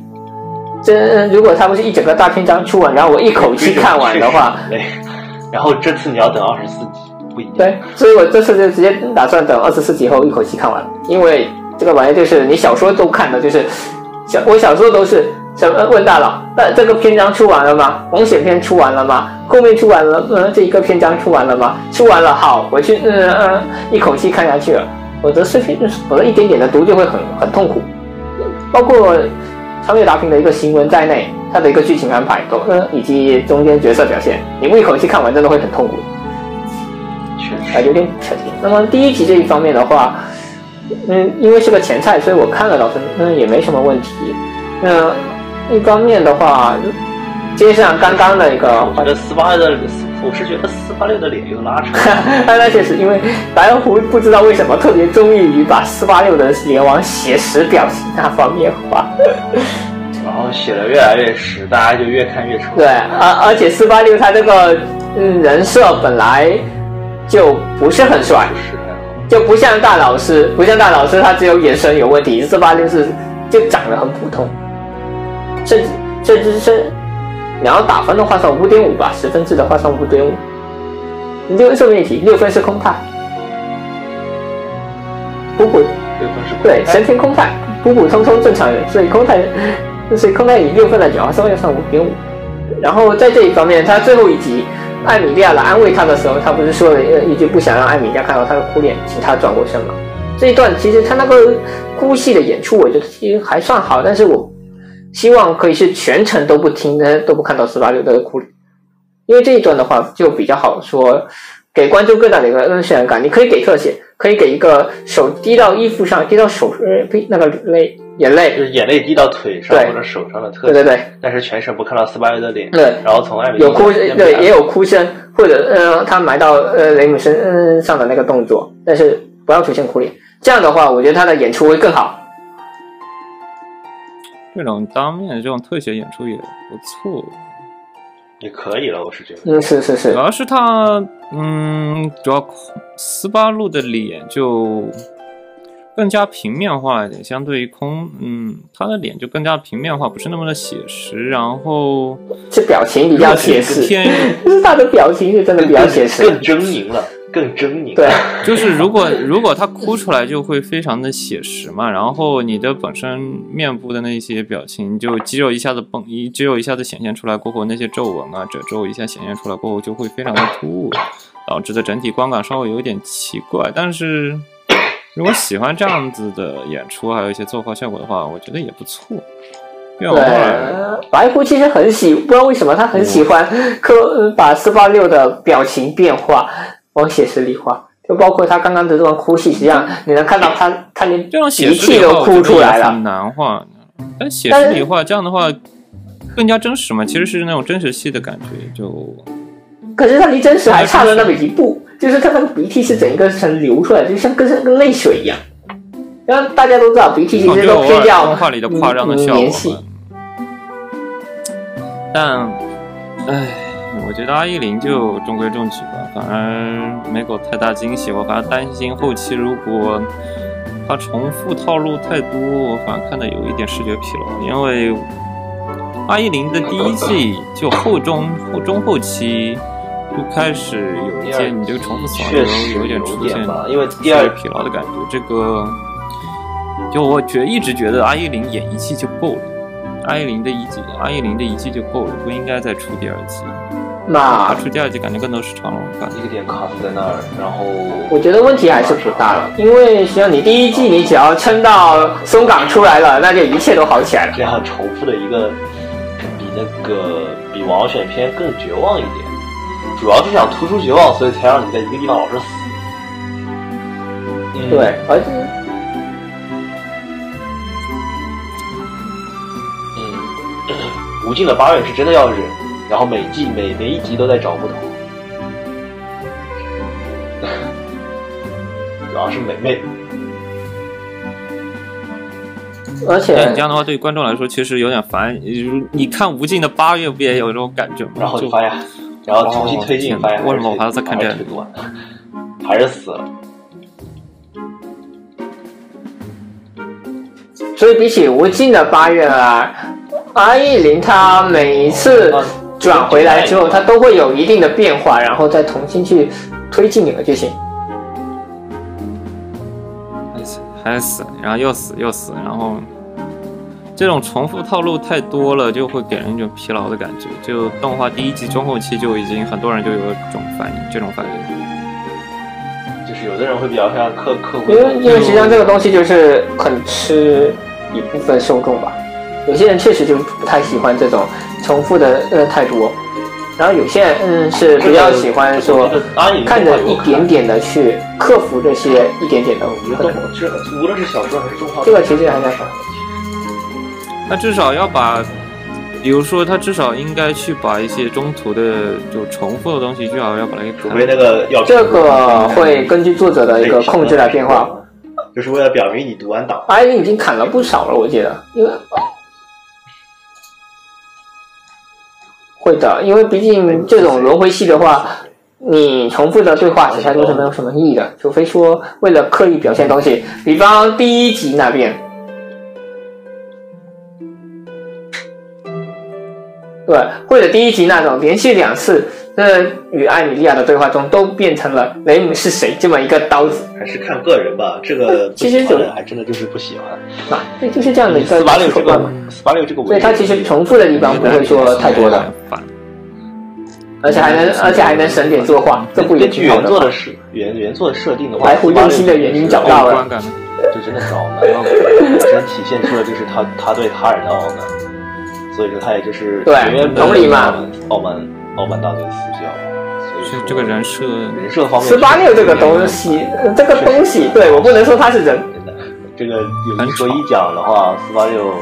[SPEAKER 5] 这如果它不是一整个大篇章出完，然后我一口气看完的话，
[SPEAKER 6] <laughs> 对，然后这次你要等二十四集，不一定。
[SPEAKER 5] 对，所以我这次就直接打算等二十四集后一口气看完，因为这个玩意儿就是你小说都看的，就是小我小说都是什么问大佬，那这个篇章出完了吗？龙血篇出完了吗？后面出完了，呃，这一个篇章出完了吗？出完了，好，我去，嗯、呃，一口气看下去了，否则碎片，否则一点点的读就会很很痛苦，包括穿越达平的一个行文在内，它的一个剧情安排都，嗯、以及中间角色表现，你不一口气看完真的会很痛苦。
[SPEAKER 6] 确实。
[SPEAKER 5] 啊，有点扯平。那么第一集这一方面的话，嗯，因为是个前菜，所以我看了倒是嗯也没什么问题。那一方面的话，接上刚刚的一个
[SPEAKER 6] 我觉得四八六的，我是觉得四八六的脸又拉长。
[SPEAKER 5] <laughs> 但那确实，因为白狐不知道为什么特别中意于把四八六的脸往写实表情那方面画。
[SPEAKER 6] 然后写的越来越实，大家就越看越丑。
[SPEAKER 5] <laughs> 对，啊而而且四八六他这个嗯人设本来就不是很帅
[SPEAKER 6] 不，是很好。
[SPEAKER 5] 就不像大老师，不像大老师，他只有眼神有问题，四八六是就长得很普通，甚至甚至是你要打分的话上五点五吧，十分制的话上五点五，六顺便一提，六分是空太，普普
[SPEAKER 6] 六分是不
[SPEAKER 5] 对
[SPEAKER 6] 太
[SPEAKER 5] 神田空太普普通通正常人，所以空太呃所以空太以六分来讲，稍微要上五点五。然后在这一方面，他最后一集艾米莉亚来安慰他的时候，他不是说了一一句不想让艾米莉亚看到他的哭脸，请他转过身嘛。这一段其实他那个哭戏的演出，我觉得其实还算好，但是我希望可以是全程都不听的，都不看到四八六的哭脸。因为这一段的话就比较好说，给观众更大的一个嗯渲染感。你可以给特写，可以给一个手滴到衣服上，滴到手呃呸那个泪眼
[SPEAKER 6] 就
[SPEAKER 5] 泪，
[SPEAKER 6] 是眼泪滴到腿上
[SPEAKER 5] 对
[SPEAKER 6] 或者手上的特
[SPEAKER 5] 对
[SPEAKER 6] 写，
[SPEAKER 5] 对对
[SPEAKER 6] 但是全程不看到斯巴瑞的脸，
[SPEAKER 5] 对，
[SPEAKER 6] 然后从艾米丽
[SPEAKER 5] 有哭
[SPEAKER 6] 那边
[SPEAKER 5] 对
[SPEAKER 6] 来
[SPEAKER 5] 也有哭声，或者呃他埋到呃雷姆身嗯上的那个动作，但是不要出现哭脸。这样的话，我觉得他的演出会更好。
[SPEAKER 4] 这种当面这种特写演出也不错，
[SPEAKER 6] 也可以了，我是觉得。
[SPEAKER 5] 嗯，是是是
[SPEAKER 4] 主，要是他，嗯，主要空斯巴鲁的脸就更加平面化一点，相对于空，嗯，他的脸就更加平面化，不是那么的写实。然后
[SPEAKER 5] 这表情比较写
[SPEAKER 4] 如果
[SPEAKER 5] 实， <laughs>
[SPEAKER 4] 偏
[SPEAKER 5] 他的表情是真的比较写实。
[SPEAKER 6] 更狰狞了，更狰狞。
[SPEAKER 5] 对，
[SPEAKER 4] 就是如果如果他哭出来，就会非常的写实嘛。然后你的本身面部的那些表情，就肌肉一下子蹦，一肌肉一下子显现出来过后，那些皱纹啊、褶皱一下显现出来过后，就会非常的突兀，导致的整体观感稍微有点奇怪。但是如果喜欢这样子的演出，还有一些作画效果的话，我觉得也不错。越往后来，
[SPEAKER 5] 对，白狐其实很喜，不知道为什么他很喜欢科、呃把四八六的表情变化往写实里画，就包括他刚刚的这段哭戏，实际上你能看到他他连
[SPEAKER 4] 嗯这样写
[SPEAKER 5] 鼻
[SPEAKER 4] 实里
[SPEAKER 5] 涕
[SPEAKER 4] 的
[SPEAKER 5] 都
[SPEAKER 4] 话，
[SPEAKER 5] 哭
[SPEAKER 4] 我觉
[SPEAKER 5] 出
[SPEAKER 4] 得
[SPEAKER 5] 来
[SPEAKER 4] 也
[SPEAKER 5] 了
[SPEAKER 4] 很。难画。但写
[SPEAKER 5] 但
[SPEAKER 4] 实
[SPEAKER 5] 是
[SPEAKER 4] 里画这样的话，更加真实嘛，其实是那种真实戏的感觉，就
[SPEAKER 5] 可是他离真实还差了那么一步，就是他那个鼻涕是整个呈流出来，就像跟跟泪水一样。然后大家都知道鼻涕其
[SPEAKER 4] 我觉
[SPEAKER 5] 实
[SPEAKER 4] 得
[SPEAKER 5] 都
[SPEAKER 4] 哦偶
[SPEAKER 5] 偏
[SPEAKER 4] 尔
[SPEAKER 5] 掉
[SPEAKER 4] 动画里的夸张的效
[SPEAKER 5] 嗯
[SPEAKER 4] 果
[SPEAKER 5] 嗯年戏
[SPEAKER 4] 吧。但，唉，我觉得阿依林就中规中矩吧，反而没给我太大惊喜。我反而担心后期如果他重复套路太多，我反而看的有一点视觉疲劳，因为阿依林的第一季就后中后中后期。就开始有一些你这个重复死亡
[SPEAKER 6] 确
[SPEAKER 4] 流
[SPEAKER 6] 实
[SPEAKER 4] 有点
[SPEAKER 6] 有
[SPEAKER 4] 出
[SPEAKER 6] 点
[SPEAKER 4] 现
[SPEAKER 6] 吧因为
[SPEAKER 4] 视
[SPEAKER 6] 第二
[SPEAKER 4] 觉疲劳的感觉，这个就我觉一直觉得阿依林演一季就够了，阿依林的一季，阿依林的一季就够了，不应该再出第二季。
[SPEAKER 5] 那
[SPEAKER 4] 她出第二季感觉更多是长龙感
[SPEAKER 6] 一个点卡在那儿，然后
[SPEAKER 5] 我觉得问题还是不大了，因为实际上你第一季你只要撑到松岗出来了，那就一切都好起来了。
[SPEAKER 6] 这样重复的一个比那个比王选片更绝望一点，主要是想突出绝望，所以才让你在一个地方老是死。嗯
[SPEAKER 5] 对，，而
[SPEAKER 6] 嗯，无尽的八月是真的要忍，然后每季每每一集都在找不同， <laughs> 主要是每每
[SPEAKER 5] 而且
[SPEAKER 4] 但你这样的话，对于观众来说其实有点烦。你看《无尽的八月》不也有这种感觉吗？
[SPEAKER 6] 然后
[SPEAKER 4] 就
[SPEAKER 6] 就发现，然后重新推
[SPEAKER 4] 哦
[SPEAKER 6] 进，发现
[SPEAKER 4] 为什么我还要再
[SPEAKER 6] 是
[SPEAKER 4] 看这
[SPEAKER 6] 还是推不完， <laughs> 还是死了。
[SPEAKER 5] 所以比起无尽的八月啊，阿依林他每一次
[SPEAKER 4] 哦
[SPEAKER 5] 转回来之后，他都会有一定的变化，然后再重新去推进整个剧情。
[SPEAKER 4] 还死还死，然后又死又死，然后这种重复套路太多了，就会给人一种疲劳的感觉。就动画第一季中后期就已经很多人就有这种反应，这种反应。
[SPEAKER 6] 就是有的人会比较像客客
[SPEAKER 5] 因
[SPEAKER 6] 观
[SPEAKER 5] 为
[SPEAKER 6] 地，
[SPEAKER 5] 因为实际上这个东西就是很吃一部分受众吧，有些人确实就不太喜欢这种重复的呃太多，然后有些人嗯是比较喜欢说
[SPEAKER 6] 这个阿姨
[SPEAKER 5] 看着一点点的去克服这些一点点的
[SPEAKER 6] 我觉
[SPEAKER 5] 困
[SPEAKER 6] 得
[SPEAKER 5] 难。
[SPEAKER 6] 这无论是小说还是动画，
[SPEAKER 5] 这个其实还在少
[SPEAKER 4] 那至少要把，比如说他至少应该去把一些中途的就重复的东西，至少要把它给
[SPEAKER 6] 除非那个要
[SPEAKER 5] 这个会根据作者的一个控制来变化。，
[SPEAKER 6] 就是为了表明你读完档。
[SPEAKER 5] 阿姨已经砍了不少了，我记得，因为会的，因为毕竟嗯这种轮回戏的话，你重复的对话写下去是没有什么意义的，除非说为了刻意表现东西，比方第一集那边。对，或者第一集那种连续两次，呃，与艾米莉亚的对话中都变成了雷姆是谁这么一个刀子，
[SPEAKER 6] 还是看个人吧，这个
[SPEAKER 5] 其实
[SPEAKER 6] 不喜欢
[SPEAKER 5] 有
[SPEAKER 6] 的还真的就是不喜欢。
[SPEAKER 5] 啊，对，就是这样的一个
[SPEAKER 6] 四八六这
[SPEAKER 5] 习惯嘛
[SPEAKER 6] 个，四八六这个，
[SPEAKER 5] 所以它其实重复的地方不会说太多的，
[SPEAKER 4] 反。
[SPEAKER 5] 而且还能而且还能省点作画，这不也
[SPEAKER 6] 根据
[SPEAKER 5] 挺好
[SPEAKER 6] 原
[SPEAKER 5] 的
[SPEAKER 6] 作
[SPEAKER 5] 吗
[SPEAKER 6] 的？设原原作的设定的话，
[SPEAKER 5] 白狐用心的原因找到了
[SPEAKER 4] 观感
[SPEAKER 6] 就真的是傲慢，然后本身体现出了就是他他对他人的傲慢，所以说他也就是
[SPEAKER 5] 对
[SPEAKER 6] 远远不能
[SPEAKER 5] 同理嘛
[SPEAKER 6] 傲慢，傲慢老板大嘴死掉，所以
[SPEAKER 4] 就
[SPEAKER 6] 说
[SPEAKER 4] 这个人设，
[SPEAKER 6] 人设方面，
[SPEAKER 5] 十八六这个东西，呃这个东西，对我不能说他是人，
[SPEAKER 6] 真的，这个有一说一讲的话，四八六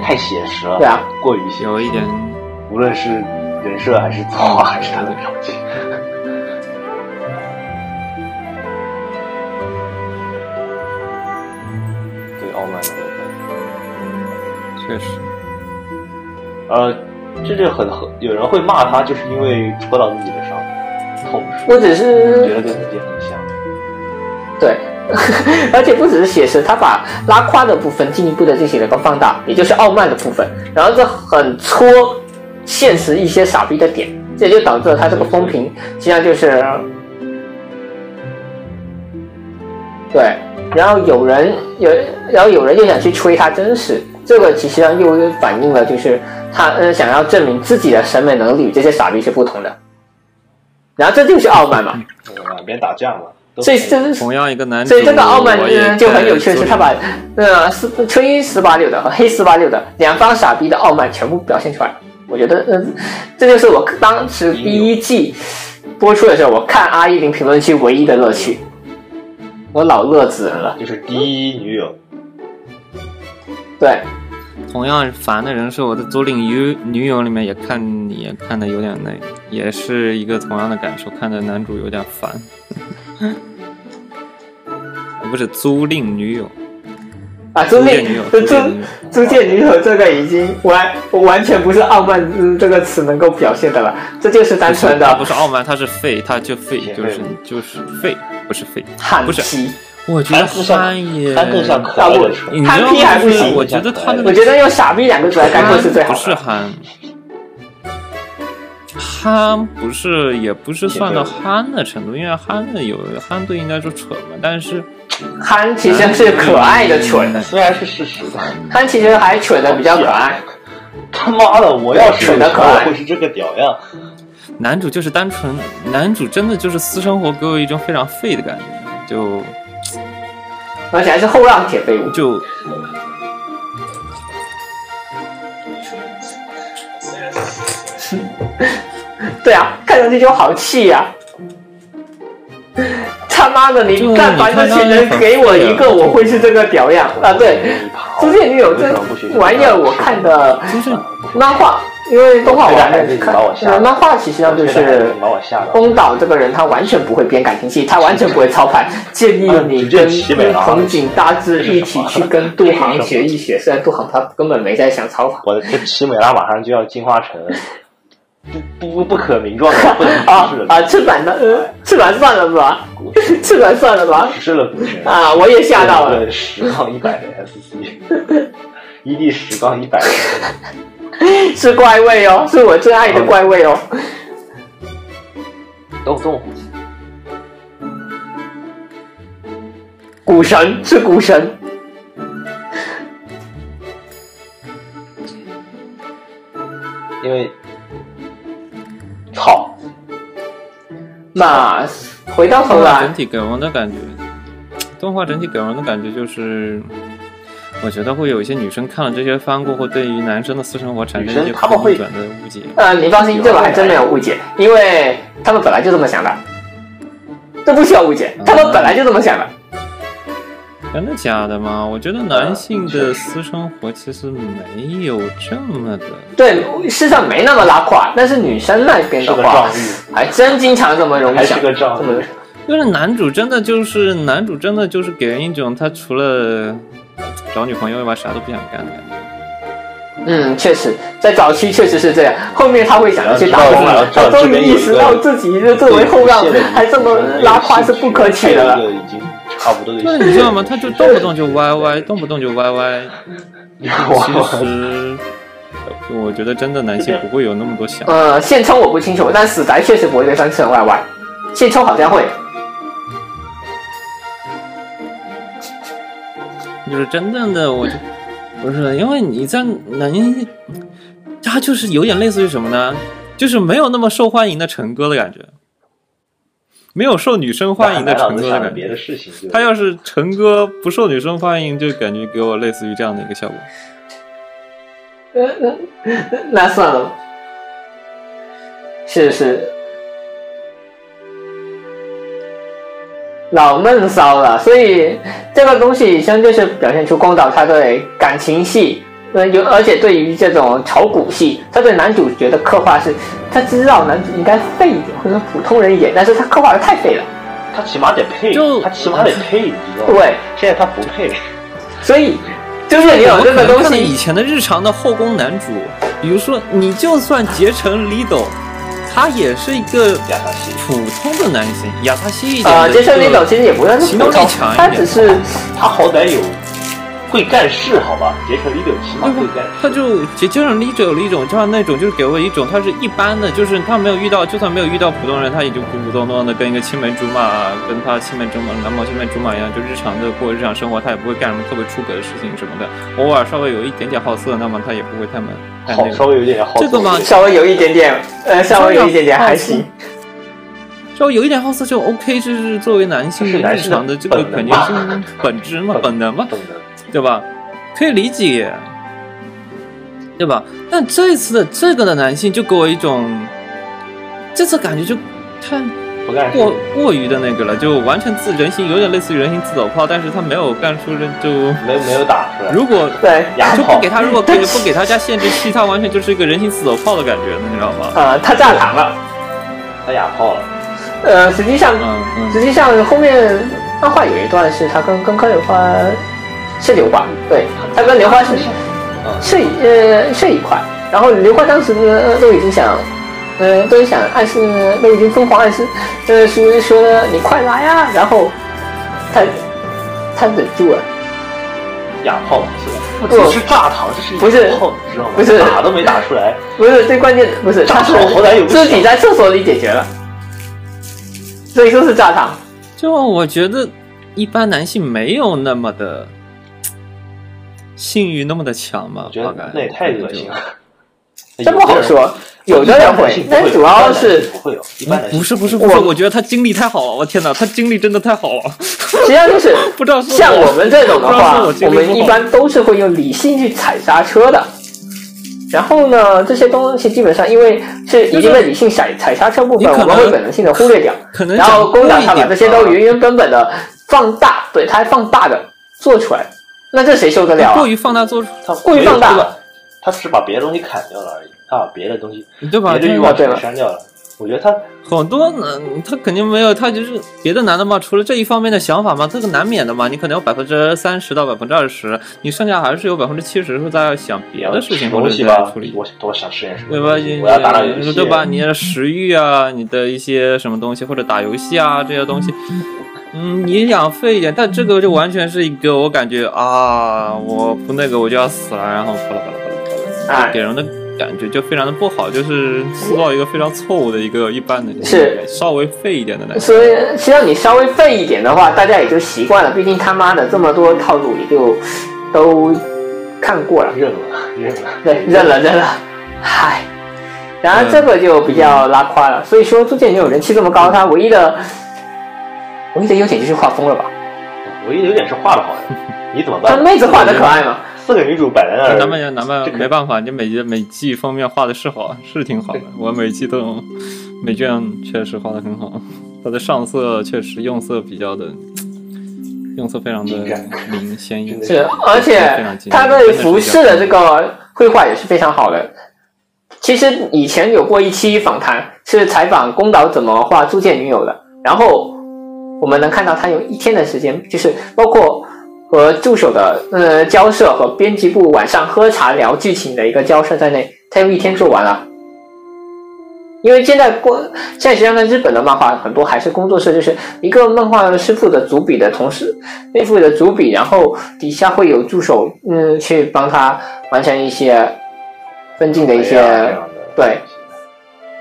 [SPEAKER 6] 太写实了，
[SPEAKER 5] 对啊，
[SPEAKER 6] 过于写
[SPEAKER 4] 有一
[SPEAKER 6] 实，
[SPEAKER 4] 点
[SPEAKER 6] 无论是人设还是造化，还是他的表情。 <laughs> 对傲慢的部分。
[SPEAKER 4] 确实，
[SPEAKER 6] 呃，这就很很有人会骂他，就是因为戳到自己的伤，痛处，
[SPEAKER 5] 我只是
[SPEAKER 6] 觉得跟自己很像。
[SPEAKER 5] 对， <laughs> 而且不只是写实，他把拉胯的部分进一步的进行了一个放大，也就是傲慢的部分，然后这很戳现实一些傻逼的点，这也就导致了他这个风评，实际上就是，对，然后有人有，然后有人又想去吹他真实，这个其实上又反映了就是他呃想要证明自己的审美能力与这些傻逼是不同的，然后这就是傲慢嘛，
[SPEAKER 6] 嗯两边打架嘛，都
[SPEAKER 5] 所以这是。
[SPEAKER 4] 同样一个男主，
[SPEAKER 5] 所以这个傲慢
[SPEAKER 4] 我也
[SPEAKER 5] 嗯就很有趣，
[SPEAKER 4] 在
[SPEAKER 5] 是
[SPEAKER 4] 做
[SPEAKER 5] 他把呃四吹四八六的和黑四八六的两方傻逼的傲慢全部表现出来。我觉得，嗯，这就是我当时第一季播出的时候，我看阿依林评论区唯一的乐趣，我老乐子了。
[SPEAKER 6] 就是第一女友，
[SPEAKER 5] 对，
[SPEAKER 4] 同样烦的人是我的《左领女女友》里面也看也看的有点累，也是一个同样的感受，看着男主有点烦。 <laughs> 啊不是租赁女友，
[SPEAKER 5] 啊，租赁
[SPEAKER 4] 借女友，
[SPEAKER 5] 租
[SPEAKER 4] 租借女友，
[SPEAKER 5] 租借女友这个已经完，我完全不是傲慢、嗯、这个词能够表现的了，这就是单纯
[SPEAKER 4] 他
[SPEAKER 5] 的
[SPEAKER 4] 不是傲慢，他是废，他就废，
[SPEAKER 6] 也
[SPEAKER 4] 就是
[SPEAKER 6] 废
[SPEAKER 4] 就是废，不是废。
[SPEAKER 5] 憨
[SPEAKER 4] 不是
[SPEAKER 5] 批。
[SPEAKER 4] 我觉得
[SPEAKER 6] 他更像
[SPEAKER 4] 憨也，
[SPEAKER 6] 他更像可爱的车，
[SPEAKER 4] 你知
[SPEAKER 5] 憨
[SPEAKER 4] 道
[SPEAKER 5] 批还
[SPEAKER 4] 吗？
[SPEAKER 5] 不行
[SPEAKER 4] 我觉得他那
[SPEAKER 5] 我
[SPEAKER 4] 个
[SPEAKER 5] 觉得用“傻逼”两个字来概括是最好
[SPEAKER 4] 不
[SPEAKER 5] 的。
[SPEAKER 4] 是憨，憨不是也不是算到憨的程度，因为憨的有憨对应该说蠢嘛，但是
[SPEAKER 5] 憨其实是可爱的蠢，
[SPEAKER 6] 虽然是事实的，
[SPEAKER 5] 憨其实还蠢的比较可爱。
[SPEAKER 6] 他妈的，我要是
[SPEAKER 5] 蠢得可爱
[SPEAKER 6] 我会是这个屌样。
[SPEAKER 4] 男主就是单纯，男主真的就是私生活给我一种非常废的感觉，就
[SPEAKER 5] 而且还是后浪铁废物。
[SPEAKER 4] 就
[SPEAKER 5] 对啊，看上去就好气呀、他妈的，
[SPEAKER 4] 就
[SPEAKER 5] 你
[SPEAKER 4] 是
[SPEAKER 5] 但凡这些
[SPEAKER 4] 你看
[SPEAKER 5] 人
[SPEAKER 4] 他
[SPEAKER 5] 给我一个，我会是这个屌样啊！对，
[SPEAKER 6] 租
[SPEAKER 5] 租
[SPEAKER 6] 借
[SPEAKER 5] 借女友这玩意儿我看的 <laughs>
[SPEAKER 4] 就是
[SPEAKER 5] 漫画，因为
[SPEAKER 6] 哦
[SPEAKER 5] 动画我
[SPEAKER 6] 啊
[SPEAKER 5] 还没看
[SPEAKER 6] 把我，吓
[SPEAKER 5] 呃漫画其实上就
[SPEAKER 6] 这
[SPEAKER 5] 是
[SPEAKER 6] 个把我吓到。
[SPEAKER 5] 宫岛这个人，他完全不会编感情戏，他完全不会操
[SPEAKER 6] <laughs>
[SPEAKER 5] 盘，建议你跟
[SPEAKER 6] 啊
[SPEAKER 5] 藤井大志一起去跟杜航学一学。虽然杜航他根本没在想操
[SPEAKER 6] <laughs>
[SPEAKER 5] 盘
[SPEAKER 6] 我的这奇美拉马上就要进
[SPEAKER 5] <laughs>
[SPEAKER 6] 化成不不不不可名状的不能
[SPEAKER 5] 啊
[SPEAKER 6] 直视的
[SPEAKER 5] 啊，赤坂的，呃，赤坂算了吧， <laughs>
[SPEAKER 6] 股权，
[SPEAKER 5] 赤坂算了吧
[SPEAKER 6] 直视了股权，
[SPEAKER 5] 啊，我也吓到了。
[SPEAKER 6] 十杠一百的 SC，
[SPEAKER 5] <laughs>
[SPEAKER 6] 一 d 十杠一百的，
[SPEAKER 5] 是怪味哦，是我最爱的怪味哦。
[SPEAKER 6] <laughs> 动动
[SPEAKER 5] 股神是股神，
[SPEAKER 6] 因为操，
[SPEAKER 5] 那回到头
[SPEAKER 4] 动画整
[SPEAKER 5] 来，
[SPEAKER 4] 体给人的感觉，动画整体给人的感觉就是，我觉得会有一些女生看了这些番过后，对于男生的私生活产生一些
[SPEAKER 6] 女生她们
[SPEAKER 4] 不
[SPEAKER 6] 会
[SPEAKER 4] 逆转的误
[SPEAKER 6] <laughs>
[SPEAKER 4] 解。
[SPEAKER 5] 呃，你放心，这个还真没有误解，因为他们本来就这么想的，这不需要误解，他们本来就这么想的。
[SPEAKER 4] 真的假的吗？我觉得男性的私生活其实没有这么的，
[SPEAKER 5] 对，世上没那么拉胯，但是女生那边
[SPEAKER 6] 是
[SPEAKER 5] 的
[SPEAKER 6] 个
[SPEAKER 5] 话
[SPEAKER 6] 状，遇，
[SPEAKER 5] 还真经常这么容
[SPEAKER 6] 还
[SPEAKER 5] 易
[SPEAKER 6] 是
[SPEAKER 5] 想，
[SPEAKER 6] 个状
[SPEAKER 5] 这么
[SPEAKER 6] 遇。
[SPEAKER 4] 就是男主真的就是男主真的就是给人一种他除了找女朋友以外啥都不想干的感觉。
[SPEAKER 5] 嗯，确实，在早期确实是这样，后面他会想着去打工了，
[SPEAKER 6] 然
[SPEAKER 5] 他
[SPEAKER 6] 后这
[SPEAKER 5] 终于
[SPEAKER 6] 边
[SPEAKER 5] 意识到自己作为后浪还这么拉胯是不可取的
[SPEAKER 6] 这
[SPEAKER 5] 了。
[SPEAKER 6] 个已经差不多的。
[SPEAKER 4] 对，你知道吗？他就动不动就歪
[SPEAKER 6] <laughs>
[SPEAKER 4] 歪，动不动就歪歪。其
[SPEAKER 6] 我
[SPEAKER 4] 实，我觉得真的男性不会有那么多想。
[SPEAKER 5] 呃，现充我不清楚，但死宅确实不会对三次元 YY，现充好像会，
[SPEAKER 4] 就是真正的我就不是，因为你在南京，他就是有点类似于什么呢？就是没有那么受欢迎的陈哥的感觉，没有受女生欢迎的
[SPEAKER 6] 脑
[SPEAKER 4] 陈
[SPEAKER 6] 子
[SPEAKER 4] 哥的
[SPEAKER 6] 想着
[SPEAKER 4] 感
[SPEAKER 6] 别
[SPEAKER 4] 觉。
[SPEAKER 6] 的事情，就
[SPEAKER 4] 他要是陈哥不受女生欢迎，就感觉给我类似于这样的一个效果。
[SPEAKER 5] 那算了，是是。老闷骚了，所以这个东西相就是表现出光导他对感情戏，呃，有而且对于这种炒股戏，他对男主角的刻画是，他知道男主应该废一点或者普通人演，但是他刻画的太废了，
[SPEAKER 6] 他起码得配
[SPEAKER 8] 就，
[SPEAKER 6] 他起码得配，你知道吗？
[SPEAKER 5] 对，
[SPEAKER 6] 现在他不配，
[SPEAKER 5] 所以就是你有这个东
[SPEAKER 4] 看以
[SPEAKER 5] 西，
[SPEAKER 4] 前的日常的后宫男主，比如说你就算结成李斗，他也是一个
[SPEAKER 6] 亚萨西
[SPEAKER 4] 普通的男性，亚萨西一点
[SPEAKER 5] 呃，
[SPEAKER 4] 的
[SPEAKER 5] 接受那
[SPEAKER 4] 一个
[SPEAKER 5] 种其实也不算是
[SPEAKER 4] 行
[SPEAKER 5] 普
[SPEAKER 4] 动力
[SPEAKER 5] 通
[SPEAKER 4] 强，一
[SPEAKER 5] 他
[SPEAKER 4] 点
[SPEAKER 5] 只是
[SPEAKER 6] 他好歹有会干事，好吧？杰克里柳起码会
[SPEAKER 4] 对
[SPEAKER 6] 干
[SPEAKER 4] 吧？
[SPEAKER 6] 事
[SPEAKER 4] 他。就结结上 l 者有一种，就像那种，就是给我一种他是一般的，就是他没有遇到，就算没有遇到普通人，他也就普普通通的跟一个青梅竹马，跟他青梅竹马、蓝毛青梅竹马一样，就日常的过日常生活，他也不会干什么特别出格的事情什么的。偶尔稍微有一点点好色，那么他也不会太蛮太
[SPEAKER 6] 好，
[SPEAKER 4] 那
[SPEAKER 6] 稍
[SPEAKER 4] 个。
[SPEAKER 6] 微有点好。
[SPEAKER 4] 这个嘛，
[SPEAKER 5] 稍微有一点点，呃，稍微有一点点还行，
[SPEAKER 4] 稍微有一点好色就 OK，这是作为男性
[SPEAKER 6] 这是
[SPEAKER 4] 的
[SPEAKER 6] 男
[SPEAKER 4] 日
[SPEAKER 6] 性的
[SPEAKER 4] 常的这个
[SPEAKER 6] 本能
[SPEAKER 4] 肯定
[SPEAKER 6] 吧
[SPEAKER 4] 是本质嘛
[SPEAKER 6] 本，
[SPEAKER 4] 本能嘛。
[SPEAKER 6] 懂的
[SPEAKER 4] 对吧？可以理解，对吧？但这次的这个的男性就给我一种，这次感觉就太
[SPEAKER 6] 不干事。
[SPEAKER 4] 过过于的那个了，就完全自人性，有点类似于人性自走炮，但是他没有干出这就，
[SPEAKER 6] 没有没有打出来，
[SPEAKER 4] 如果
[SPEAKER 5] 对，
[SPEAKER 6] 牙
[SPEAKER 4] 就
[SPEAKER 6] 炮
[SPEAKER 4] 不给他如果给不给他加限制器，他完全就是一个人性自走炮的感觉，你知道吗？
[SPEAKER 5] 呃，他炸场了，
[SPEAKER 6] 他哑炮了，
[SPEAKER 5] 呃，实际上
[SPEAKER 4] 嗯嗯，
[SPEAKER 5] 实际上后面漫画有一段是他跟跟柯柳花是刘花，对他跟刘花是
[SPEAKER 6] 嗯
[SPEAKER 5] 是一呃是一块，然后刘花当时呃都已经想。呃，都想暗示，都已经疯狂暗示，呃，说说你快来啊！然后他他忍住了，
[SPEAKER 6] 哑炮了是吧？不只是炸膛，这是一
[SPEAKER 5] 不是
[SPEAKER 6] 炮，你知道吗？
[SPEAKER 5] 不是
[SPEAKER 6] 打都没打出来，
[SPEAKER 5] 不是最关键的，不是
[SPEAKER 6] 炸
[SPEAKER 5] 他
[SPEAKER 6] 场
[SPEAKER 5] 是
[SPEAKER 6] 好歹有个
[SPEAKER 5] 自己在厕所里解决了，所以说是炸场。
[SPEAKER 4] 就我觉得一般男性没有那么的性欲那么的强嘛，
[SPEAKER 6] 我觉得
[SPEAKER 4] 大概
[SPEAKER 6] 那也太恶心了。
[SPEAKER 5] 这不好说，有的人会，但主要是
[SPEAKER 6] 不会有，一般男性
[SPEAKER 4] 不是不是不是，
[SPEAKER 5] 哎我
[SPEAKER 4] 我觉得他经历太好了，我天哪，他经历真的太好了，
[SPEAKER 5] 实际上就是
[SPEAKER 4] 不知道是
[SPEAKER 5] <laughs> 像我们这种的话，
[SPEAKER 4] 不知道是
[SPEAKER 5] 我
[SPEAKER 4] 我经历不好
[SPEAKER 5] 们一般都是会用理性去踩刹车的。然后呢，这些东西基本上因为是已经被理性踩踩刹车部分，
[SPEAKER 4] 你可能
[SPEAKER 5] 我们会本能性的忽略掉。
[SPEAKER 4] 可能
[SPEAKER 5] 然后
[SPEAKER 4] 讲
[SPEAKER 5] 工
[SPEAKER 4] 多
[SPEAKER 5] 厂
[SPEAKER 4] 一
[SPEAKER 5] 他把
[SPEAKER 4] 点啊
[SPEAKER 5] 这些都
[SPEAKER 4] 吧
[SPEAKER 5] 原原本本的放大，对，他还放大的做出来，那这谁受得了啊
[SPEAKER 4] 过？于放大做出，
[SPEAKER 6] 他
[SPEAKER 5] 故意放大
[SPEAKER 6] 没有这个他只是把别的东西砍掉了而已，他把别的东西
[SPEAKER 4] 对吧？
[SPEAKER 6] 别的欲
[SPEAKER 4] 他
[SPEAKER 6] 望全删掉了。我觉得他
[SPEAKER 4] 很多男他肯定没有，他就是别的男的嘛，除了这一方面的想法嘛，这个难免的嘛，你可能有百分之三十到百分之二十，你剩下还是有百分之七十是在想别的事情或
[SPEAKER 6] 东
[SPEAKER 4] 者
[SPEAKER 6] 西
[SPEAKER 4] 是
[SPEAKER 6] 吧
[SPEAKER 4] 在处理，。
[SPEAKER 6] 我我想实验什么
[SPEAKER 4] 对
[SPEAKER 6] 东
[SPEAKER 4] 吧？
[SPEAKER 6] 西，
[SPEAKER 4] 你
[SPEAKER 6] 我要打打游戏，
[SPEAKER 4] 对吧？你的食欲啊，你的一些什么东西，或者打游戏啊这些东西，嗯，你想废一点，但这个就完全是一个我感觉啊，我不那个我就要死了，然后巴拉巴拉巴拉巴拉，
[SPEAKER 5] 哎
[SPEAKER 4] 给，人的感觉就非常的不好，就是塑造一个非常错误的一个一般的，
[SPEAKER 5] 是
[SPEAKER 4] 稍微废一点的男生。
[SPEAKER 5] 所以，实际上你稍微废一点的话，大家也就习惯了。毕竟他妈的这么多套路也就都看过了，
[SPEAKER 6] 认了认了，
[SPEAKER 5] 对， <laughs> 认了认了，嗨。然后这个就比较拉胯了。所以说，朱建牛人气这么高，他唯一的唯一的优点就是画风了吧？
[SPEAKER 6] 唯一有点是画的好呀，你怎么
[SPEAKER 5] 他
[SPEAKER 6] 办？
[SPEAKER 5] 妹子画的可爱嘛，
[SPEAKER 6] 四个女主摆在那儿，
[SPEAKER 4] 咱们咱
[SPEAKER 6] 这
[SPEAKER 4] 们
[SPEAKER 6] 个
[SPEAKER 4] 没办法，你每每季封面画的是好，是挺好的。我每季都每卷确实画的很好，它的上色确实用色比较的，用色非常的
[SPEAKER 6] 精湛
[SPEAKER 4] 明
[SPEAKER 6] <laughs>
[SPEAKER 4] 鲜艳。
[SPEAKER 5] 是，而且他对服饰的这个绘画也是非常好的。其实以前有过一期访谈，是采访宫岛怎么画租借女友的。然后我们能看到他有一天的时间，就是包括和助手的呃交涉和编辑部晚上喝茶聊剧情的一个交涉在内，他用一天做完了。因为现在过现在实际上在日本的漫画很多还是工作室，就是一个漫画师傅的主笔的同时，内部的主笔，然后底下会有助手，嗯，去帮他完成一些分镜的一些
[SPEAKER 6] 这样的
[SPEAKER 5] 对，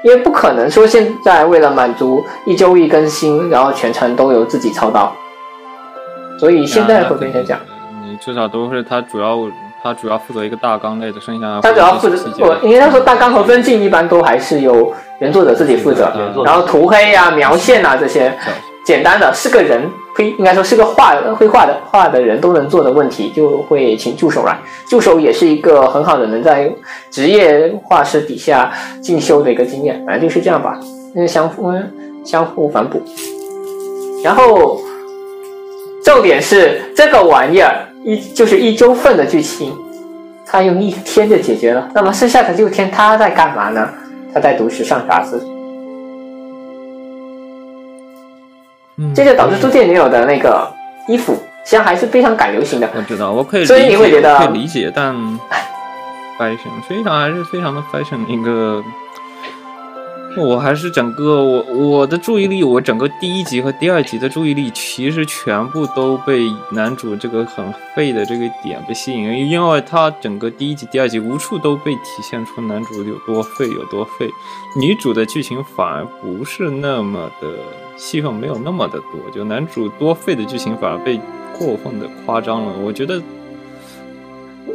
[SPEAKER 5] 因为不可能说现在为了满足一周一更新，然后全程都由自己操刀，所以现
[SPEAKER 4] 啊
[SPEAKER 5] 在会变成这样。
[SPEAKER 4] 你至少都是他主要他主要负责一个大纲类的，剩下
[SPEAKER 5] 他主要
[SPEAKER 4] 啊
[SPEAKER 5] 负责，我应该说大纲和分镜一般都还是由原作者自己负责
[SPEAKER 4] 嗯，
[SPEAKER 5] 然后涂黑啊、描线啊这些
[SPEAKER 4] 小
[SPEAKER 5] 简单的是个人会应该说是个画会画的画的人都能做的问题，就会请助手来。助手也是一个很好的能在职业画师底下进修的一个经验，反正就是这样吧，那相互相互反哺。然后重点是这个玩意儿一就是一周份的剧情，他用一天就解决了。那么剩下的六天他在干嘛呢？他在读时尚杂志。
[SPEAKER 4] 嗯
[SPEAKER 5] 这就导致朱建女友的那个衣服实际上还是非常赶流行的。
[SPEAKER 4] 我知道，我可以理
[SPEAKER 5] 所以你
[SPEAKER 4] 解，
[SPEAKER 5] 会觉得
[SPEAKER 4] 我可以理解，但 fashion 非常还是非常的 fashion 一个。我还是整个我我的注意力，我整个第一集和第二集的注意力，其实全部都被男主这个很废的这个点被吸引，因为他整个第一集、第二集无处都被体现出男主有多废有多废，女主的剧情反而不是那么的戏份没有那么的多，就男主多废的剧情反而被过分的夸张了。我觉得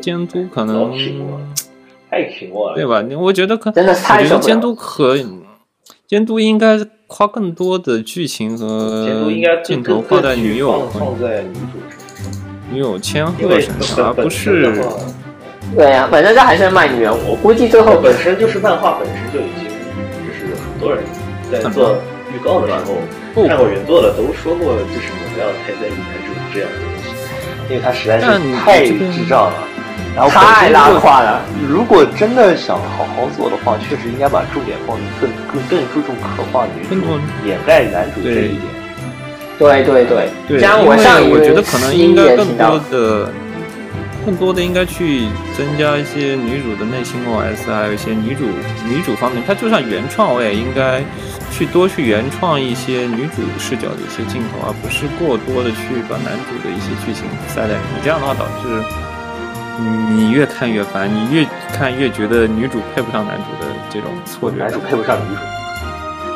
[SPEAKER 4] 监督可
[SPEAKER 6] 老
[SPEAKER 4] 能
[SPEAKER 6] 挺我了，太挺我了。
[SPEAKER 4] 对吧？你我觉得可
[SPEAKER 5] 真的是太
[SPEAKER 4] 我觉
[SPEAKER 5] 受
[SPEAKER 4] 得
[SPEAKER 5] 不
[SPEAKER 4] 监
[SPEAKER 5] 了
[SPEAKER 4] 督可以，监督应该花更多的剧情和
[SPEAKER 6] 监督应该
[SPEAKER 4] 呃镜头
[SPEAKER 6] 更
[SPEAKER 4] 放在女友
[SPEAKER 6] 放放在女主身上，
[SPEAKER 4] 女友千鹤
[SPEAKER 6] 因为
[SPEAKER 4] 身上，而
[SPEAKER 6] <laughs> 本
[SPEAKER 4] 不
[SPEAKER 6] 身的
[SPEAKER 4] 是
[SPEAKER 6] 话
[SPEAKER 5] 对呀、反正这还是卖女人，我估计最后
[SPEAKER 6] 本身就是漫画本身就已经，就是很多人在做预告的时候，看过原作的都说过，就是你不要太在意男主这样的东西，因为他实在是太智障了。然后
[SPEAKER 5] 太拉
[SPEAKER 6] 垮。
[SPEAKER 5] 胯了。
[SPEAKER 6] 如果真的想好好做的话，确实应该把重点放更更更注重刻画女
[SPEAKER 4] 更多
[SPEAKER 6] 主，掩盖男主这一点。
[SPEAKER 5] 对对对，
[SPEAKER 4] 对，
[SPEAKER 5] 这样
[SPEAKER 4] 因为
[SPEAKER 5] 上一
[SPEAKER 4] 我觉得可能
[SPEAKER 5] 期
[SPEAKER 4] 应该
[SPEAKER 5] 也
[SPEAKER 4] 更
[SPEAKER 5] 提到
[SPEAKER 4] 多
[SPEAKER 5] 了，
[SPEAKER 4] 的、更多的应该去增加一些女主的内心 OS，还有一些女主女主方面，她就算原创，我也应该去多去原创一些女主视角的一些镜头，而不是过多的去把男主的一些剧情塞在里面。这样的话，导致你越看越烦，你越看越觉得女主配不上男主的这种错觉
[SPEAKER 6] 男
[SPEAKER 4] 感
[SPEAKER 6] 主，配不上女主，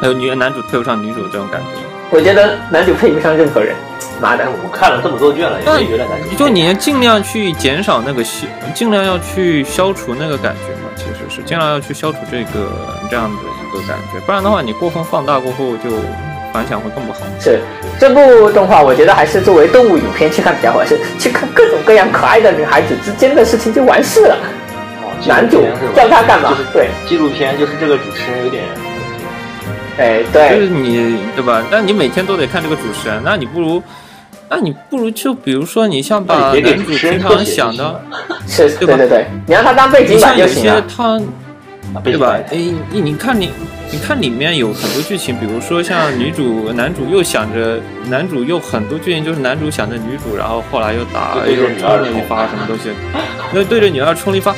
[SPEAKER 4] 还有女男主配不上女主这种感觉。
[SPEAKER 5] 我觉得男主配不上任何人，妈的
[SPEAKER 6] 但，哎我看了这么多卷了，也没觉得男主配。
[SPEAKER 4] 就你尽量去减少那个消，尽量要去消除那个感觉嘛，其实是尽量要去消除这个这样的一个感觉，不然的话你过分放大过后就反响会更不好。
[SPEAKER 5] 是这部动画，我觉得还是作为动物影片去看比较合适，去看各种各样可爱的女孩子之间的事情就完事了。
[SPEAKER 6] 哦
[SPEAKER 5] 男主叫他干嘛
[SPEAKER 6] 就是
[SPEAKER 5] 对，
[SPEAKER 6] 纪录片就是这个主持人有点
[SPEAKER 5] 哎，
[SPEAKER 4] 就
[SPEAKER 5] 对
[SPEAKER 4] 是你对吧？但你每天都得看这个主持人，那你不如，那你不如就比如说你像把
[SPEAKER 6] 那你别给
[SPEAKER 4] 男主
[SPEAKER 6] 主持人
[SPEAKER 4] 平
[SPEAKER 6] 特
[SPEAKER 4] 常
[SPEAKER 6] 写就
[SPEAKER 4] 想
[SPEAKER 6] 行
[SPEAKER 4] 的
[SPEAKER 6] 了，
[SPEAKER 5] 是，
[SPEAKER 4] 对
[SPEAKER 5] 对
[SPEAKER 4] 吧
[SPEAKER 5] 对对，你让他当背
[SPEAKER 4] 你
[SPEAKER 5] 景
[SPEAKER 4] 像
[SPEAKER 5] 板
[SPEAKER 4] 有
[SPEAKER 5] 就行
[SPEAKER 4] 些
[SPEAKER 5] 了。
[SPEAKER 4] 他
[SPEAKER 6] 啊
[SPEAKER 4] 对
[SPEAKER 6] 被你
[SPEAKER 4] 吧
[SPEAKER 5] 哎
[SPEAKER 6] 带？
[SPEAKER 4] 诶，哎你你看你，你看里面有很多剧情，比如说像女主、男主又想着，男主又很多剧情就是男主想着女主，然后后来又打
[SPEAKER 6] 就对
[SPEAKER 4] 又
[SPEAKER 6] 着
[SPEAKER 4] 冲
[SPEAKER 6] 女二
[SPEAKER 4] 了一发什么东西，又对着女二冲了一发，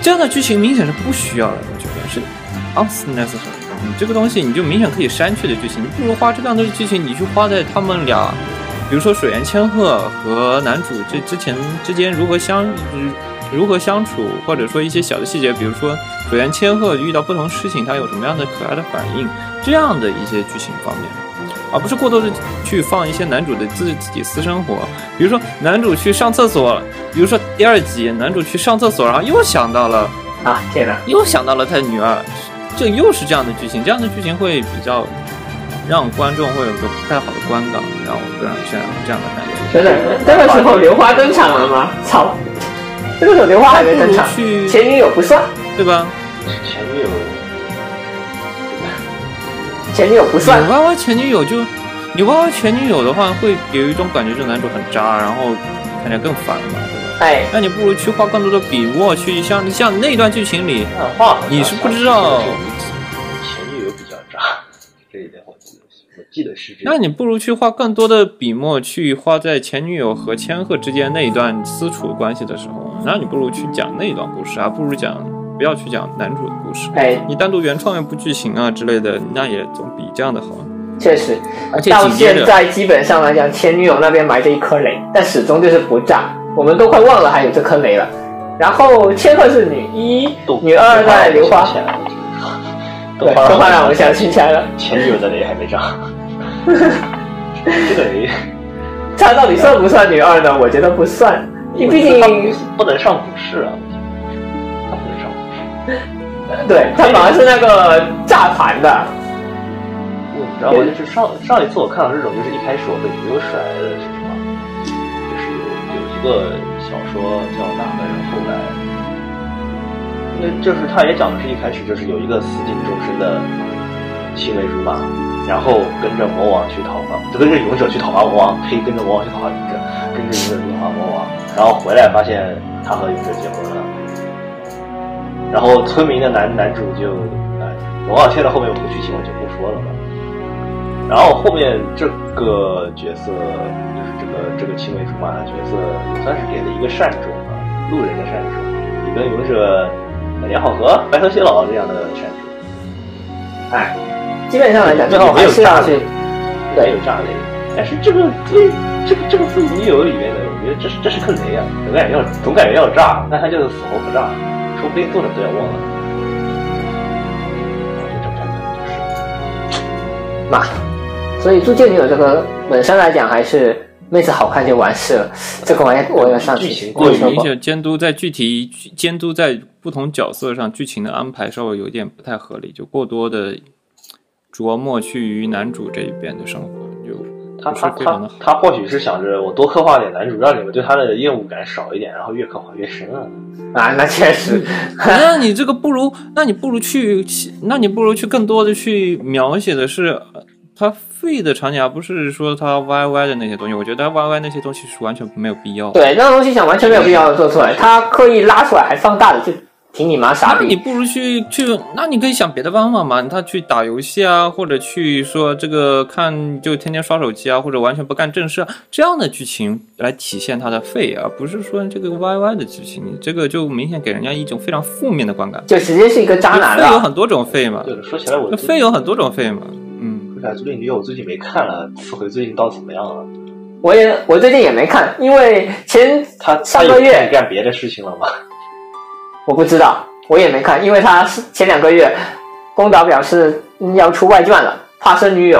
[SPEAKER 4] 这样的剧情明显是不需要的，我觉得是 unnecessary。你这个东西你就明显可以删去的剧情，你不如花这样的剧情，你去花在他们俩比如说水原千鹤和男主这之前之间如何相嗯如何相处，或者说一些小的细节，比如说水原千鹤遇到不同事情，他有什么样的可爱的反应，这样的一些剧情方面，而不是过多的去放一些男主的自自己私生活，比如说男主去上厕所，比如说第二集男主去上厕所，然后又想到了
[SPEAKER 5] 啊，天哪！
[SPEAKER 4] 又想到了他的女儿，这又是这样的剧情，这样的剧情会比较让观众会有个不太好的观感，让我不让这样这样的感觉。
[SPEAKER 5] 真的，这个时候刘花登场了吗？操！这个时候刘花还没登场
[SPEAKER 4] 不如，去
[SPEAKER 5] 前女友不算，
[SPEAKER 4] 对吧？
[SPEAKER 6] 前女友
[SPEAKER 5] 前女友不
[SPEAKER 4] 你
[SPEAKER 5] 算。
[SPEAKER 4] 歪歪前女友就，你歪歪前女友的话，会有一种感觉，这男主很渣，然后看起来更烦嘛，对吧？
[SPEAKER 5] 哎，
[SPEAKER 4] 那你不如去花更多的笔墨去像像那段剧情里，
[SPEAKER 6] 漫画好像
[SPEAKER 4] 你是不知道
[SPEAKER 6] 前女友比较渣，这一点我记得是，我记得是这样。
[SPEAKER 4] 那你不如去花更多的笔墨去花在前女友和千鹤之间那一段私处关系的时候，那你不如去讲那一段故事，还不如讲不要去讲男主的故事。
[SPEAKER 5] 哎，
[SPEAKER 4] 你单独原创一部剧情啊之类的，那也总比这样的好。
[SPEAKER 5] 确实，
[SPEAKER 4] 而且
[SPEAKER 5] 到
[SPEAKER 4] 紧接
[SPEAKER 5] 现
[SPEAKER 4] 着，
[SPEAKER 5] 在基本上来讲，前女友那边埋着一颗雷，但始终就是不炸，我们都快忘了还有这颗雷了。然后千鹤是女一，女二在刘花，对，
[SPEAKER 6] 豆
[SPEAKER 5] 动
[SPEAKER 6] 花
[SPEAKER 5] 画让我想起来了，
[SPEAKER 6] 前女友的雷还没炸，
[SPEAKER 5] <laughs>
[SPEAKER 6] 这个雷
[SPEAKER 5] 她到底算不算女二呢？我觉得不算，毕
[SPEAKER 6] 我觉得他
[SPEAKER 5] 竟
[SPEAKER 6] 不不能上股市啊，他不能上股市。
[SPEAKER 5] 对她反而是那个炸盘的，
[SPEAKER 6] 我然后就是上上一次我看到这种，就是一开始我被忽悠出来的是什么？就是有有一个小说叫《那个人后来》，那就是他也讲的是一开始就是有一个死井终身的青梅竹马，然后跟着魔王去讨伐，就跟着勇者去讨伐魔王，呸，跟着魔王去讨伐勇者，跟着勇者去讨伐魔王，然后回来发现他和勇者结婚了。然后村民的男男主就，哎，龙傲天的后面有剧情我就不说了吧。然后后面这个角色就是这个这个青梅竹马的角色，也算是给了一个善终吧，路人的善终，也跟勇者杨好和、白头偕老这样的善终。哎，
[SPEAKER 5] 基本上来讲，最后
[SPEAKER 6] 没
[SPEAKER 5] 还
[SPEAKER 6] 有
[SPEAKER 5] 是
[SPEAKER 6] 炸
[SPEAKER 5] 要
[SPEAKER 6] 雷
[SPEAKER 5] 去，
[SPEAKER 6] 没有炸雷，但是这个对这个这个自己有里面的，我觉得这是这是个雷啊，总感觉要总感觉要炸，但他就是死活不炸，说不定作者都要忘了。我觉得这个真的就是
[SPEAKER 5] 嘛，所以《铸剑女友》这个本身来讲还是妹子好看就完事了，这个玩意我有上
[SPEAKER 6] 剧情
[SPEAKER 5] 次
[SPEAKER 6] 过
[SPEAKER 5] 过
[SPEAKER 6] 于
[SPEAKER 5] 于说
[SPEAKER 4] 明
[SPEAKER 6] 明
[SPEAKER 5] 过，
[SPEAKER 4] 显监督在具体监督在不同角色上剧情的安排稍微有点不太合理，就过多的琢磨去于男主这一边的生活，就
[SPEAKER 6] 他
[SPEAKER 4] 不
[SPEAKER 6] 他
[SPEAKER 4] 是非常的
[SPEAKER 6] 他
[SPEAKER 4] 好。 <laughs>
[SPEAKER 6] 他或许是想着我多刻画点男主，让你们对他的厌恶感少一点，然后越刻画越深啊。
[SPEAKER 5] 啊，那确实，
[SPEAKER 4] 那哎你这个不如，那你不如去，那你不如去更多的去描写的是呃他废的场景，而不是说他 YY 的那些东西。我觉得 YY 那些东西是完全没有必要的。
[SPEAKER 5] 对，那种东西想完全没有必要做出来，他刻意拉出来还放大了，就挺你妈傻
[SPEAKER 4] 那你
[SPEAKER 5] 逼。
[SPEAKER 4] 不如去去，那你可以想别的方法嘛，他去打游戏啊，或者去说这个看就天天刷手机啊，或者完全不干正事啊，这样的剧情来体现他的废，而不是说这个 YY 的剧情，你这个就明显给人家一种非常负面的观感。
[SPEAKER 5] 就直接是一个渣男
[SPEAKER 4] 废有
[SPEAKER 5] 了，
[SPEAKER 4] 很多种废嘛
[SPEAKER 6] 对，了，说起来我
[SPEAKER 4] 这废有很多种废嘛，嗯，
[SPEAKER 6] 说起来《足力女友》我最近没看了，次回最近到底怎么样了？
[SPEAKER 5] 我也我最近也没看，因为前
[SPEAKER 6] 他他
[SPEAKER 5] 上
[SPEAKER 6] 有
[SPEAKER 5] 个
[SPEAKER 6] 开
[SPEAKER 5] 月
[SPEAKER 6] 始干别的事情
[SPEAKER 5] <laughs>
[SPEAKER 6] 了吗？
[SPEAKER 5] 我不知道，我也没看，因为他是前两个月，宫岛表示嗯要出外传了，《化身女友》，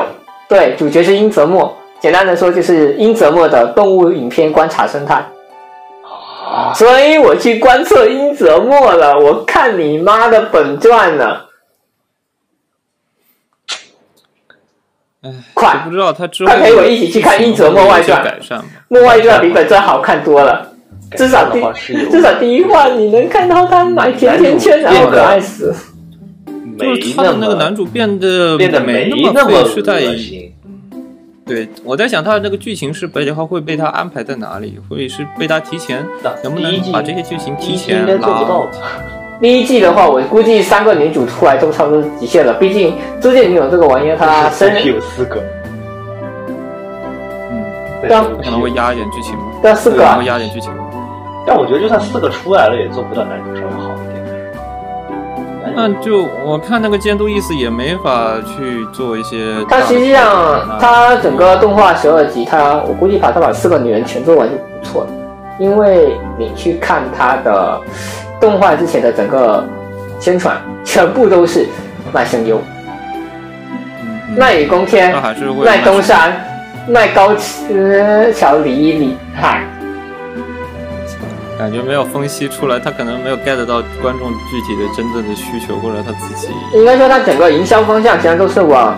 [SPEAKER 5] 对，主角是樱泽墨，简单的说就是樱泽墨的动物影片观察生态，
[SPEAKER 6] 啊，
[SPEAKER 5] 所以我去观测樱泽墨了，我看你妈的本传了，
[SPEAKER 4] 哎，
[SPEAKER 5] 快
[SPEAKER 4] 我不知道他之后
[SPEAKER 5] 快陪我一起去看
[SPEAKER 4] 剧情
[SPEAKER 5] 樱泽
[SPEAKER 4] 会
[SPEAKER 5] 莫
[SPEAKER 4] 不会
[SPEAKER 5] 外
[SPEAKER 4] 有一些
[SPEAKER 5] 传
[SPEAKER 4] 改善吧。
[SPEAKER 5] 墨外传比本传好看多了，至少
[SPEAKER 6] 改
[SPEAKER 5] 第
[SPEAKER 6] 善的话是
[SPEAKER 5] <laughs>
[SPEAKER 6] 有
[SPEAKER 5] 至少第一话你能看到他买甜甜圈，然后可爱死。
[SPEAKER 6] 没
[SPEAKER 4] 就是他的那个男
[SPEAKER 6] 主
[SPEAKER 4] 主变得
[SPEAKER 6] 变得
[SPEAKER 4] 没
[SPEAKER 6] 那
[SPEAKER 4] 么
[SPEAKER 6] 么
[SPEAKER 4] 废，是在
[SPEAKER 6] 恶心
[SPEAKER 4] 对，我在想他的那个剧情是北里浩会被他安排在哪里，或者是被他提前
[SPEAKER 6] 那，
[SPEAKER 4] 能不
[SPEAKER 6] 第一
[SPEAKER 4] 能
[SPEAKER 6] 季
[SPEAKER 4] 把这些剧情
[SPEAKER 6] 第
[SPEAKER 4] 提
[SPEAKER 6] 一季
[SPEAKER 4] 前
[SPEAKER 6] 应该做不
[SPEAKER 4] 拉？
[SPEAKER 6] 到吧？
[SPEAKER 5] 第一季的话，我估计三个女主出来都差不多极限了，毕竟《租借女友》这个玩意儿，
[SPEAKER 6] <laughs>
[SPEAKER 5] 它
[SPEAKER 6] 这
[SPEAKER 5] 啊生
[SPEAKER 6] 是 CP 有四个，
[SPEAKER 4] 嗯，
[SPEAKER 5] 但
[SPEAKER 4] 可能会压一点剧情吧，
[SPEAKER 5] 但四
[SPEAKER 4] 可
[SPEAKER 5] 个
[SPEAKER 4] 能会
[SPEAKER 5] 啊，
[SPEAKER 4] 压一点剧情。
[SPEAKER 6] 但我觉得就算四个出来了，也做不到男主稍微好一点。
[SPEAKER 4] 那就我看那个监督意思也没法去做一些大
[SPEAKER 5] 它
[SPEAKER 4] 的改变啊。
[SPEAKER 5] 实际上它整个动画十二集，它我估计把它把四个女人全做完就不错了，因为你去看它的动画之前的整个宣传，全部都是卖声优、
[SPEAKER 4] 嗯嗯
[SPEAKER 5] 卖雨宫天
[SPEAKER 4] 那、
[SPEAKER 6] 啊
[SPEAKER 4] 还是会
[SPEAKER 5] 卖
[SPEAKER 4] 蛮
[SPEAKER 5] 东山、卖高呃桥李李海，
[SPEAKER 4] 感觉没有分析出来，他可能没有 get 到观众具体的真正的需求，或者他自己。
[SPEAKER 5] 应该说它整个营销方向实际上都是往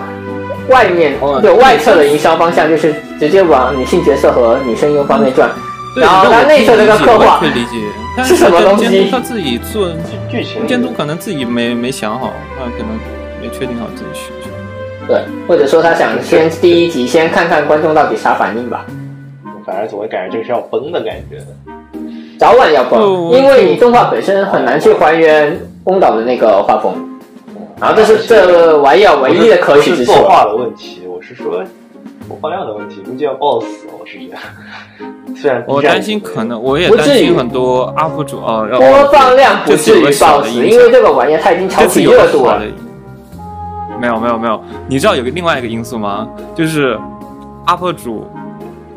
[SPEAKER 5] 外面
[SPEAKER 4] 哦
[SPEAKER 5] 对外侧的营销方向，就是直接往女性角色和女生优方面转。
[SPEAKER 4] 对
[SPEAKER 5] 然后
[SPEAKER 4] 让我
[SPEAKER 5] 他内测这个
[SPEAKER 4] 理解
[SPEAKER 5] 刻画
[SPEAKER 4] 我可以理解，但
[SPEAKER 5] 是什么
[SPEAKER 4] 这
[SPEAKER 5] 东西
[SPEAKER 4] 监督他自己做
[SPEAKER 6] 剧情
[SPEAKER 4] 监督可能自己没没想好，他可能没确定好自己需求。
[SPEAKER 5] 对，或者说他想先第一集先看看观众到底啥反应吧，
[SPEAKER 6] 反正总会感觉这个是要崩的感觉。
[SPEAKER 5] 早晚要崩，
[SPEAKER 4] 哦
[SPEAKER 5] 因为你动画本身很难去还原宫岛的那个画风。然后这啊是这玩意儿唯一的可取
[SPEAKER 6] 不
[SPEAKER 5] 之
[SPEAKER 6] 是
[SPEAKER 5] 处。啊
[SPEAKER 6] 作画的问题，我是说播放量的问题，估计要爆死，我是觉得。 <laughs> 虽然 B 站
[SPEAKER 4] 我担心可能，我也
[SPEAKER 5] 不至于
[SPEAKER 4] 担心很多 UP 主哦，让
[SPEAKER 5] 播放量不至于
[SPEAKER 4] 这次有个小
[SPEAKER 5] 爆
[SPEAKER 4] 的
[SPEAKER 5] 死，
[SPEAKER 4] 影响
[SPEAKER 5] 因为这个玩意儿它已经超
[SPEAKER 4] 这次
[SPEAKER 5] 起
[SPEAKER 4] 有个
[SPEAKER 5] 热
[SPEAKER 4] 小
[SPEAKER 5] 度了
[SPEAKER 4] 的。。没有没有没有，你知道有个另外一个因素吗？就是 UP 主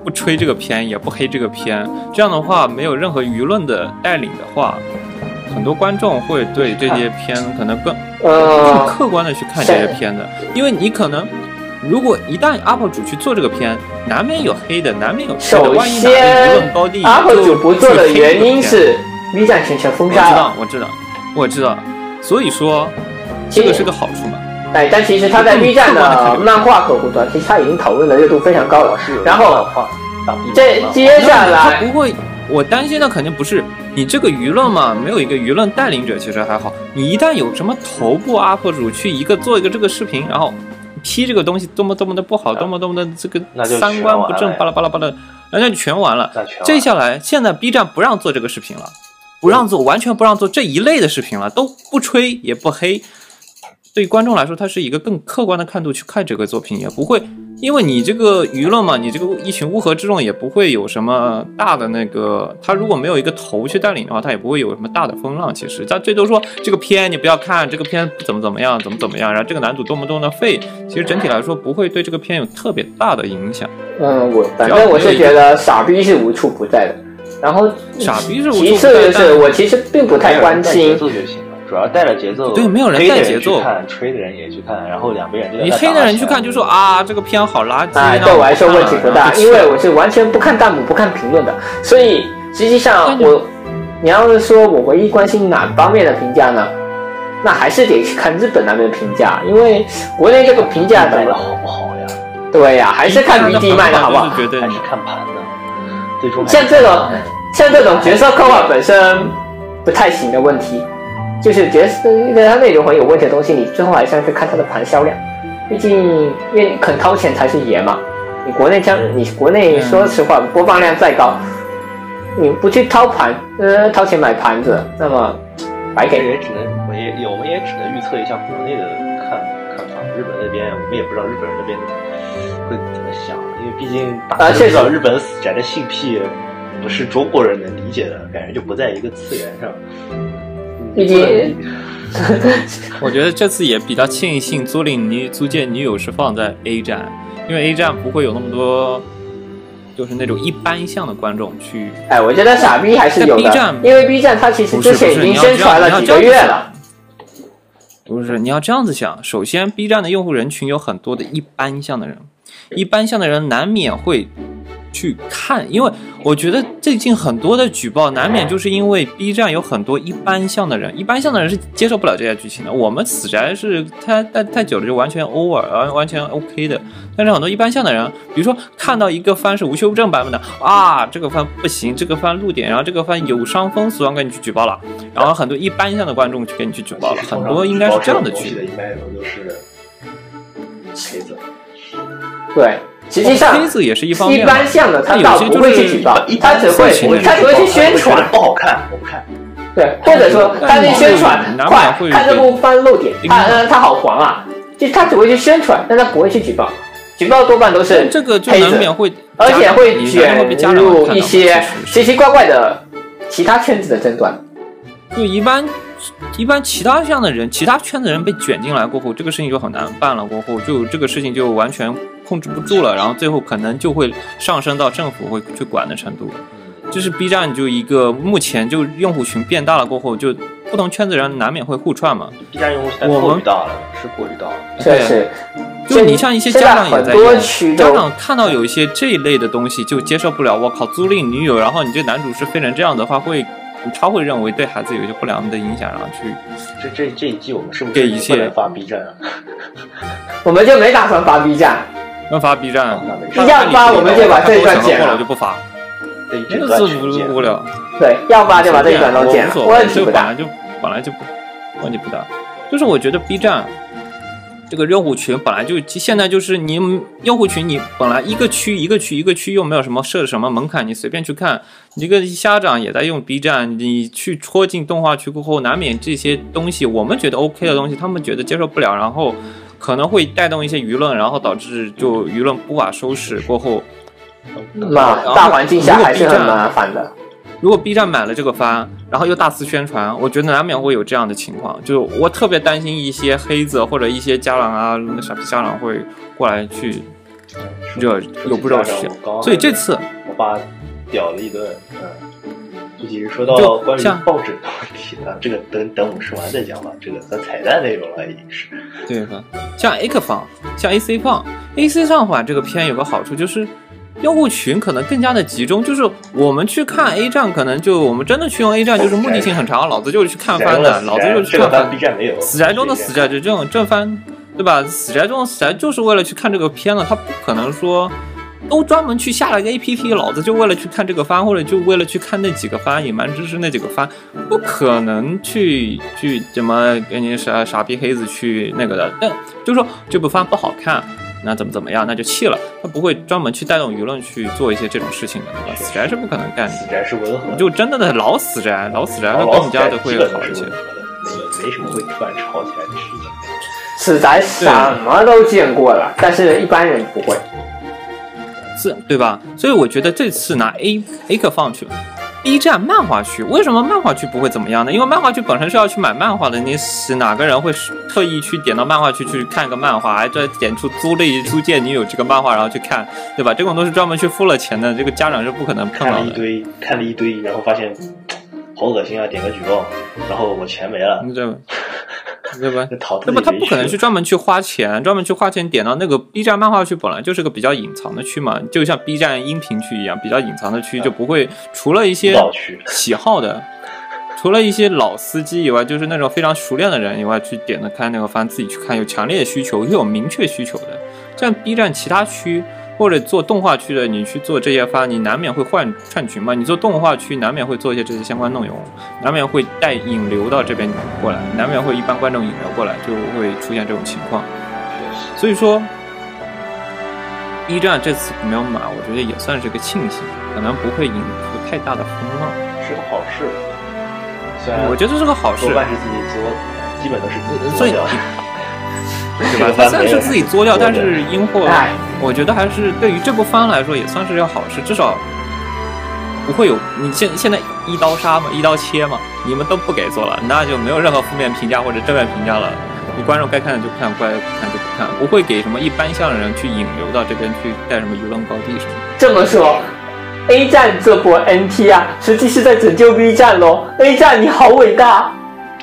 [SPEAKER 4] 不吹这个片，也不黑这个片，这样的话没有任何舆论的带领的话，很多观众会对这些片可能更更
[SPEAKER 5] 呃，
[SPEAKER 4] 客观的去看这些片的，因为你可能。如果一旦 UP 主去做这个片，难免有黑的，难免有黑的。
[SPEAKER 5] 首
[SPEAKER 4] 万一哪个舆论高地
[SPEAKER 5] UP 主不做的原
[SPEAKER 4] 就去黑这个
[SPEAKER 5] 因
[SPEAKER 4] 片
[SPEAKER 5] 是 B 站全程封
[SPEAKER 4] 我
[SPEAKER 6] 啊
[SPEAKER 4] 知
[SPEAKER 5] 杀了。
[SPEAKER 4] 道，我知道，我知道。所以说，这个是个好处嘛。
[SPEAKER 5] 哎，但其实他在 B
[SPEAKER 4] <laughs>
[SPEAKER 5] 站的漫画客户端，其实他已经讨论的热度非常高了。然后
[SPEAKER 4] <laughs>
[SPEAKER 5] 这接下
[SPEAKER 4] 他 <laughs>
[SPEAKER 5] 来
[SPEAKER 4] 不会，我担心的肯定不是你这个舆论嘛，没有一个舆论带领者其实还好。你一旦有什么头部 UP 主去一个做一个这个视频，然后批这个东西多么多么的不好，
[SPEAKER 6] 那
[SPEAKER 4] 多么多么的这个
[SPEAKER 6] 啊那就
[SPEAKER 4] 三观不
[SPEAKER 6] 全完
[SPEAKER 4] 正
[SPEAKER 6] 了，呀
[SPEAKER 4] 巴拉巴拉巴拉，那就全完了。
[SPEAKER 6] 那全完了
[SPEAKER 4] 这下来，现在 B 站不让做这个视频了，不让做，完全不让做这一类的视频了，都不吹也不黑。对于观众来说，它是一个更客观的看度去看这个作品，也不会因为你这个舆论嘛，你这个一群乌合之众也不会有什么大的那个，他如果没有一个头去带领的话，他也不会有什么大的风浪。其实他最多说这个片你不要看，这个片怎么怎么样，怎么怎么样，然后这个男主多么多么的废，其实整体来说不会对这个片有特别大的影响。
[SPEAKER 5] 嗯，我反正我是觉得傻逼是无处不在的。然后嗯
[SPEAKER 4] 傻逼是无
[SPEAKER 5] 其
[SPEAKER 4] 处不
[SPEAKER 5] 次
[SPEAKER 4] 在，
[SPEAKER 5] 就是
[SPEAKER 4] 但
[SPEAKER 5] 我其实并不太关
[SPEAKER 6] 没有人带节
[SPEAKER 5] 心，
[SPEAKER 6] 奏就行了，主要带着节奏。
[SPEAKER 4] 对没有人
[SPEAKER 6] 黑的
[SPEAKER 4] 带节奏
[SPEAKER 6] 去看吹的人也去看，然后两边人就
[SPEAKER 4] 你黑的人去看就说啊这个片好垃圾，啊
[SPEAKER 5] 哎，对我来说问题不
[SPEAKER 4] <laughs>
[SPEAKER 5] 大，因为我是完全不看弹幕、不看评论的，所以实际上我，你要是说我唯一关心哪方面的评价呢？那还是得去看日本那边的评价，因为国内这个评
[SPEAKER 4] 啊
[SPEAKER 5] 价怎
[SPEAKER 6] 卖的
[SPEAKER 5] 么？
[SPEAKER 6] 好不好呀？
[SPEAKER 5] 对呀、还是看 BD 卖的好不好？
[SPEAKER 4] 绝 <laughs> 对
[SPEAKER 6] 还是看盘的，最终还是
[SPEAKER 5] 像这种像这种角色刻画本身不太行的问题，就是角色它内容很有问题的东西，你最后还是要去看它的盘销量。毕竟，因为你肯掏钱才是爷嘛。你国内将你国内说实话，播放量再高，你不去掏盘，呃，掏钱买盘子，那么白
[SPEAKER 6] 这个
[SPEAKER 5] 给。
[SPEAKER 6] 也只能，我也也我们也只能预测一下国内的看看法。日本那边我们也不知道日本人那边会怎么想，因为毕竟大家
[SPEAKER 5] 啊
[SPEAKER 6] 都
[SPEAKER 5] 确
[SPEAKER 6] 知道
[SPEAKER 5] 实
[SPEAKER 6] 日本死宅的性癖不是中国人能理解的，感觉就不在一个次元上。
[SPEAKER 5] 毕竟，
[SPEAKER 4] 嗯我觉得这次也比较庆幸租赁女租借女友是放在 A 站，因为 A 站不会有那么多，就是那种一般向的观众去。
[SPEAKER 5] <laughs> 哎，我觉得傻逼还是有
[SPEAKER 4] 在 B
[SPEAKER 5] 的
[SPEAKER 4] 站，
[SPEAKER 5] 因为 B 站它其实
[SPEAKER 4] 不是
[SPEAKER 5] 之
[SPEAKER 4] 不
[SPEAKER 5] 前已
[SPEAKER 4] 是，你
[SPEAKER 5] 经
[SPEAKER 4] 要这
[SPEAKER 5] 宣传
[SPEAKER 4] 样，你
[SPEAKER 5] 了
[SPEAKER 4] 要
[SPEAKER 5] 几
[SPEAKER 4] 这
[SPEAKER 5] 个
[SPEAKER 4] 样
[SPEAKER 5] 月
[SPEAKER 4] 子
[SPEAKER 5] 了
[SPEAKER 4] 想。。不是，你要这样子想，首先 B 站的用户人群有很多的一般向的人，一般向的人难免会去看，因为我觉得最近很多的举报，难免就是因为 B 站有很多一般向的人，一般向的人是接受不了这些剧情的。我们死宅是太太太久了，就完全 over，完完全 OK 的。但是很多一般向的人，比如说看到一个番是无修正版本的啊，这个番不行，这个番露点，然后这个番有伤风俗，然后给你去举报了，然后很多一般向的观众就给你去举报了，很多应该是这样的
[SPEAKER 6] 剧
[SPEAKER 4] 剧。
[SPEAKER 6] 的一般都是黑子，
[SPEAKER 5] 对，实际上
[SPEAKER 4] 黑子也是一方面
[SPEAKER 5] 一
[SPEAKER 4] 嘛，
[SPEAKER 5] 般向的，他
[SPEAKER 4] 那有
[SPEAKER 5] 倒
[SPEAKER 4] 些
[SPEAKER 5] 不
[SPEAKER 4] 就
[SPEAKER 5] 会去
[SPEAKER 4] 是
[SPEAKER 5] 举报
[SPEAKER 6] 一，
[SPEAKER 5] 他只会
[SPEAKER 4] 不会
[SPEAKER 5] 他只会去宣传，
[SPEAKER 6] 不好看，我不看。
[SPEAKER 5] 对，或者说他去宣传
[SPEAKER 4] 那，你
[SPEAKER 5] 快
[SPEAKER 4] 会
[SPEAKER 5] 看这部番露点，
[SPEAKER 4] 盯
[SPEAKER 5] 他
[SPEAKER 4] 着
[SPEAKER 5] 呃他好黄啊，就他只会去宣传，但他不会去举报，举报多半都是
[SPEAKER 4] 这个就
[SPEAKER 5] 黑
[SPEAKER 4] 难
[SPEAKER 5] 子
[SPEAKER 4] 免会家长，
[SPEAKER 5] 而且会
[SPEAKER 4] 你难免会被家长
[SPEAKER 5] 卷
[SPEAKER 4] 看
[SPEAKER 5] 入
[SPEAKER 4] 到
[SPEAKER 5] 一些
[SPEAKER 4] 其实
[SPEAKER 5] 奇奇怪怪的其他圈子的争端。
[SPEAKER 4] 就一般一般其他项的人，其他圈子人被卷进来过后，这个事情就很难办了。过后就这个事情就完全控制不住了，然后最后可能就会上升到政府会去管的程度。
[SPEAKER 6] 嗯
[SPEAKER 4] 就是 B 站就一个目前就用户群变大了过后，就不同圈子人难免会互串嘛。
[SPEAKER 6] B 站用户现在
[SPEAKER 4] 我们
[SPEAKER 6] 过于大了，是过于大了。
[SPEAKER 5] 确实，
[SPEAKER 4] 啊就你像一些
[SPEAKER 5] 现在
[SPEAKER 4] 家长也
[SPEAKER 5] 很
[SPEAKER 4] 在
[SPEAKER 5] 多
[SPEAKER 4] 用，
[SPEAKER 5] 区
[SPEAKER 4] 家
[SPEAKER 5] 都
[SPEAKER 4] 长看到有一些这一类的东西就接受不了。我靠，租赁女友，然后你这男主是非成这样的话，会他会认为对孩子有一些不良的影响，然后去
[SPEAKER 6] 这这这一季我们是不
[SPEAKER 4] 给
[SPEAKER 6] 是
[SPEAKER 4] 一
[SPEAKER 6] 不
[SPEAKER 4] 切
[SPEAKER 6] 能发 B 站啊？
[SPEAKER 5] 我们就没打算发 B 站，
[SPEAKER 4] 要发 B 站。
[SPEAKER 6] 那没事
[SPEAKER 5] 一，样发我们就把这一段剪
[SPEAKER 4] 过了，我
[SPEAKER 5] 了哎
[SPEAKER 4] 就，不发，
[SPEAKER 6] 这一整
[SPEAKER 4] 真
[SPEAKER 6] 段
[SPEAKER 4] 的是
[SPEAKER 6] 全剪
[SPEAKER 4] 无无聊。
[SPEAKER 5] 对，要发就把这一段都
[SPEAKER 4] 我
[SPEAKER 5] 剪
[SPEAKER 4] 无
[SPEAKER 5] 了，
[SPEAKER 4] 所谓，
[SPEAKER 5] 问
[SPEAKER 4] 这
[SPEAKER 5] 题
[SPEAKER 4] 个
[SPEAKER 5] 不
[SPEAKER 4] 本
[SPEAKER 5] 大
[SPEAKER 4] 来。就本来就不问题不大，就是我觉得 B 站这个用户群本来就现在就是你用户群，你本来一个区一个区一个区又没有什么设什么门槛，你随便去看，你这个家长也在用 B 站，你去戳进动画区过后，难免这些东西我们觉得 OK 的东西，他们觉得接受不了，然后可能会带动一些舆论，然后导致就舆论无法收拾过后。
[SPEAKER 5] 嘛，大环境下还是很麻烦的。
[SPEAKER 4] 如果 B 站买了这个番，然后又大肆宣传，我觉得难免会有这样的情况。就是我特别担心一些黑子或者一些家长啊，那傻逼家长会过来去惹有不惹事
[SPEAKER 6] 说起家长我刚刚
[SPEAKER 4] 所以这次
[SPEAKER 6] 我爸屌了一顿，嗯，具体是说到
[SPEAKER 4] 就
[SPEAKER 6] 关于
[SPEAKER 4] 像
[SPEAKER 6] 报纸的问题啊，这个等等我说完再讲吧，这个算彩蛋内容了已经是。
[SPEAKER 4] 对吧？像 A 克方，像 AC 放，AC 上环这个片有个好处就是。用户群可能更加的集中，就是我们去看 A 站，可能就我们真的去用 A 站，就是目的性很强，老子就是去看
[SPEAKER 6] 死宅
[SPEAKER 4] 番
[SPEAKER 6] 中
[SPEAKER 4] 的，
[SPEAKER 6] 的
[SPEAKER 4] 老子就是
[SPEAKER 6] 死
[SPEAKER 4] 去
[SPEAKER 6] 宅哎这个
[SPEAKER 4] 看
[SPEAKER 6] 番
[SPEAKER 4] 番
[SPEAKER 6] B。站没有，
[SPEAKER 4] 死宅中的死宅，这种正番对吧？死宅这种死宅就是为了去看这个片了，他不可能说都专门去下了个 APP，老子就为了去看这个番，或者就为了去看那几个番，隐瞒知识那几个番，不可能去去怎么给你傻傻逼黑子去那个的。但就是说这部番不好看，那怎么怎么样，那就弃了。他不会专门去带动舆论去做一些这种事情的，对吧？死宅是不可能干
[SPEAKER 6] 死
[SPEAKER 4] 的。
[SPEAKER 6] 宅是温和的，
[SPEAKER 4] 就真的的老死宅，老死宅
[SPEAKER 6] 然
[SPEAKER 4] 会
[SPEAKER 6] 后啊老
[SPEAKER 4] 更
[SPEAKER 6] 死
[SPEAKER 4] 加
[SPEAKER 6] 宅
[SPEAKER 4] 的
[SPEAKER 6] 基
[SPEAKER 4] 会
[SPEAKER 6] 本
[SPEAKER 4] 好
[SPEAKER 6] 都是
[SPEAKER 4] 一些
[SPEAKER 6] 温。和的，没没什么会突然吵起来的事情。
[SPEAKER 5] 死宅什么都见过了，但是一般人不会。
[SPEAKER 4] 是对吧？所以我觉得这次拿 A A 克放去，B 站漫画区，为什么漫画区不会怎么样呢？因为漫画区本身是要去买漫画的，你是哪个人会是特意去点到漫画区去看个漫画，还再点出租类租借女友这个漫画然后去看，对吧？这种都是专门去付了钱的，这个家长是不可能碰
[SPEAKER 6] 看
[SPEAKER 4] 到
[SPEAKER 6] 了一
[SPEAKER 4] 的。
[SPEAKER 6] 堆，看了一堆，然后发现好恶心啊，点个举报，然后我钱没了，
[SPEAKER 4] 你这，对吧？
[SPEAKER 6] 就逃自
[SPEAKER 4] 嗯那么
[SPEAKER 6] 己
[SPEAKER 4] 他
[SPEAKER 6] 没
[SPEAKER 4] 不可能
[SPEAKER 6] 去
[SPEAKER 4] 去专门去花钱，专门去花钱点到那个 B 站漫画区，本来就是个比较隐藏的区嘛，就像 B 站音频区一样，比较隐藏的区就不会除了一些
[SPEAKER 6] 嗯老区
[SPEAKER 4] 喜好的，除了一些老司机以外，就是那种非常熟练的人以外，去点的看那个番，自己去看，有强烈需求又有明确需求的。像 B 站其他区或者做动画区的，你去做这些番，你难免会换串群嘛。你做动画区难免会做一些这些相关内容，难免会带引流到这边过来，难免会一般观众引流过来，就会出现这种情况。所以说，B 站这次没有买，我觉得也算是个庆幸，可能不会引出太大的风浪。
[SPEAKER 6] 是个好事，虽然
[SPEAKER 4] 我觉得这是个好事
[SPEAKER 6] 多，半是自己作的，基本都是自己
[SPEAKER 4] 所
[SPEAKER 6] 作
[SPEAKER 4] 以
[SPEAKER 6] 掉的。 <laughs>
[SPEAKER 4] 对吧？它虽然是自己作掉，但是因祸
[SPEAKER 5] 哎，
[SPEAKER 4] 我觉得还是对于这部番来说也算是要好事，至少不会有你现现在一刀杀嘛，一刀切嘛，你们都不给做了，那就没有任何负面评价或者正面评价了。你观众该看的就看，该不看就不看，不会给什么一般向的人去引流到这边去带什么舆论高地什么的。
[SPEAKER 5] 这么说，A 站这波 NT 啊，实际是在拯救 B 站喽。A 站你好伟大，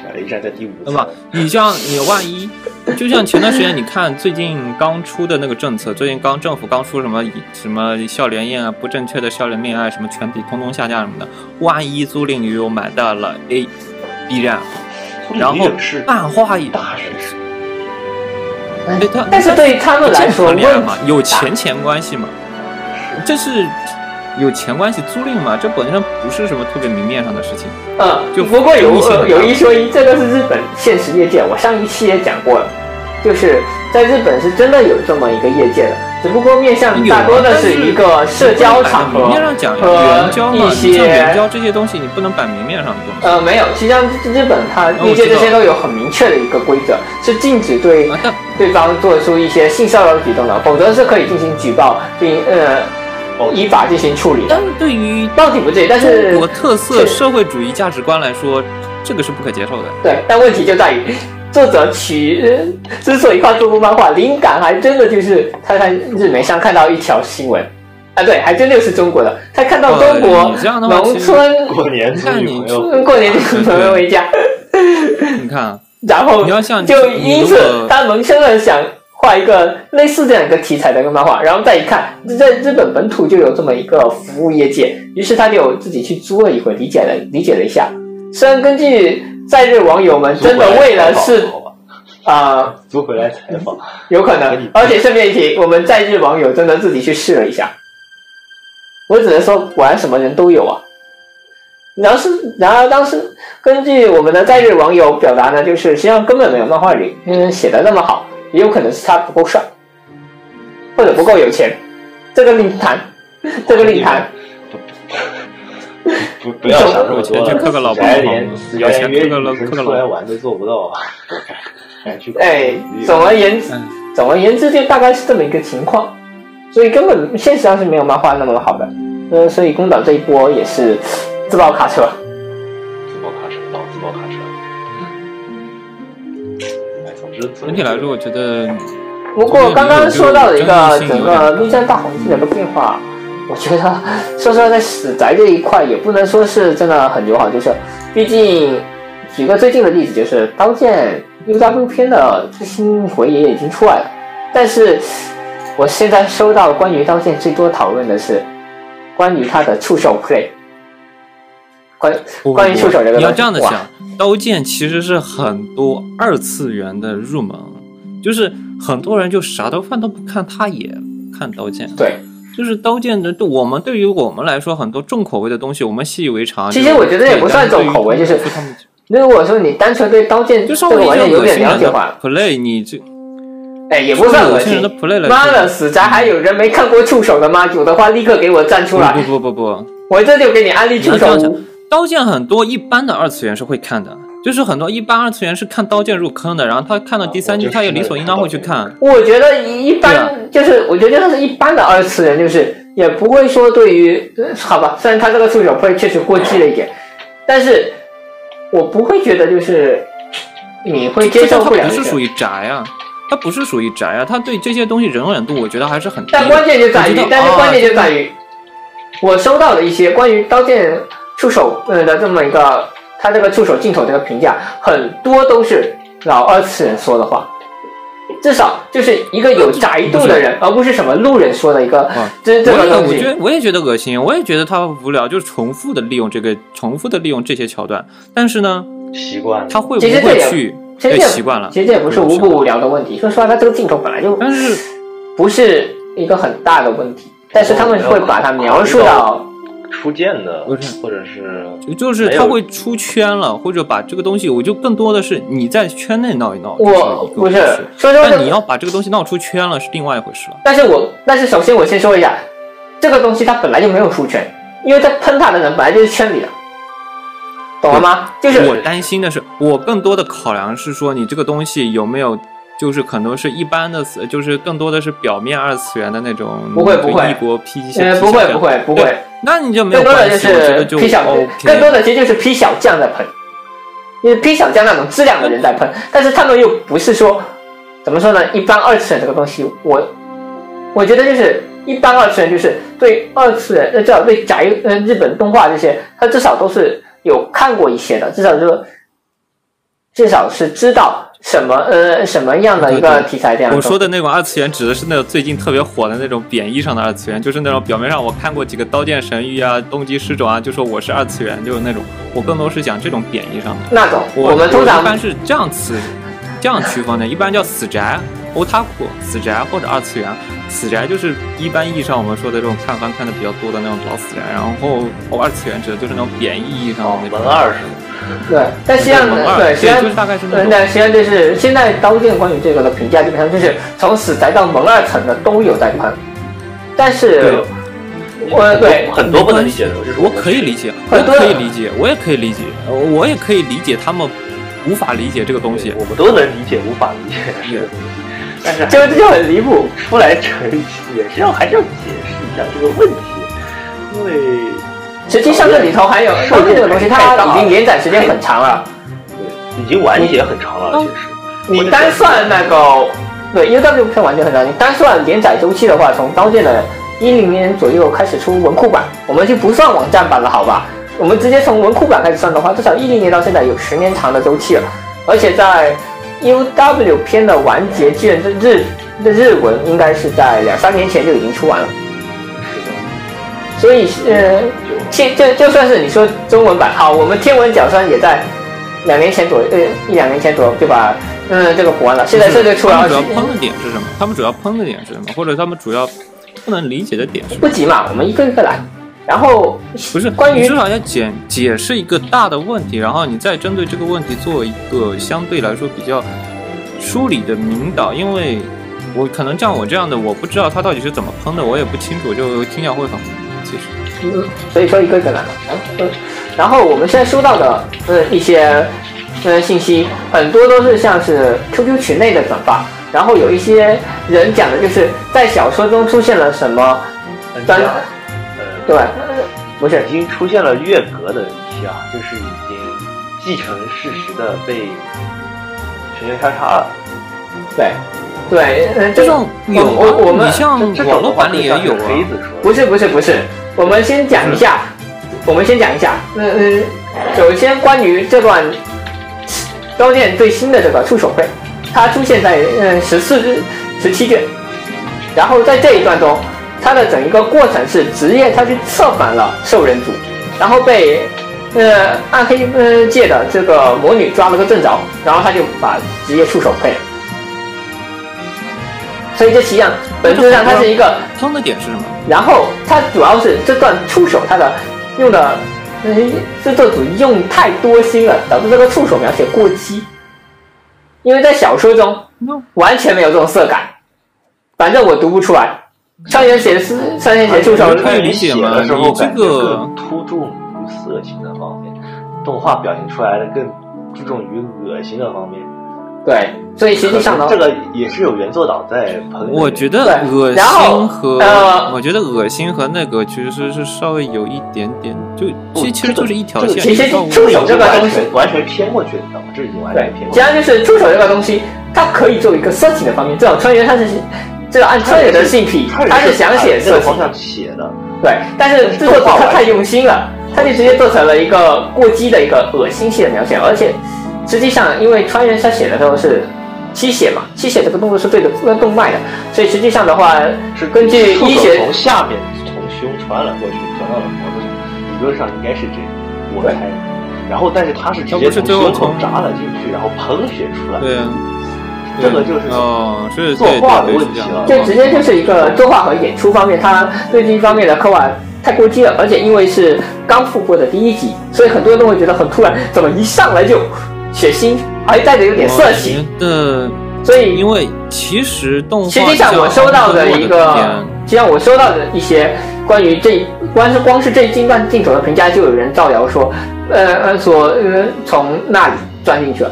[SPEAKER 6] 哎一站在第五，
[SPEAKER 4] 那么你像你万一，就像前段时间你看最近刚出的那个政策，最近刚政府刚出什么以什么校园恋啊，不正确的校园恋爱啊什么全体通通下架什么的，万一租赁女友买到了 A B 站，啊然后
[SPEAKER 6] 是
[SPEAKER 4] 漫画也，
[SPEAKER 6] 大学生，
[SPEAKER 4] 对哎他
[SPEAKER 5] 哎但是对于他们来说，
[SPEAKER 4] 谈恋爱
[SPEAKER 5] 问
[SPEAKER 4] 嘛，有钱钱关系嘛，这是有钱关系租赁嘛，这本身不是什么特别明面上的事情。
[SPEAKER 5] 嗯，
[SPEAKER 4] 就
[SPEAKER 5] 不过有
[SPEAKER 4] 一些
[SPEAKER 5] 呃有一说一，这个是日本现实业界，我上一期也讲过了，就是在日本是真的有这么一个业界的，只不过面向大多的是一个社交场合
[SPEAKER 4] 明面上讲
[SPEAKER 5] 和
[SPEAKER 4] 援交嘛，
[SPEAKER 5] 一
[SPEAKER 4] 你像援
[SPEAKER 5] 些
[SPEAKER 4] 交这些东西，你不能摆明面上的东西。
[SPEAKER 5] 呃没有，实际上日本它
[SPEAKER 4] 我
[SPEAKER 5] 业
[SPEAKER 4] 知
[SPEAKER 5] 界这
[SPEAKER 4] 道
[SPEAKER 5] 些都有很明确的一个规则，是禁止对
[SPEAKER 4] 啊，但
[SPEAKER 5] 对方做出一些性骚扰举动的，否则是可以进行举报并呃依法进行处理的
[SPEAKER 4] 但。是对于
[SPEAKER 5] 报警不至于，但是
[SPEAKER 4] 中国特色
[SPEAKER 5] 是
[SPEAKER 4] 社会主义价值观来说，这个是不可接受的。
[SPEAKER 5] 对，但问题就在于，作者取呃之所以画这部漫画，灵感还真的就是他在日媒上看到一条新闻，啊，对，还真就是中国的，他看到中
[SPEAKER 4] 呃
[SPEAKER 5] 国
[SPEAKER 4] 你这样的话，
[SPEAKER 5] 农
[SPEAKER 4] 其实
[SPEAKER 5] 村
[SPEAKER 6] 过年做女朋友，
[SPEAKER 5] 过年就是
[SPEAKER 4] <laughs>
[SPEAKER 5] 朋友回家，
[SPEAKER 4] 你看啊，
[SPEAKER 5] 然后
[SPEAKER 4] 你要像
[SPEAKER 5] 就因
[SPEAKER 4] 你
[SPEAKER 5] 此
[SPEAKER 4] 如果
[SPEAKER 5] 他萌生了想画一个类似这样一个题材的一个漫画，然后再一看，在日本本土就有这么一个服务业界，于是他就自己去租了一回，理解了理解了一下。虽然根据在日网友们真的为了是
[SPEAKER 6] 好吧
[SPEAKER 5] 啊、
[SPEAKER 6] 租回来采
[SPEAKER 5] <laughs>
[SPEAKER 6] 访，
[SPEAKER 5] 有可能。而且顺便一提，我们在日网友真的自己去试了一下，我只能说，果然什么人都有啊。然后是，然而当时根据我们的在日网友表达呢，就是实际上根本没有漫画里嗯写的那么好，也有可能是他不够帅，或者不够有钱，这个另谈，这个另谈。
[SPEAKER 6] 不不要想这么多
[SPEAKER 4] 有钱去
[SPEAKER 6] 了，
[SPEAKER 4] 磕个老婆
[SPEAKER 6] 宅
[SPEAKER 4] 好
[SPEAKER 6] 连
[SPEAKER 4] 吗
[SPEAKER 6] 宅连约
[SPEAKER 4] 有钱磕个老
[SPEAKER 6] 女生
[SPEAKER 4] 磕个
[SPEAKER 6] 出来
[SPEAKER 4] 老
[SPEAKER 6] 玩都做不到啊，还去搞
[SPEAKER 5] 哎
[SPEAKER 6] 自，己
[SPEAKER 5] 总而言之
[SPEAKER 4] 嗯，
[SPEAKER 5] 总而言之，就大概是这么一个情况，所以根本现实上是没有漫画那么好的。呃，所以宫岛这一波也是自爆卡车。
[SPEAKER 6] 自爆卡车，老自爆卡车。哎，总之
[SPEAKER 4] 整体来说，，我觉得
[SPEAKER 5] 不过刚刚说到的一个整个 B 站大环境的一个变化， <laughs> 我觉得说实话，在死宅这一块也不能说是真的很友好，就是毕竟举个最近的例子，就是《刀剑 UW 篇》的最新回也已经出来了，但是我现在收到关于《刀剑》最多讨论的是关于它的触手 play，关关于触手这个东西，
[SPEAKER 4] 你要这样的
[SPEAKER 5] 哇
[SPEAKER 4] 想，《刀剑》其实是很多二次元的入门。就是很多人就啥都看都不看，他也看刀剑。
[SPEAKER 5] 对，
[SPEAKER 4] 就是刀剑的，对我们对于我们来说，很多重口味的东西我们习以为常。
[SPEAKER 5] 其实我觉得也不算重口味
[SPEAKER 4] 对
[SPEAKER 5] 就是
[SPEAKER 4] 但对于他们
[SPEAKER 5] 如果说你单纯对刀剑
[SPEAKER 4] 就
[SPEAKER 5] 这
[SPEAKER 4] 稍
[SPEAKER 5] 个
[SPEAKER 4] 微
[SPEAKER 5] 玩意有
[SPEAKER 4] 恶
[SPEAKER 5] 点
[SPEAKER 4] 心
[SPEAKER 5] 了
[SPEAKER 4] 人
[SPEAKER 5] 解
[SPEAKER 4] 的
[SPEAKER 5] 的话，
[SPEAKER 4] play，你这
[SPEAKER 5] 哎，也不算恶
[SPEAKER 4] 有些人
[SPEAKER 5] 心
[SPEAKER 4] 的。play 了。
[SPEAKER 5] 妈的，死宅还有人没看过触手的吗？有的话立刻给我站出
[SPEAKER 4] 不
[SPEAKER 5] 来，
[SPEAKER 4] 不不不不，
[SPEAKER 5] 我这就给你安利触
[SPEAKER 4] 你要
[SPEAKER 5] 手
[SPEAKER 4] 这样想刀剑很多一般的二次元是会看的，就是很多一般二次元是看刀剑入坑的，然后他看到第三季，
[SPEAKER 6] 啊我就是
[SPEAKER 4] 他也理所应当会去看。
[SPEAKER 5] 我觉得一一
[SPEAKER 4] 对
[SPEAKER 5] 般
[SPEAKER 4] 啊
[SPEAKER 5] 就是，我觉得他是一般的二次元，就是也不会说对于呃好吧，虽然他这个触手会确实过激了一点，但是我不会觉得就是你会接
[SPEAKER 4] 这
[SPEAKER 5] 受
[SPEAKER 4] 他
[SPEAKER 5] 了
[SPEAKER 4] 不
[SPEAKER 5] 这
[SPEAKER 4] 是
[SPEAKER 5] 个
[SPEAKER 4] 属于宅啊，他不是属于宅啊，他对这些东西容忍度，我觉得还是很低的。
[SPEAKER 5] 但关键就在
[SPEAKER 4] 我觉
[SPEAKER 5] 于
[SPEAKER 4] 得，
[SPEAKER 5] 但是
[SPEAKER 4] 啊
[SPEAKER 5] 关键就在于，我收到了一些关于刀剑触手呃的这么一个它这个触手镜头的一个评价，很多都是老二次元说的话，至少就是一个有宅度的人，而不是什么路人说的一个
[SPEAKER 4] 哇
[SPEAKER 5] 这这
[SPEAKER 4] 哦我
[SPEAKER 5] 个
[SPEAKER 4] 也
[SPEAKER 5] 东
[SPEAKER 4] 啊我觉
[SPEAKER 5] 西。
[SPEAKER 4] 得我也觉得恶心，我也觉得他无聊，就是重复的利用这个，重复的利用这些桥段。但是呢，
[SPEAKER 6] 习惯了。
[SPEAKER 4] 他会不
[SPEAKER 5] 其实这
[SPEAKER 4] 会
[SPEAKER 5] 也
[SPEAKER 4] 去？
[SPEAKER 5] 其
[SPEAKER 4] 对
[SPEAKER 5] 实这也
[SPEAKER 4] 习惯了
[SPEAKER 5] 其实这也不是无不无聊的问题。说实话，它这个镜头本来就
[SPEAKER 4] 但是
[SPEAKER 5] 不是一个很大的问题，但是他
[SPEAKER 4] 哦
[SPEAKER 5] 们会把它描述到
[SPEAKER 6] 初见的
[SPEAKER 4] 不是，
[SPEAKER 6] 或者是
[SPEAKER 4] 就是
[SPEAKER 6] 没有
[SPEAKER 4] 他会出圈了，或者把这个东西，我就更多的是你在圈内闹一闹，这
[SPEAKER 5] 我
[SPEAKER 4] 一个
[SPEAKER 5] 不
[SPEAKER 4] 回
[SPEAKER 5] 是
[SPEAKER 4] 事。
[SPEAKER 5] 说实话这
[SPEAKER 4] 但你要把这个东西闹出圈了，是另外一回事了。
[SPEAKER 5] 但是我但是首先我先说一下，这个东西它本来就没有出圈，因为在喷它的人本来就是圈里的，懂了吗？就是
[SPEAKER 4] 我担心的是，我更多的考量是说，你这个东西有没有，就是可能是一般的，就是更多的是表面二次元的那种，
[SPEAKER 5] 不会不会
[SPEAKER 4] 异国 P 一些
[SPEAKER 5] 呃
[SPEAKER 4] P
[SPEAKER 5] 不会
[SPEAKER 4] 小
[SPEAKER 5] 不
[SPEAKER 4] 将
[SPEAKER 5] 会不会
[SPEAKER 4] 对，那你就没有
[SPEAKER 5] 更多的
[SPEAKER 4] 关
[SPEAKER 5] 就
[SPEAKER 4] 系，我觉得
[SPEAKER 5] 是
[SPEAKER 4] 就
[SPEAKER 5] 批小，更多
[SPEAKER 4] OK。
[SPEAKER 5] 的其实就是批小将在喷，因为批小将那种质量的人在喷，但是他们又不是说怎么说呢？一般二次元这个东西，我我觉得就是一般二次元就是对二次元，呃，至少对宅呃日本动画这些，他至少都是有看过一些的，至少说至少是知道什么呃什么样的
[SPEAKER 4] 对
[SPEAKER 5] 一个
[SPEAKER 4] 对
[SPEAKER 5] 题材这样
[SPEAKER 4] 我说的那种二次元指的是那种最近特别火的那种贬义上的二次元，就是那种表面上我看过几个《刀剑神域》啊、《东极失种》啊，就说我是二次元，就是那种。我更多是讲这种贬义上的。
[SPEAKER 5] 那种，
[SPEAKER 4] 我
[SPEAKER 5] 们通
[SPEAKER 4] 一
[SPEAKER 5] 常
[SPEAKER 4] 般是这样词，这样区分的，一般叫死宅、otaku、死宅或者二次元。死宅就是一般意义上我们说的这种看番看的比较多的那种老死宅，然后哦二次元指的就是那种贬义意义上的那种。
[SPEAKER 6] 门
[SPEAKER 5] 哦
[SPEAKER 6] 二是吗？
[SPEAKER 5] 对，但实际上
[SPEAKER 4] 对门
[SPEAKER 5] 呢
[SPEAKER 4] 二
[SPEAKER 5] 对，实际上
[SPEAKER 4] 就是大概是那
[SPEAKER 5] 嗯
[SPEAKER 4] 种，
[SPEAKER 5] 那实际上就是现在刀剑关于这个的评价，基本上就是从死宅到萌二层的都有在喷，但是我对
[SPEAKER 6] 很多不能理解的，就是
[SPEAKER 4] 我可以理解，我
[SPEAKER 5] 很多
[SPEAKER 4] 可以理解，我也可以理解，呃我也可以理解他们无法理解这个东西
[SPEAKER 6] 对。我们都能理解，无法理解这个东西，但是
[SPEAKER 5] 就这就很离谱。
[SPEAKER 6] 出来成也是要还是要解释一下这个问题，因为
[SPEAKER 5] 实际上这里头还有
[SPEAKER 6] 受
[SPEAKER 5] 刀剑
[SPEAKER 6] 众
[SPEAKER 5] 这个东西，
[SPEAKER 6] 太大
[SPEAKER 5] 它已经
[SPEAKER 6] 了
[SPEAKER 5] 连载时间很长了，
[SPEAKER 6] 对已经完结很长
[SPEAKER 4] 嗯
[SPEAKER 6] 了，其实。
[SPEAKER 5] 嗯你单算那个对，因为 W 片完全很长，你单算连载周期的话，从刀剑的一零年左右开始出文库版，我们就不算网站版了，好吧？我们直接从文库版开始算的话，至少一零年到现在有十年长的周期了，而且在 UW 篇的完结卷这日这日文应该是在两三年前就已经出完了，所以呃，现就就算是你说中文版好，我们天文角川也在两年前左右，呃一两年前左右就把嗯这个补完了，现在这就出
[SPEAKER 4] 他
[SPEAKER 5] 了
[SPEAKER 4] 们主要喷的点是什么？他们主要喷的点是什么？或者他们主要不能理解的点是什么？
[SPEAKER 5] 不急嘛，我们一个一个来。然后
[SPEAKER 4] 不是，呃
[SPEAKER 5] 关于
[SPEAKER 4] 你至少要解解释一个大的问题，然后你再针对这个问题做一个相对来说比较梳理的引导。因为我可能像我这样的，我不知道他到底是怎么喷的，我也不清楚，就听起来会很其实
[SPEAKER 5] 所以说一个一个来嘛。然后呃然后我们现在收到的呃一些呃信息，很多都是像是 QQ 群内的转发，然后有一些人讲的就是在小说中出现了什么，
[SPEAKER 6] 但
[SPEAKER 5] 但
[SPEAKER 6] 是
[SPEAKER 5] 是对，
[SPEAKER 6] 呃，
[SPEAKER 5] 呃不是
[SPEAKER 6] 已经出现了越格的问题啊，就是已经既成事实的被全圈叉叉
[SPEAKER 5] 对对，呃
[SPEAKER 4] 这种有啊，
[SPEAKER 5] 我我我们
[SPEAKER 4] 你像
[SPEAKER 6] 这
[SPEAKER 4] 网络版里也有啊。
[SPEAKER 6] 黑子说
[SPEAKER 5] 不是不是不是，我们先讲一下，我们先讲一下，嗯嗯，首先关于这段刀剑最新的这个触手会，它出现在嗯十四十七卷，然后在这一段中，它的整一个过程是职业他去策反了兽人族，然后被呃暗黑呃界的这个魔女抓了个正着，然后他就把职业触手会所以这七样本质上它是一个
[SPEAKER 4] 通的点是什么？
[SPEAKER 5] 然后它主要是这段触手它的用的那些制作组用太多心了，导致这个触手描写过激。因为在小说中
[SPEAKER 4] No
[SPEAKER 5] 完全没有这种色感，反正我读不出来。上元写是上元写触手，
[SPEAKER 4] 可以理解吗
[SPEAKER 6] 的时候
[SPEAKER 4] 你这
[SPEAKER 6] 感觉
[SPEAKER 4] 个
[SPEAKER 6] 更突重于色情的方面，动画表现出来的更注重于恶心的方面。
[SPEAKER 5] 对，所以实际上呢，
[SPEAKER 6] 这个也是有原作党在捧。
[SPEAKER 4] 我觉得
[SPEAKER 5] 对
[SPEAKER 4] 恶
[SPEAKER 5] 然后
[SPEAKER 4] 心和、
[SPEAKER 5] 呃
[SPEAKER 4] 我觉得恶心和那个其实是稍微有一点点，就
[SPEAKER 6] 不
[SPEAKER 4] 其其
[SPEAKER 6] 这
[SPEAKER 4] 实
[SPEAKER 6] 个
[SPEAKER 4] 就是一条
[SPEAKER 6] 这个
[SPEAKER 4] 线，
[SPEAKER 5] 其实
[SPEAKER 4] 一条无
[SPEAKER 5] 触手
[SPEAKER 6] 有
[SPEAKER 5] 这个
[SPEAKER 6] 完
[SPEAKER 5] 东西
[SPEAKER 6] 全完全偏过去的，你知道吗？这已经完
[SPEAKER 5] 对
[SPEAKER 6] 全偏，过
[SPEAKER 5] 其
[SPEAKER 6] 去了。
[SPEAKER 5] 他就是触手这个东西，它可以做一个色情的方面。这种穿越它是，这种按穿越的性癖，它是想写
[SPEAKER 6] 这
[SPEAKER 5] 色
[SPEAKER 6] 个
[SPEAKER 5] 情
[SPEAKER 6] 方，向写的，
[SPEAKER 5] 对。但是制作组他太用心了，他就直接做成了一个过激的一个恶心系的描写，而且实际上因为穿越他写的时候是吸血嘛，吸血这个动作是对着动脉的，所以实际上的话，
[SPEAKER 6] 是
[SPEAKER 5] 根据
[SPEAKER 6] 触手
[SPEAKER 5] 医学
[SPEAKER 6] 从下面从胸传了过去，传到了脖子上，理论上应该是这样，我
[SPEAKER 5] 对
[SPEAKER 6] 猜。然后，但是他是直
[SPEAKER 4] 他
[SPEAKER 6] 接
[SPEAKER 4] 不是
[SPEAKER 6] 从
[SPEAKER 4] 最后
[SPEAKER 6] 胸口
[SPEAKER 4] 从
[SPEAKER 6] 扎了进去，然后喷血出来。
[SPEAKER 4] 对啊，
[SPEAKER 6] 这个就是
[SPEAKER 4] 哦，是
[SPEAKER 6] 作
[SPEAKER 4] 对
[SPEAKER 6] 画的
[SPEAKER 4] 对对
[SPEAKER 6] 问
[SPEAKER 4] 是
[SPEAKER 6] 题
[SPEAKER 4] 这样的
[SPEAKER 6] 了
[SPEAKER 5] 这直接就是一个作画和演出方面，他对这一方面的刻画太过激了，而且因为是刚复播的第一集，所以很多人都会觉得很突然，怎么一上来就血腥，还带着有点
[SPEAKER 6] 哦
[SPEAKER 5] 色
[SPEAKER 4] 我
[SPEAKER 5] 情，
[SPEAKER 4] 觉得，
[SPEAKER 5] 所以
[SPEAKER 4] 哦因为其实动画
[SPEAKER 5] 实际上我收到的一个，实际上我收到的一些关于这光是光是这一段镜头的评价，就有人造谣说，呃呃，说呃从那里钻进去了。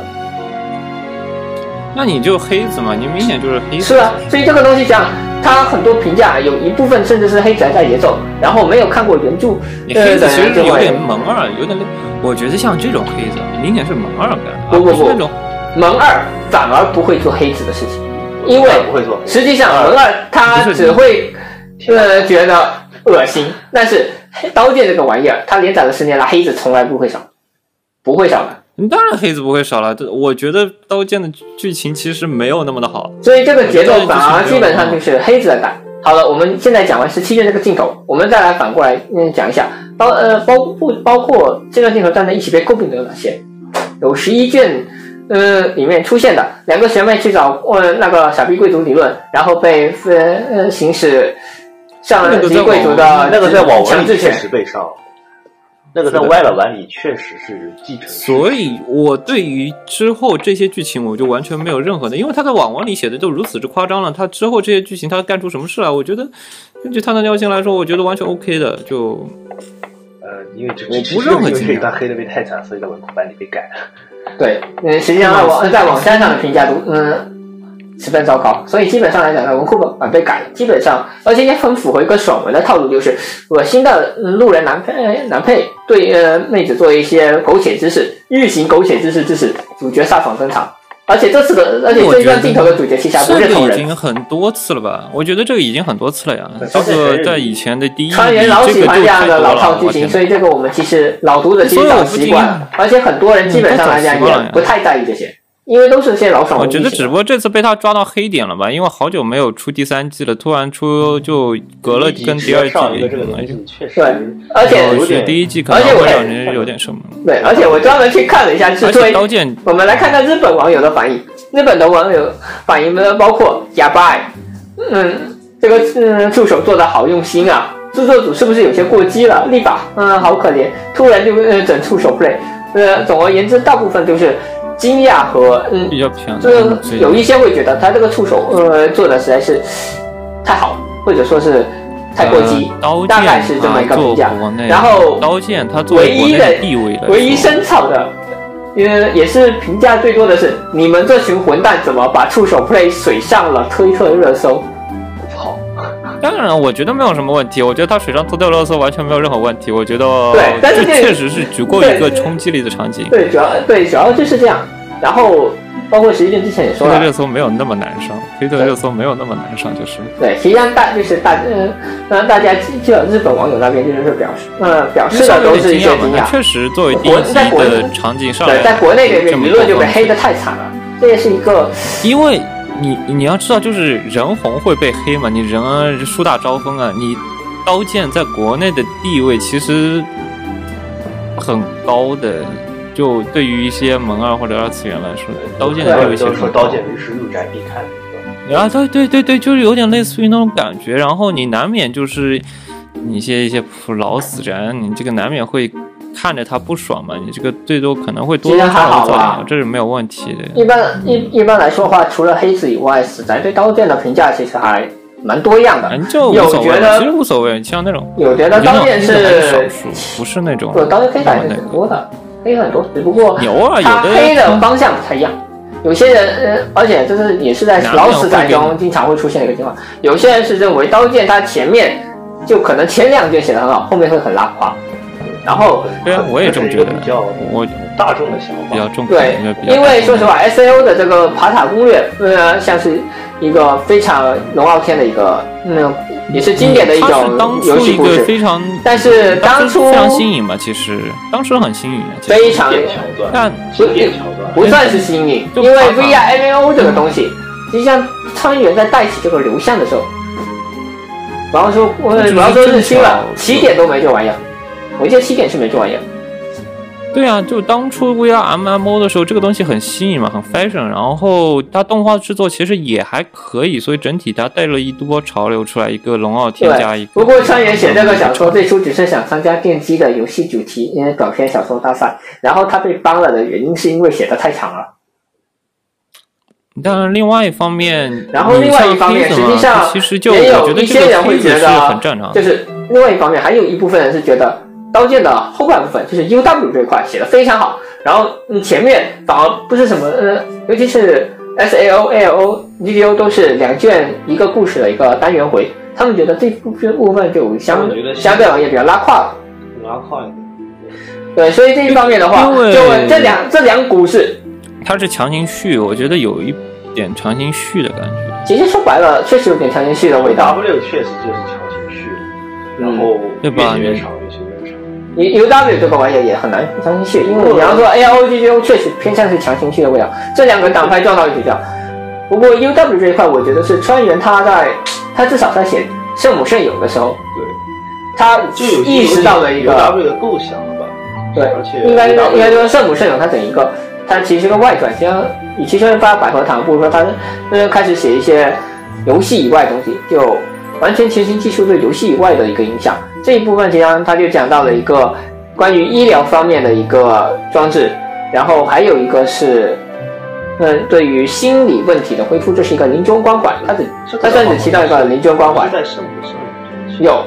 [SPEAKER 4] 那你就黑子嘛，你明显就是黑子。
[SPEAKER 5] 是啊，所以这个东西讲，它很多评价有一部分甚至是黑宅带节奏，然后没有看过原著，
[SPEAKER 4] 你
[SPEAKER 5] 呃
[SPEAKER 4] 黑子
[SPEAKER 5] 的
[SPEAKER 4] 其实
[SPEAKER 5] 人就
[SPEAKER 4] 有
[SPEAKER 5] 会
[SPEAKER 4] 点萌二，有点类，我觉得像这种黑子明显是萌二感，而
[SPEAKER 5] 不不
[SPEAKER 4] 不是
[SPEAKER 5] 不
[SPEAKER 4] 那种
[SPEAKER 5] 萌二反而不会做黑子的事情，因为
[SPEAKER 6] 不会做。
[SPEAKER 5] 实际上萌二他只会呃觉得恶心，但是黑刀剑这个玩意儿，它连载了十年了，黑子从来不会少，不会少的。
[SPEAKER 4] 当然黑子不会少了，这我觉得《刀剑》的剧情其实没有那么的好。
[SPEAKER 5] 所以这个节奏反而基本上就是黑子的打。好了，我们现在讲完十七卷这个镜头，我们再来反过来嗯讲一下，包呃包不包括这段镜头站在一起被诟病的有哪些？有十一卷，呃里面出现的两个学妹去找呃那个傻逼贵族理论，然后被呃呃行使上
[SPEAKER 4] 那个在
[SPEAKER 5] 级贵族的
[SPEAKER 6] 呃那个在网文
[SPEAKER 5] 强
[SPEAKER 6] 里
[SPEAKER 5] 制
[SPEAKER 6] 确
[SPEAKER 5] 权。
[SPEAKER 6] 实被上了，那个在
[SPEAKER 4] 是的
[SPEAKER 6] 歪了版里确实是继承。
[SPEAKER 4] 所以，我对于之后这些剧情，我就完全没有任何的，因为他在网文里写的就如此之夸张了。他之后这些剧情，他干出什么事来？我觉得，根据他的尿性来说，我觉得完全 OK 的。就
[SPEAKER 6] 呃，因为这
[SPEAKER 4] 我不
[SPEAKER 6] 其实
[SPEAKER 4] 认为
[SPEAKER 6] 因为
[SPEAKER 4] 今
[SPEAKER 6] 这一
[SPEAKER 4] 年
[SPEAKER 6] 段黑的被太惨，所以在文库版里被改了。
[SPEAKER 5] 对，嗯，实际上在网在网站上的评价都嗯十分糟糕，所以基本上来讲呢，文库本版啊被改了，基本上而且也很符合一个爽文的套路，就是恶心的嗯路人男配呃男配对呃妹子做一些苟且之事，欲行苟且之事之时，主角飒爽登场。而且这次的，而且这一段镜头的主角其实还不
[SPEAKER 4] 这
[SPEAKER 5] 是
[SPEAKER 4] 个
[SPEAKER 5] 同
[SPEAKER 4] 已
[SPEAKER 5] 人，
[SPEAKER 4] 经很多次了吧？我觉得这个已经很多次了呀
[SPEAKER 6] 对。
[SPEAKER 4] 这个在以前的第一集，
[SPEAKER 5] 川原老
[SPEAKER 4] 这
[SPEAKER 5] 喜
[SPEAKER 4] 个就
[SPEAKER 5] 欢这样
[SPEAKER 4] 太多
[SPEAKER 5] 的老
[SPEAKER 4] 了
[SPEAKER 5] 套。剧
[SPEAKER 4] 我
[SPEAKER 5] 情，
[SPEAKER 4] 天
[SPEAKER 5] 所以这个我们其实老读者其实早习惯了，而且很多人基本上来
[SPEAKER 4] 嗯
[SPEAKER 5] 讲也不太在意这些，因为都是些老爽
[SPEAKER 4] 我
[SPEAKER 5] 文剧
[SPEAKER 4] 觉
[SPEAKER 5] 情。
[SPEAKER 4] 得只不过这次被他抓到黑点了吧，因为好久没有出第三季了，突然出就隔了跟第二季
[SPEAKER 6] 上一个这个东西确实
[SPEAKER 5] 对，而且
[SPEAKER 4] 我
[SPEAKER 6] 有
[SPEAKER 4] 觉
[SPEAKER 6] 点
[SPEAKER 4] 得第一季可能会让人有点什么。
[SPEAKER 5] 对，而且我专门去看了一下是
[SPEAKER 4] 而
[SPEAKER 5] 作
[SPEAKER 4] 且
[SPEAKER 5] 为
[SPEAKER 4] 刀剑
[SPEAKER 5] 我们来看看日本网友的反应。日本的网友反应呢，包括哑巴哎，嗯，这个嗯助手做的好用心啊，制作组是不是有些过激了？立法，嗯，好可怜，突然就嗯整出手 play。呃，总而言之，大部分都是惊讶和嗯
[SPEAKER 4] 比较偏，
[SPEAKER 5] 这
[SPEAKER 4] 所以
[SPEAKER 5] 有一些会觉得他这个触手呃做的实在是太好，或者说是太过激，
[SPEAKER 4] 呃刀剑
[SPEAKER 5] 大概是这么一个
[SPEAKER 4] 它
[SPEAKER 5] 评
[SPEAKER 4] 做
[SPEAKER 5] 价。
[SPEAKER 4] 国内，
[SPEAKER 5] 然后
[SPEAKER 4] 刀剑它作为国内的地位来说
[SPEAKER 5] 唯一声讨的，呃，也是评价最多的是你们这群混蛋怎么把触手 play 水上了推特热搜？
[SPEAKER 6] 操，
[SPEAKER 4] 当然，我觉得没有什么问题。我觉得它水上脱掉热搜完全没有任何问题。我觉得
[SPEAKER 5] 对但是
[SPEAKER 4] 这
[SPEAKER 5] 这
[SPEAKER 4] 确实是足够一个冲击力的场景。
[SPEAKER 5] 对，主要对主要就是这样。然后包括实际上之前也说
[SPEAKER 4] 推特热
[SPEAKER 5] 了，
[SPEAKER 4] 搜没有那么难上，推特热搜没有那么难上，就是
[SPEAKER 5] 对，实际上大就是大，呃，让大家记得日本网友那边就是表示，呃，表示的都是一些
[SPEAKER 4] 有点
[SPEAKER 5] 惊
[SPEAKER 4] 嘛。
[SPEAKER 5] 讶
[SPEAKER 4] 它，确实，作为第
[SPEAKER 5] 国
[SPEAKER 4] 一季
[SPEAKER 5] 在国
[SPEAKER 4] 的场景上来，
[SPEAKER 5] 对，在国内的
[SPEAKER 4] 这么
[SPEAKER 5] 舆
[SPEAKER 4] 一
[SPEAKER 5] 论就
[SPEAKER 4] 个
[SPEAKER 5] 被
[SPEAKER 4] 方
[SPEAKER 5] 黑
[SPEAKER 4] 式
[SPEAKER 5] 的太惨了，这也是一个
[SPEAKER 4] 因为你你要知道，就是人红会被黑嘛，你人啊
[SPEAKER 9] 呃
[SPEAKER 4] 树大招风啊，你刀剑在国内的地位其实很高的，就对于一些萌二或者二次元来说，刀剑的地
[SPEAKER 6] 有
[SPEAKER 4] 位
[SPEAKER 6] 人
[SPEAKER 4] 其实
[SPEAKER 6] 都说
[SPEAKER 4] 很
[SPEAKER 6] 刀
[SPEAKER 4] 高。
[SPEAKER 6] 剑为师入宅必看的一个，
[SPEAKER 9] 啊，对对对对，就是有点类似于那种感觉。然后你难免就是你一些一些普老死宅，你这个难免会看着他不爽嘛。你这个最多可能会多
[SPEAKER 5] 其
[SPEAKER 9] 多
[SPEAKER 5] 实还
[SPEAKER 9] 少
[SPEAKER 5] 好啊
[SPEAKER 9] 少造
[SPEAKER 5] 吧
[SPEAKER 9] 谣，这是没有问题的。
[SPEAKER 5] 一般一一般来说的话，除了黑子以外，死宅对刀剑的评价其实还蛮多样的
[SPEAKER 9] 嗯，。就无
[SPEAKER 5] 有
[SPEAKER 9] 所
[SPEAKER 5] 觉
[SPEAKER 9] 谓，其实
[SPEAKER 5] 得
[SPEAKER 9] 无所谓。像那种，
[SPEAKER 5] 有觉
[SPEAKER 9] 我
[SPEAKER 5] 得
[SPEAKER 9] 觉得那
[SPEAKER 5] 刀剑
[SPEAKER 9] 种黑的很
[SPEAKER 5] 是
[SPEAKER 9] 少数，不是那种
[SPEAKER 5] 对，刀剑黑
[SPEAKER 9] 那
[SPEAKER 5] 仔
[SPEAKER 9] 么
[SPEAKER 5] 是
[SPEAKER 9] 那
[SPEAKER 5] 挺
[SPEAKER 9] 个。
[SPEAKER 5] 多的，黑很多，只不过
[SPEAKER 9] 有啊，有
[SPEAKER 5] 它
[SPEAKER 9] 的
[SPEAKER 5] 黑的方向不太一样。有些人，呃，而且就是也是在老死宅中经常会出现的一个情况。有些人是认为刀剑它前面就可能前两卷写的很好，后面会很拉垮。然后
[SPEAKER 9] 对啊，我也这么觉得
[SPEAKER 6] 这是一个比较。
[SPEAKER 9] 我
[SPEAKER 6] 大众的想法
[SPEAKER 9] 比较重
[SPEAKER 5] 对
[SPEAKER 9] 感觉比，较
[SPEAKER 5] 因为说实
[SPEAKER 9] 重
[SPEAKER 5] 话，S A O 的这个爬塔攻略，呃，像是一个非常龙傲天的一个，嗯，也是经典的一
[SPEAKER 9] 嗯它是
[SPEAKER 5] 种
[SPEAKER 9] 当
[SPEAKER 5] 游
[SPEAKER 9] 初
[SPEAKER 5] 戏
[SPEAKER 9] 一
[SPEAKER 5] 故
[SPEAKER 9] 个
[SPEAKER 5] 事，
[SPEAKER 9] 非常，
[SPEAKER 5] 但是当初
[SPEAKER 9] 非常新颖嘛，其实当时很新颖啊，其实
[SPEAKER 5] 非常
[SPEAKER 6] 经典桥段，
[SPEAKER 9] 但
[SPEAKER 6] 经典桥段。
[SPEAKER 5] 不算是新颖，
[SPEAKER 9] 就
[SPEAKER 5] 因为
[SPEAKER 9] 爬塔
[SPEAKER 5] V R M A O 这个东西，实际上苍原在带起这个流向的时候，不要说
[SPEAKER 9] 这就是
[SPEAKER 5] 不要说日清了，
[SPEAKER 9] 正巧
[SPEAKER 5] 起点都没这玩意儿，我记得起点是没这玩意儿，
[SPEAKER 9] 对啊，就当初 VR MMO 的时候，这个东西很新颖嘛，很 fashion，然后它动画制作其实也还可以，所以整体它带了一波潮流出来，一个龙傲天加一
[SPEAKER 5] 对。
[SPEAKER 9] 个。
[SPEAKER 5] 不过川原写这个小说最初只是想参加电击的游戏主题因为短篇小说大赛，然后他被帮了的原因是因为写的太长了。
[SPEAKER 9] 但另外一方面，
[SPEAKER 5] 然后
[SPEAKER 9] 你
[SPEAKER 5] 另外
[SPEAKER 9] 像
[SPEAKER 5] 一方面，
[SPEAKER 9] Kiss
[SPEAKER 5] 实
[SPEAKER 9] 嘛
[SPEAKER 5] 际上
[SPEAKER 9] 其实就我
[SPEAKER 5] 也有
[SPEAKER 9] 觉得这
[SPEAKER 5] 一些人
[SPEAKER 9] 个
[SPEAKER 5] 会
[SPEAKER 9] Kiss
[SPEAKER 5] 觉
[SPEAKER 9] 是很正
[SPEAKER 5] 得
[SPEAKER 4] 啊
[SPEAKER 9] 常，
[SPEAKER 5] 就
[SPEAKER 9] 的。
[SPEAKER 5] 是另外一方面，还有一部分人是觉得《刀剑》的后半部分，就是 U W 这一块写的非常好，然后嗯前面反而不是什么呃，尤其是 S A O L O G D O 都是两卷一个故事的一个单元回，他们觉得这部部分就相
[SPEAKER 6] 我觉得是
[SPEAKER 5] 相对而言比较拉胯了。
[SPEAKER 6] 拉胯一点。
[SPEAKER 5] 对，所以这一方面的话，
[SPEAKER 9] 因为
[SPEAKER 5] 就这两这两股是，
[SPEAKER 9] 它是强行续，我觉得有一点强行续的感觉。
[SPEAKER 5] 其实说白了，确实有点强行戏的味道。
[SPEAKER 6] W 确实就是强行续的，然后
[SPEAKER 5] 嗯
[SPEAKER 9] 对吧
[SPEAKER 6] 越写越长，越写越长。
[SPEAKER 5] U U W 这个玩意儿也很难强行续，因为你要说 A O G G O 确实偏向是强行续的味道，这两个党派撞到一起掉。不过 U W 这一块，我觉得是川原他在他至少在写圣母圣友的时候，
[SPEAKER 6] 对，
[SPEAKER 5] 他
[SPEAKER 6] 就有
[SPEAKER 5] 意识到了一个
[SPEAKER 6] W 的构想了吧？
[SPEAKER 5] 对
[SPEAKER 6] 而且
[SPEAKER 5] 应该应
[SPEAKER 6] W
[SPEAKER 5] 该说圣母圣友它整一个，它其实是个外传，实际上与其说发百合堂，不如说它呃开始写一些游戏以外的东西，就完全全新技术对游戏以外的一个影响。这一部分实际上它就讲到了一个关于医疗方面的一个装置，然后还有一个是。嗯，对于心理问题的恢复，这是一个临终关怀，它只
[SPEAKER 6] 这
[SPEAKER 5] 它
[SPEAKER 6] 个
[SPEAKER 5] 甚至提到一个临终关怀
[SPEAKER 6] 是，在圣母圣母中
[SPEAKER 5] 有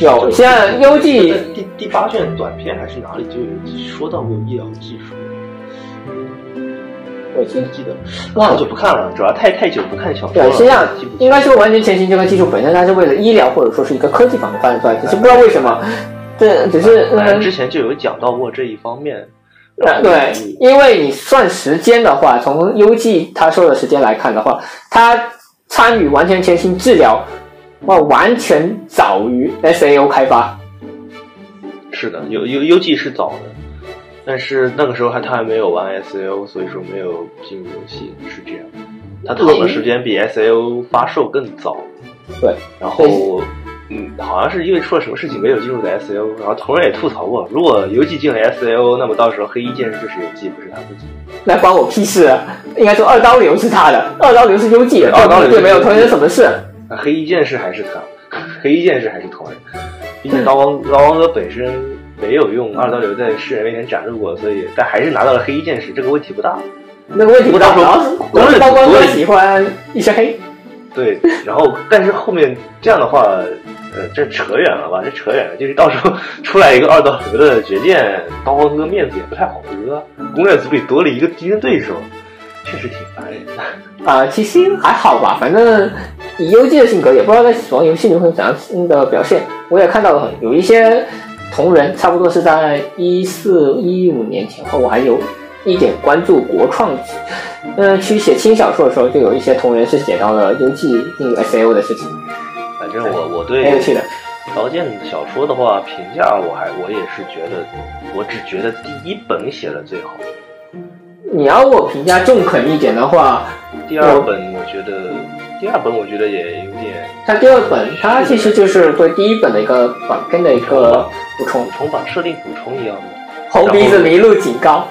[SPEAKER 5] 有
[SPEAKER 6] 这个
[SPEAKER 5] 像幽记
[SPEAKER 6] 这个第第八卷短片还是哪里就有说到过医疗技术，
[SPEAKER 5] 我
[SPEAKER 6] 真记得好久不看了，主要太太久不看小说
[SPEAKER 5] 对，
[SPEAKER 6] 了，
[SPEAKER 5] 实际上
[SPEAKER 6] 记不清
[SPEAKER 5] 应该说完全前行这个技术本身，它是为了医疗或者说是一个科技方面发展出来，只是不知道为什么，这只是
[SPEAKER 6] 反
[SPEAKER 5] 嗯
[SPEAKER 6] 正之，前就有讲到过这一方面。然
[SPEAKER 5] 呃
[SPEAKER 6] 后
[SPEAKER 5] 对，因为你算时间的话，从优记他说的时间来看的话，他参与完全前行治疗，哇，完全早于 S A O 开发，
[SPEAKER 6] 是的，有有优 G 是早的，但是那个时候还他还没有玩 S A O，所以说没有进入游戏，是这样。他躺的时间比 S A O 发售更早，
[SPEAKER 5] 哎对，
[SPEAKER 6] 然后嗯，好像是因为出了什么事情没有进入的 S A O，然后同仁也吐槽过，如果游记进了 S A O，那么到时候黑衣剑士就是游记，不是他自己。
[SPEAKER 5] 那关我屁事啊！应该说二刀流是他的，二刀流是优记的，
[SPEAKER 6] 对
[SPEAKER 5] 二
[SPEAKER 6] 二
[SPEAKER 5] 刀
[SPEAKER 6] 刀
[SPEAKER 5] 流
[SPEAKER 6] 流
[SPEAKER 5] 对
[SPEAKER 6] 是
[SPEAKER 5] 没有同学什么事。
[SPEAKER 6] 那黑衣剑士还是他， <laughs> 黑衣剑士还是同人。毕竟刀王刀王哥本身没有用二刀流在世人面前展露过，所以但还是拿到了黑衣剑士，这个问题不大。
[SPEAKER 5] 那个问题不大，主
[SPEAKER 6] 不大
[SPEAKER 5] 要是主要是
[SPEAKER 6] 不大
[SPEAKER 5] 刀光
[SPEAKER 6] 不
[SPEAKER 5] 哥
[SPEAKER 6] 大
[SPEAKER 5] 喜欢一身黑。
[SPEAKER 6] 对，然后但是后面这样的话，呃，这扯远了吧？这扯远了，就是到时候出来一个二道流的绝剑，刀光哥面子也不太好割。攻略组里多了一个敌人对手，确实挺烦人的。
[SPEAKER 5] 啊，其实还好吧，反正以优记的性格，也不知道在死亡游戏里会有怎样新的表现。我也看到了有一些同人，差不多是在一四一五年前后，我还有一点关注国创，呃，去写轻小说的时候，就有一些同人是写到了优记进入 S A O 的事情，
[SPEAKER 6] 反正我我
[SPEAKER 5] 很有
[SPEAKER 6] 对
[SPEAKER 5] 趣的。
[SPEAKER 6] 刀剑小说的话，评价我还我也是觉得，我只觉得第一本写的最好，
[SPEAKER 5] 你要我评价中肯一点的话，
[SPEAKER 6] 第二本我觉得第二本我觉得也有点
[SPEAKER 5] 它第二本它其实就是对第一本的一个短篇的一个补充
[SPEAKER 6] 补，充吧，设定补充一样的。
[SPEAKER 5] 红鼻子麋鹿警告。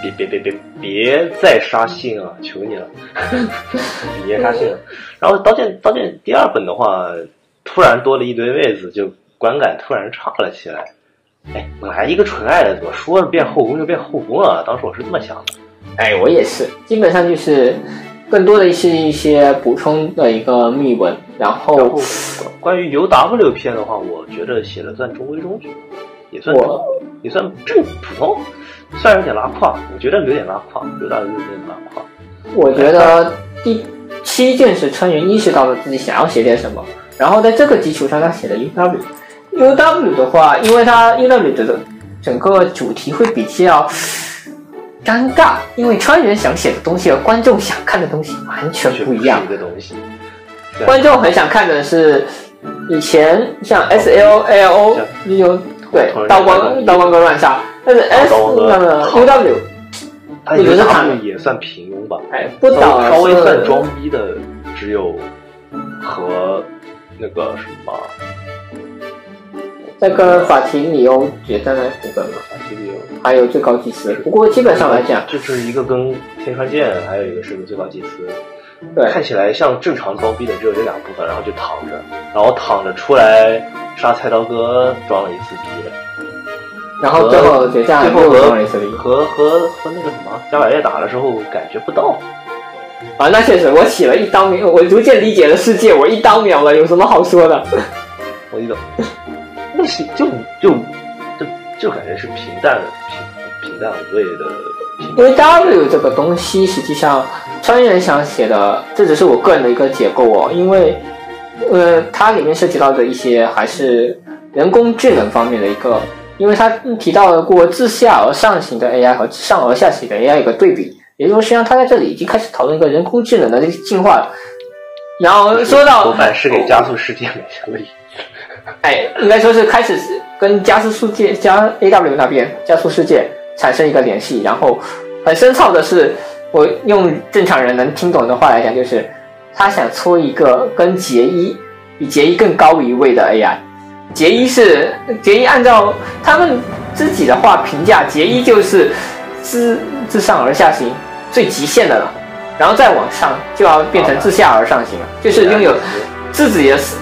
[SPEAKER 6] 别别别别别再杀信啊！求你了，啊 <laughs> 别杀信了。然后刀剑刀剑第二本的话，突然多了一堆位子，就观感突然差了起来。哎，本来一个纯爱的，怎么说变后宫就变后宫了？当时我是这么想的。
[SPEAKER 5] 哎，我也是，基本上就是更多的是一些补充的一个密文，然
[SPEAKER 6] 然
[SPEAKER 5] 后
[SPEAKER 6] 后关于 UW 篇的话，我觉得写的算中规中矩，也算
[SPEAKER 5] 我
[SPEAKER 6] 也算正普通，虽然有点拉胯，我觉得有点拉胯，UW 有点拉胯。
[SPEAKER 5] 我觉得第七件事，川原意识到了自己想要写点什么，然后在这个基础上，他写了 UW。UW 的话，因为他 UW 的整个主题会比较尴尬，因为川原想写的东西和观众想看的东西完全
[SPEAKER 6] 全
[SPEAKER 5] 不一样
[SPEAKER 6] 一。个东西。对
[SPEAKER 5] 观众很想看的是以前像 S L L O
[SPEAKER 6] 哦
[SPEAKER 5] 有对刀光刀光哥乱杀，但是 S 那个 U W
[SPEAKER 6] 他
[SPEAKER 5] 我觉得他
[SPEAKER 6] UW 也算平庸吧，
[SPEAKER 5] 哎不倒
[SPEAKER 6] 稍微算装逼的只有和那个什么
[SPEAKER 5] 那个法庭里有决战的部分嘛，
[SPEAKER 6] 啊，这个有
[SPEAKER 5] 还有最高祭司。不过基本上来讲，
[SPEAKER 6] 就是一个跟天川剑，还有一个是个最高祭司。
[SPEAKER 5] 对
[SPEAKER 6] 看起来像正常装逼的只有这两部分，然后就躺着，然后躺着出来杀菜刀哥装了一次逼，
[SPEAKER 5] 然后最后决战
[SPEAKER 6] 最后
[SPEAKER 5] 又
[SPEAKER 6] 和
[SPEAKER 5] 多了一次零
[SPEAKER 6] 和和和那个什么加百列打的时候感觉不到，
[SPEAKER 5] 啊，那确实我起了一刀秒，我逐渐理解了世界，我一刀秒了，有什么好说的？
[SPEAKER 6] 我一种，那是就就就就感觉是平淡平平淡无味的平
[SPEAKER 5] 因为 W 这个东西，实际上川原想写的，这只是我个人的一个解构哦，因为呃，它里面涉及到的一些还是人工智能方面的一个，因为它提到了过自下而上型的 AI 和自上而下型的 AI 一个对比，也就是说，实际上它在这里已经开始讨论一个人工智能的进化了。然后说
[SPEAKER 6] 多
[SPEAKER 5] 到，
[SPEAKER 6] 半是给加速世界买下了一
[SPEAKER 5] 哎，应该说是开始跟加速世界加 A W 那边加速世界产生一个联系，然后很深奥的是，我用正常人能听懂的话来讲，就是他想出一个跟杰伊比杰伊更高一位的 AI。杰伊是杰伊，按照他们自己的话评价，杰伊就是自自上而下型最极限的了，然后再往上就要变成自下而上型了，就是拥有自己的思，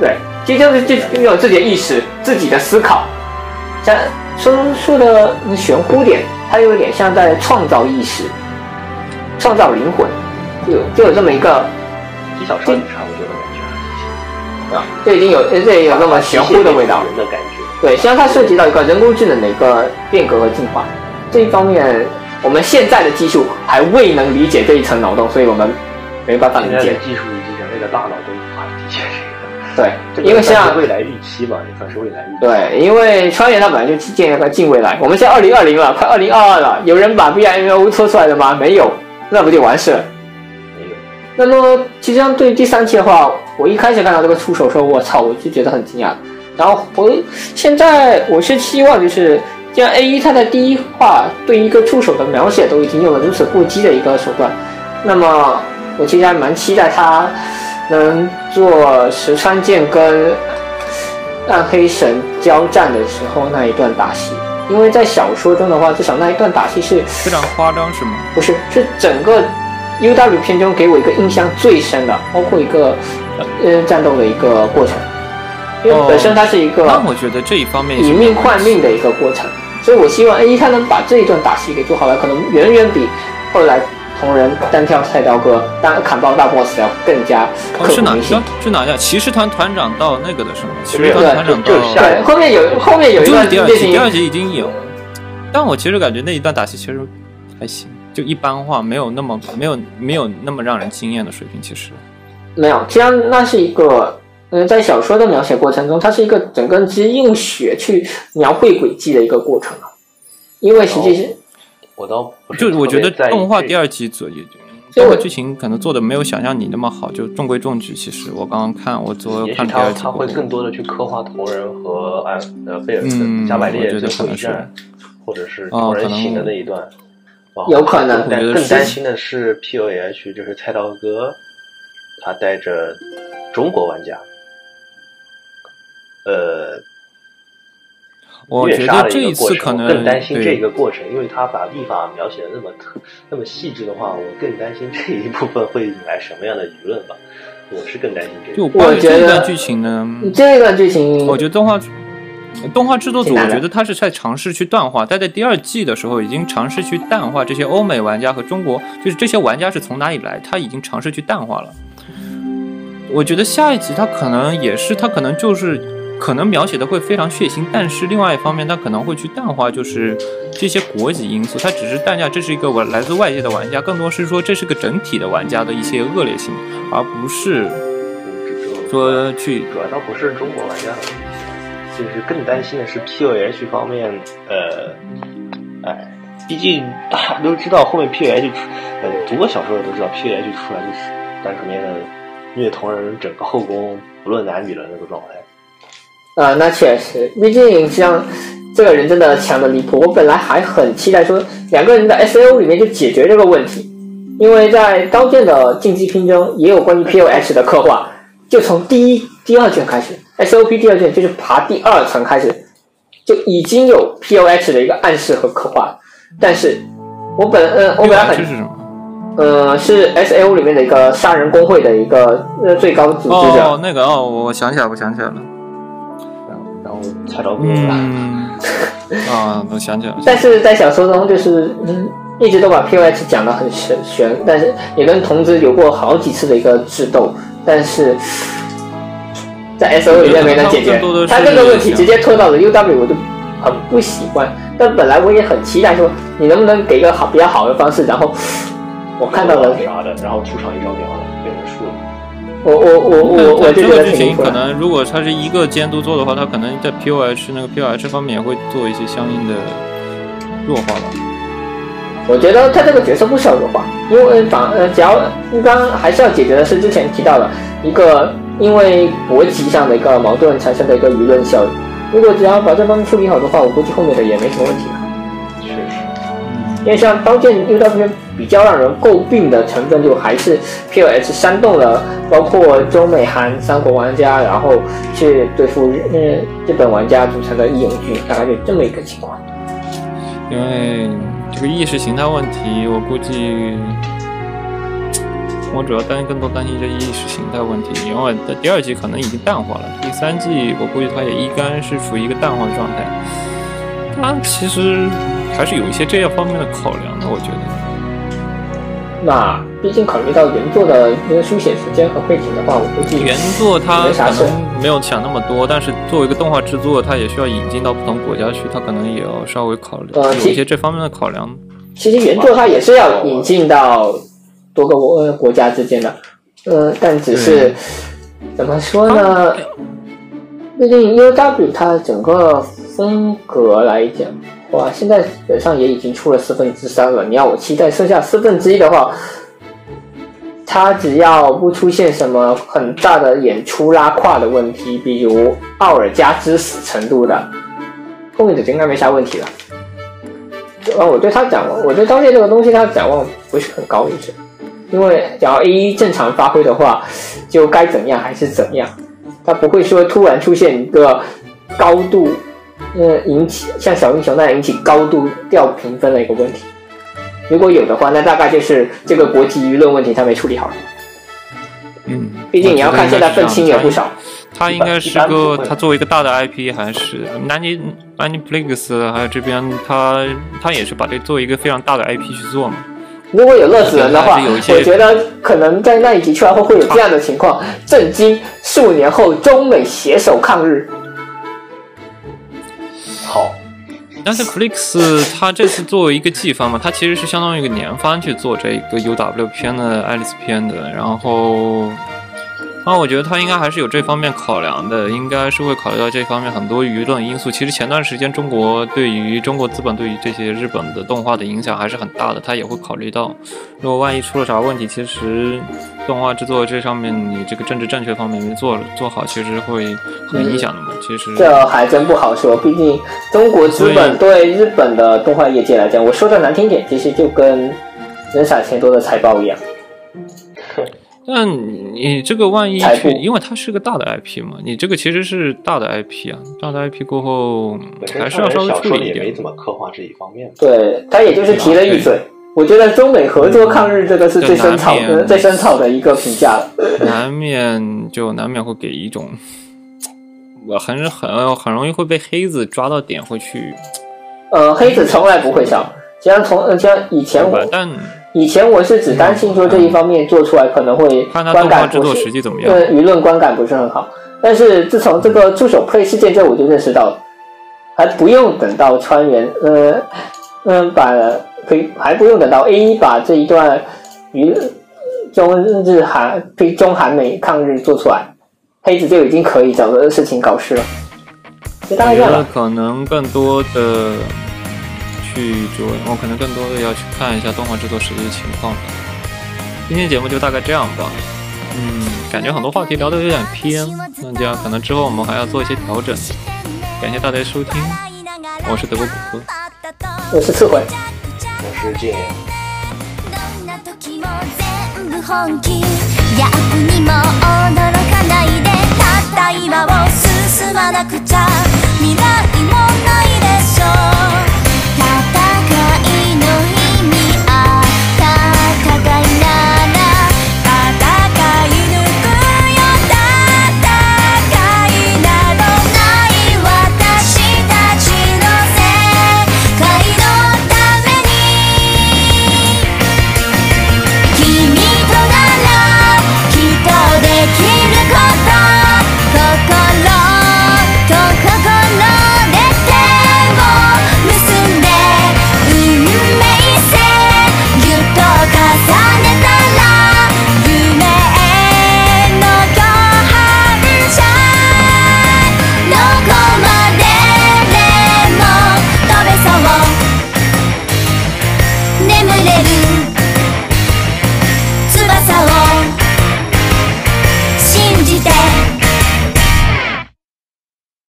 [SPEAKER 5] 对，其实就是自拥有自己的意识、自己的思考。像说说的玄乎点，它有点像在创造意识、创造灵魂，就有就有这么一个
[SPEAKER 6] 一小少女差不多的感觉，
[SPEAKER 5] 啊，就已经有呃这也有那么玄乎的味道。
[SPEAKER 6] 人的感觉。
[SPEAKER 5] 对，实际上它涉及到一个人工智能的一个变革和进化这一方面，我们现在的技术还未能理解这一层脑洞，所以我们没办法理
[SPEAKER 6] 现在的
[SPEAKER 5] 解。
[SPEAKER 6] 技术以及人类的大脑都无法理解
[SPEAKER 5] 对
[SPEAKER 6] 这个，，
[SPEAKER 5] 因为实
[SPEAKER 6] 这
[SPEAKER 5] 际
[SPEAKER 6] 个
[SPEAKER 5] 上
[SPEAKER 6] 算是未来预期嘛，也算是未来预期。
[SPEAKER 5] 对，因为穿越它本来就建立在近未来，我们现在二零二零了，快二零二二了，有人把 B I M O 说出来了吗？没有，那不就完事了？
[SPEAKER 6] 没
[SPEAKER 5] 那
[SPEAKER 6] 有，
[SPEAKER 5] 么，其实上对于第三期的话，我一开始看到这个出手的时候，我操，我就觉得很惊讶。然后回现在，我是希望就是，既然 A 一它在第一话对于一个出手的描写都已经用了如此过激的一个手段，那么我其实还蛮期待它能做石川剑跟暗黑神交战的时候那一段打戏，因为在小说中的话，至少那一段打戏是
[SPEAKER 4] 非常夸张是吗？
[SPEAKER 5] 不是，是整个 U W 片中给我一个印象最深的，包括一个呃战斗的一个过程，因为本身它是一个
[SPEAKER 4] 哦那我觉得这一方面
[SPEAKER 5] 以
[SPEAKER 4] 是
[SPEAKER 5] 命换命的一个过程，所以我希望 A 他能把这一段打戏给做好了，可能远远比后来同人单挑菜刀哥单砍爆大 boss 要更加
[SPEAKER 4] 哦，
[SPEAKER 5] 刻
[SPEAKER 4] 是
[SPEAKER 5] 骨
[SPEAKER 4] 哪
[SPEAKER 5] 铭心
[SPEAKER 4] 是。是哪一下？骑士团团长到那个的是吗？骑士
[SPEAKER 6] 对
[SPEAKER 4] 团团长到
[SPEAKER 6] 就就是下
[SPEAKER 5] 对，后面有后面有一
[SPEAKER 4] 就是
[SPEAKER 5] 段
[SPEAKER 4] 第二
[SPEAKER 5] 类
[SPEAKER 4] 集，
[SPEAKER 5] 型
[SPEAKER 4] 第二集已经有，但我其实感觉那一段打戏其实还行，就一般化，没有那么没有没有那么让人惊艳的水平。其实
[SPEAKER 5] 没有，其实那是一个，嗯、在小说的描写过程中，它是一个整个直接用血去描绘轨迹的一个过程啊。因为实际是，
[SPEAKER 6] 我倒不是
[SPEAKER 4] 就我觉得动画第
[SPEAKER 6] 二
[SPEAKER 4] 二集左右，
[SPEAKER 5] 所以
[SPEAKER 4] 动
[SPEAKER 5] 我
[SPEAKER 4] 画剧情可能做的没有想象你那么好，就中规中矩。其实我刚刚看，我左
[SPEAKER 6] 也
[SPEAKER 4] 右
[SPEAKER 6] 许
[SPEAKER 4] 看第二
[SPEAKER 6] 他
[SPEAKER 4] 集
[SPEAKER 6] 他
[SPEAKER 4] 过
[SPEAKER 6] 会
[SPEAKER 4] 后，
[SPEAKER 6] 更多的去刻画同人和安呃贝尔
[SPEAKER 4] 嗯
[SPEAKER 6] 特加百列
[SPEAKER 4] 我觉得
[SPEAKER 6] 最
[SPEAKER 4] 可
[SPEAKER 6] 后
[SPEAKER 4] 能
[SPEAKER 6] 一战，或者是同
[SPEAKER 4] 哦
[SPEAKER 6] 人
[SPEAKER 4] 可能
[SPEAKER 6] 醒的那一段。哇
[SPEAKER 5] 有可能
[SPEAKER 6] 但
[SPEAKER 4] 我觉得
[SPEAKER 6] 更
[SPEAKER 4] 是
[SPEAKER 6] 担心的是 P O H，就是菜刀哥，他带着中国玩家，呃，
[SPEAKER 4] 我
[SPEAKER 6] 虐
[SPEAKER 4] 觉
[SPEAKER 6] 杀
[SPEAKER 4] 得
[SPEAKER 6] 的
[SPEAKER 4] 这
[SPEAKER 6] 一个过
[SPEAKER 4] 次
[SPEAKER 6] 程，
[SPEAKER 4] 可能
[SPEAKER 6] 我更担心
[SPEAKER 4] 对
[SPEAKER 6] 这个过程，因为他把立法描写的那么特那么细致的话，我更担心这一部分会引来什么样的舆论吧。我是更担心这个。
[SPEAKER 4] 就关于
[SPEAKER 5] 我觉
[SPEAKER 4] 这一段
[SPEAKER 5] 得嗯
[SPEAKER 4] 剧情呢，嗯
[SPEAKER 5] 这个剧情，
[SPEAKER 4] 我觉得动画动画制作组，
[SPEAKER 5] 挺
[SPEAKER 4] 我
[SPEAKER 5] 难的
[SPEAKER 4] 觉得他是在尝试去淡化，他在第二季的时候已经尝试去淡化这些欧美玩家和中国，就是这些玩家是从哪里来，他已经尝试去淡化了。我觉得下一集他可能也是，他可能就是可能描写的会非常血腥，但是另外一方面，他可能会去淡化就是这些国籍因素，他只是淡化这是一个我来自外界的玩家，更多是说这是个整体的玩家的一些恶劣性，而不是说去
[SPEAKER 6] 嗯主要倒不是中国玩家的问题，就是更担心的是 POH 方面，呃，哎，毕竟大家都知道后面 POH，出呃，读过小说的都知道 POH 出来就是单纯面的虐同人整个后宫不论男女的那个状态。
[SPEAKER 5] 啊、那确实，毕竟像这个人真的强的离谱。我本来还很期待说两个人的 S O 里面就解决这个问题，因为在《刀剑》的竞技拼中也有关于 P O H 的刻画，就从第一、第二卷开始，S O P 第二卷就是爬第二层开始，就已经有 P O H 的一个暗示和刻画了。但是我本呃，我本来
[SPEAKER 4] 玩这
[SPEAKER 5] 很
[SPEAKER 4] 是什么？
[SPEAKER 5] 呃是 S O 里面的一个杀人工会的一个呃最高组织者，
[SPEAKER 4] 哦，那个哦，我我想起来，我想起来了。
[SPEAKER 6] 然后，然后菜刀哥，
[SPEAKER 4] 嗯， <laughs> 啊，我想起来了。
[SPEAKER 5] 但是在小说中，就是嗯，一直都把 POH 讲得很玄玄，但是也跟童子有过好几次的一个智斗，但是在 SO 里面没能解决
[SPEAKER 9] 更多的。是
[SPEAKER 5] 他这个问题直接拖到了 UW，我就很不喜欢。但本来我也很期待说，你能不能给一个好比较好的方式，然后我看到了，
[SPEAKER 6] 啥的，然后出场一张秒了，被人输了。
[SPEAKER 5] 我我我我我
[SPEAKER 4] 但
[SPEAKER 5] 就
[SPEAKER 4] 这
[SPEAKER 5] 觉
[SPEAKER 4] 个
[SPEAKER 5] 得
[SPEAKER 4] 剧
[SPEAKER 5] 挺离
[SPEAKER 4] 情
[SPEAKER 5] 谱
[SPEAKER 4] 可
[SPEAKER 5] 的。
[SPEAKER 4] 能，如果他是一个监督做的话，他可能在 POH 那个 POH 方面也会做一些相应的弱化吧。
[SPEAKER 5] 我觉得他这个角色不需要弱化，因为反呃，只要刚刚还是要解决的是之前提到的一个呃因为国籍上的一个矛盾产生的一个舆论效应。如果只要把这方面处理好的话，我估计后面的也没什么问题了。
[SPEAKER 6] 确实，
[SPEAKER 5] 因为像刀剑遇到这边比较让人诟病的成分，就还是 P O H 煽动了包括中美韩三国玩家，然后去对付日嗯日本玩家组成的义勇军，大概就这么一个情况。
[SPEAKER 4] 因为这个意识形态问题，我估计我主要担更多担心这意识形态问题，因为在第二季可能已经淡化了，第三季我估计它也应该是处于一个淡化的状态。它其实还是有一些这些方面的考量的，我觉得。
[SPEAKER 5] 那毕竟考虑到原作的那个书写时间和背景的话，我估计
[SPEAKER 4] 原作它
[SPEAKER 5] 没啥
[SPEAKER 4] 可
[SPEAKER 5] 事。
[SPEAKER 4] 能没有想那么多，但是作为一个动画制作，它也需要引进到不同国家去，它可能也要稍微考虑
[SPEAKER 5] 呃
[SPEAKER 4] 有
[SPEAKER 5] 其
[SPEAKER 4] 一些这方面的考量。
[SPEAKER 5] 其实原作它也是要引进到多个国呃国家之间的，呃，但只是怎么说呢？毕竟 UW 它整个风格来讲，哇，现在基本上也已经出了四分之三了。你要我期待剩下四分之一的话，它只要不出现什么很大的演出拉胯的问题，比如奥尔加之死程度的，后面的就应该没啥问题了。呃，我对他展望，我对刀剑这个东西他展望不是很高一直，因为只要 A 一正常发挥的话，就该怎样还是怎样，他不会说突然出现一个高度，嗯，引起像小英雄那样引起高度掉评分的一个问题。如果有的话，那大概就是这个国际舆论问题他没处理好。
[SPEAKER 4] 嗯，
[SPEAKER 5] 毕竟你要
[SPEAKER 4] 我觉得应
[SPEAKER 5] 看现
[SPEAKER 4] 该是这
[SPEAKER 5] 在愤
[SPEAKER 4] 样
[SPEAKER 5] 青
[SPEAKER 4] 的
[SPEAKER 5] 也不少，
[SPEAKER 4] 它应该是
[SPEAKER 6] 一般不
[SPEAKER 4] 个，
[SPEAKER 6] 会
[SPEAKER 4] 它作为一个大的 IP，还是 Nani Nani Plex，还有这边它它也是把这作为一个非常大的 IP 去做嘛。
[SPEAKER 5] 如果有乐死人的话，
[SPEAKER 4] 还是有一些
[SPEAKER 5] 我觉得可能在那一集出来后会有这样的情况：震惊数年后中美携手抗日。
[SPEAKER 6] 好，
[SPEAKER 4] 但是 Plex 它这次作为一个季番嘛，它其实是相当于一个年番去做这个 UW 篇的爱丽丝篇的，然后。那我觉得它应该还是有这方面考量的，应该是会考虑到这方面很多舆论因素。其实前段时间中国对于中国资本对于这些日本的动画的影响还是很大的，它也会考虑到，如果万一出了啥问题，其实动画制作这上面你这个政治正确方面没做做好，其实会很影响的嘛。其实
[SPEAKER 5] 这还真不好说，毕竟中国资本对日本的动画业界来讲，我说的难听点，其实就跟人傻钱多的财报一样。
[SPEAKER 4] 但你这个万一
[SPEAKER 5] 财
[SPEAKER 4] 去，
[SPEAKER 5] 富
[SPEAKER 4] 因为它是个大的 IP 嘛，你这个其实是大的 IP 啊，大的 IP 过后
[SPEAKER 6] 本身
[SPEAKER 4] 还是
[SPEAKER 6] 他
[SPEAKER 4] 要
[SPEAKER 6] 们
[SPEAKER 4] 稍微
[SPEAKER 6] 小
[SPEAKER 4] 处
[SPEAKER 6] 说
[SPEAKER 4] 理
[SPEAKER 6] 里
[SPEAKER 4] 一
[SPEAKER 6] 也没
[SPEAKER 4] 点。
[SPEAKER 6] 怎么刻画这一方面。
[SPEAKER 5] 对他也就是提了一嘴。我觉得中美合作抗日这个是最深草
[SPEAKER 4] 这难
[SPEAKER 5] 的、
[SPEAKER 4] 免
[SPEAKER 5] 最深草的一个评价了。
[SPEAKER 4] 难免就难免会给一种，我很很很容易会被黑子抓到点，会去
[SPEAKER 5] 呃，黑子从来不会上，既然从呃，既然以前
[SPEAKER 4] 对吧
[SPEAKER 5] 我？
[SPEAKER 4] 但
[SPEAKER 5] 以前我是只担心说这一方面做出来可能会
[SPEAKER 4] 嗯看他
[SPEAKER 5] 观
[SPEAKER 4] 动画
[SPEAKER 5] 感
[SPEAKER 4] 制
[SPEAKER 5] 不
[SPEAKER 4] 作
[SPEAKER 5] 是
[SPEAKER 4] 实际怎么样。
[SPEAKER 5] 对舆论观感不是很好。但是自从这个助手 play 事件之后，我就认识到了，还不用等到川原，呃，嗯、把可以还不用等到 A 一把这一段舆呃中日韩对中韩美抗日做出来，黑子就已经可以找个事情搞事了。就大概
[SPEAKER 4] 我
[SPEAKER 5] 这
[SPEAKER 4] 觉
[SPEAKER 5] 样
[SPEAKER 4] 得
[SPEAKER 5] 吧。
[SPEAKER 4] 可能更多的去着，我可能更多的要去看一下动画制作实际情况吧。今天节目就大概这样吧。嗯，感觉很多话题聊得有点偏，那这样可能之后我们还要做一些调整。感谢大家收听，我是德国谷歌。
[SPEAKER 5] 我是刺回。
[SPEAKER 6] 我是建言。
[SPEAKER 10] どんな時も全部本気逆にも驚かないでたった今を進まなくちゃ未来もないでしょう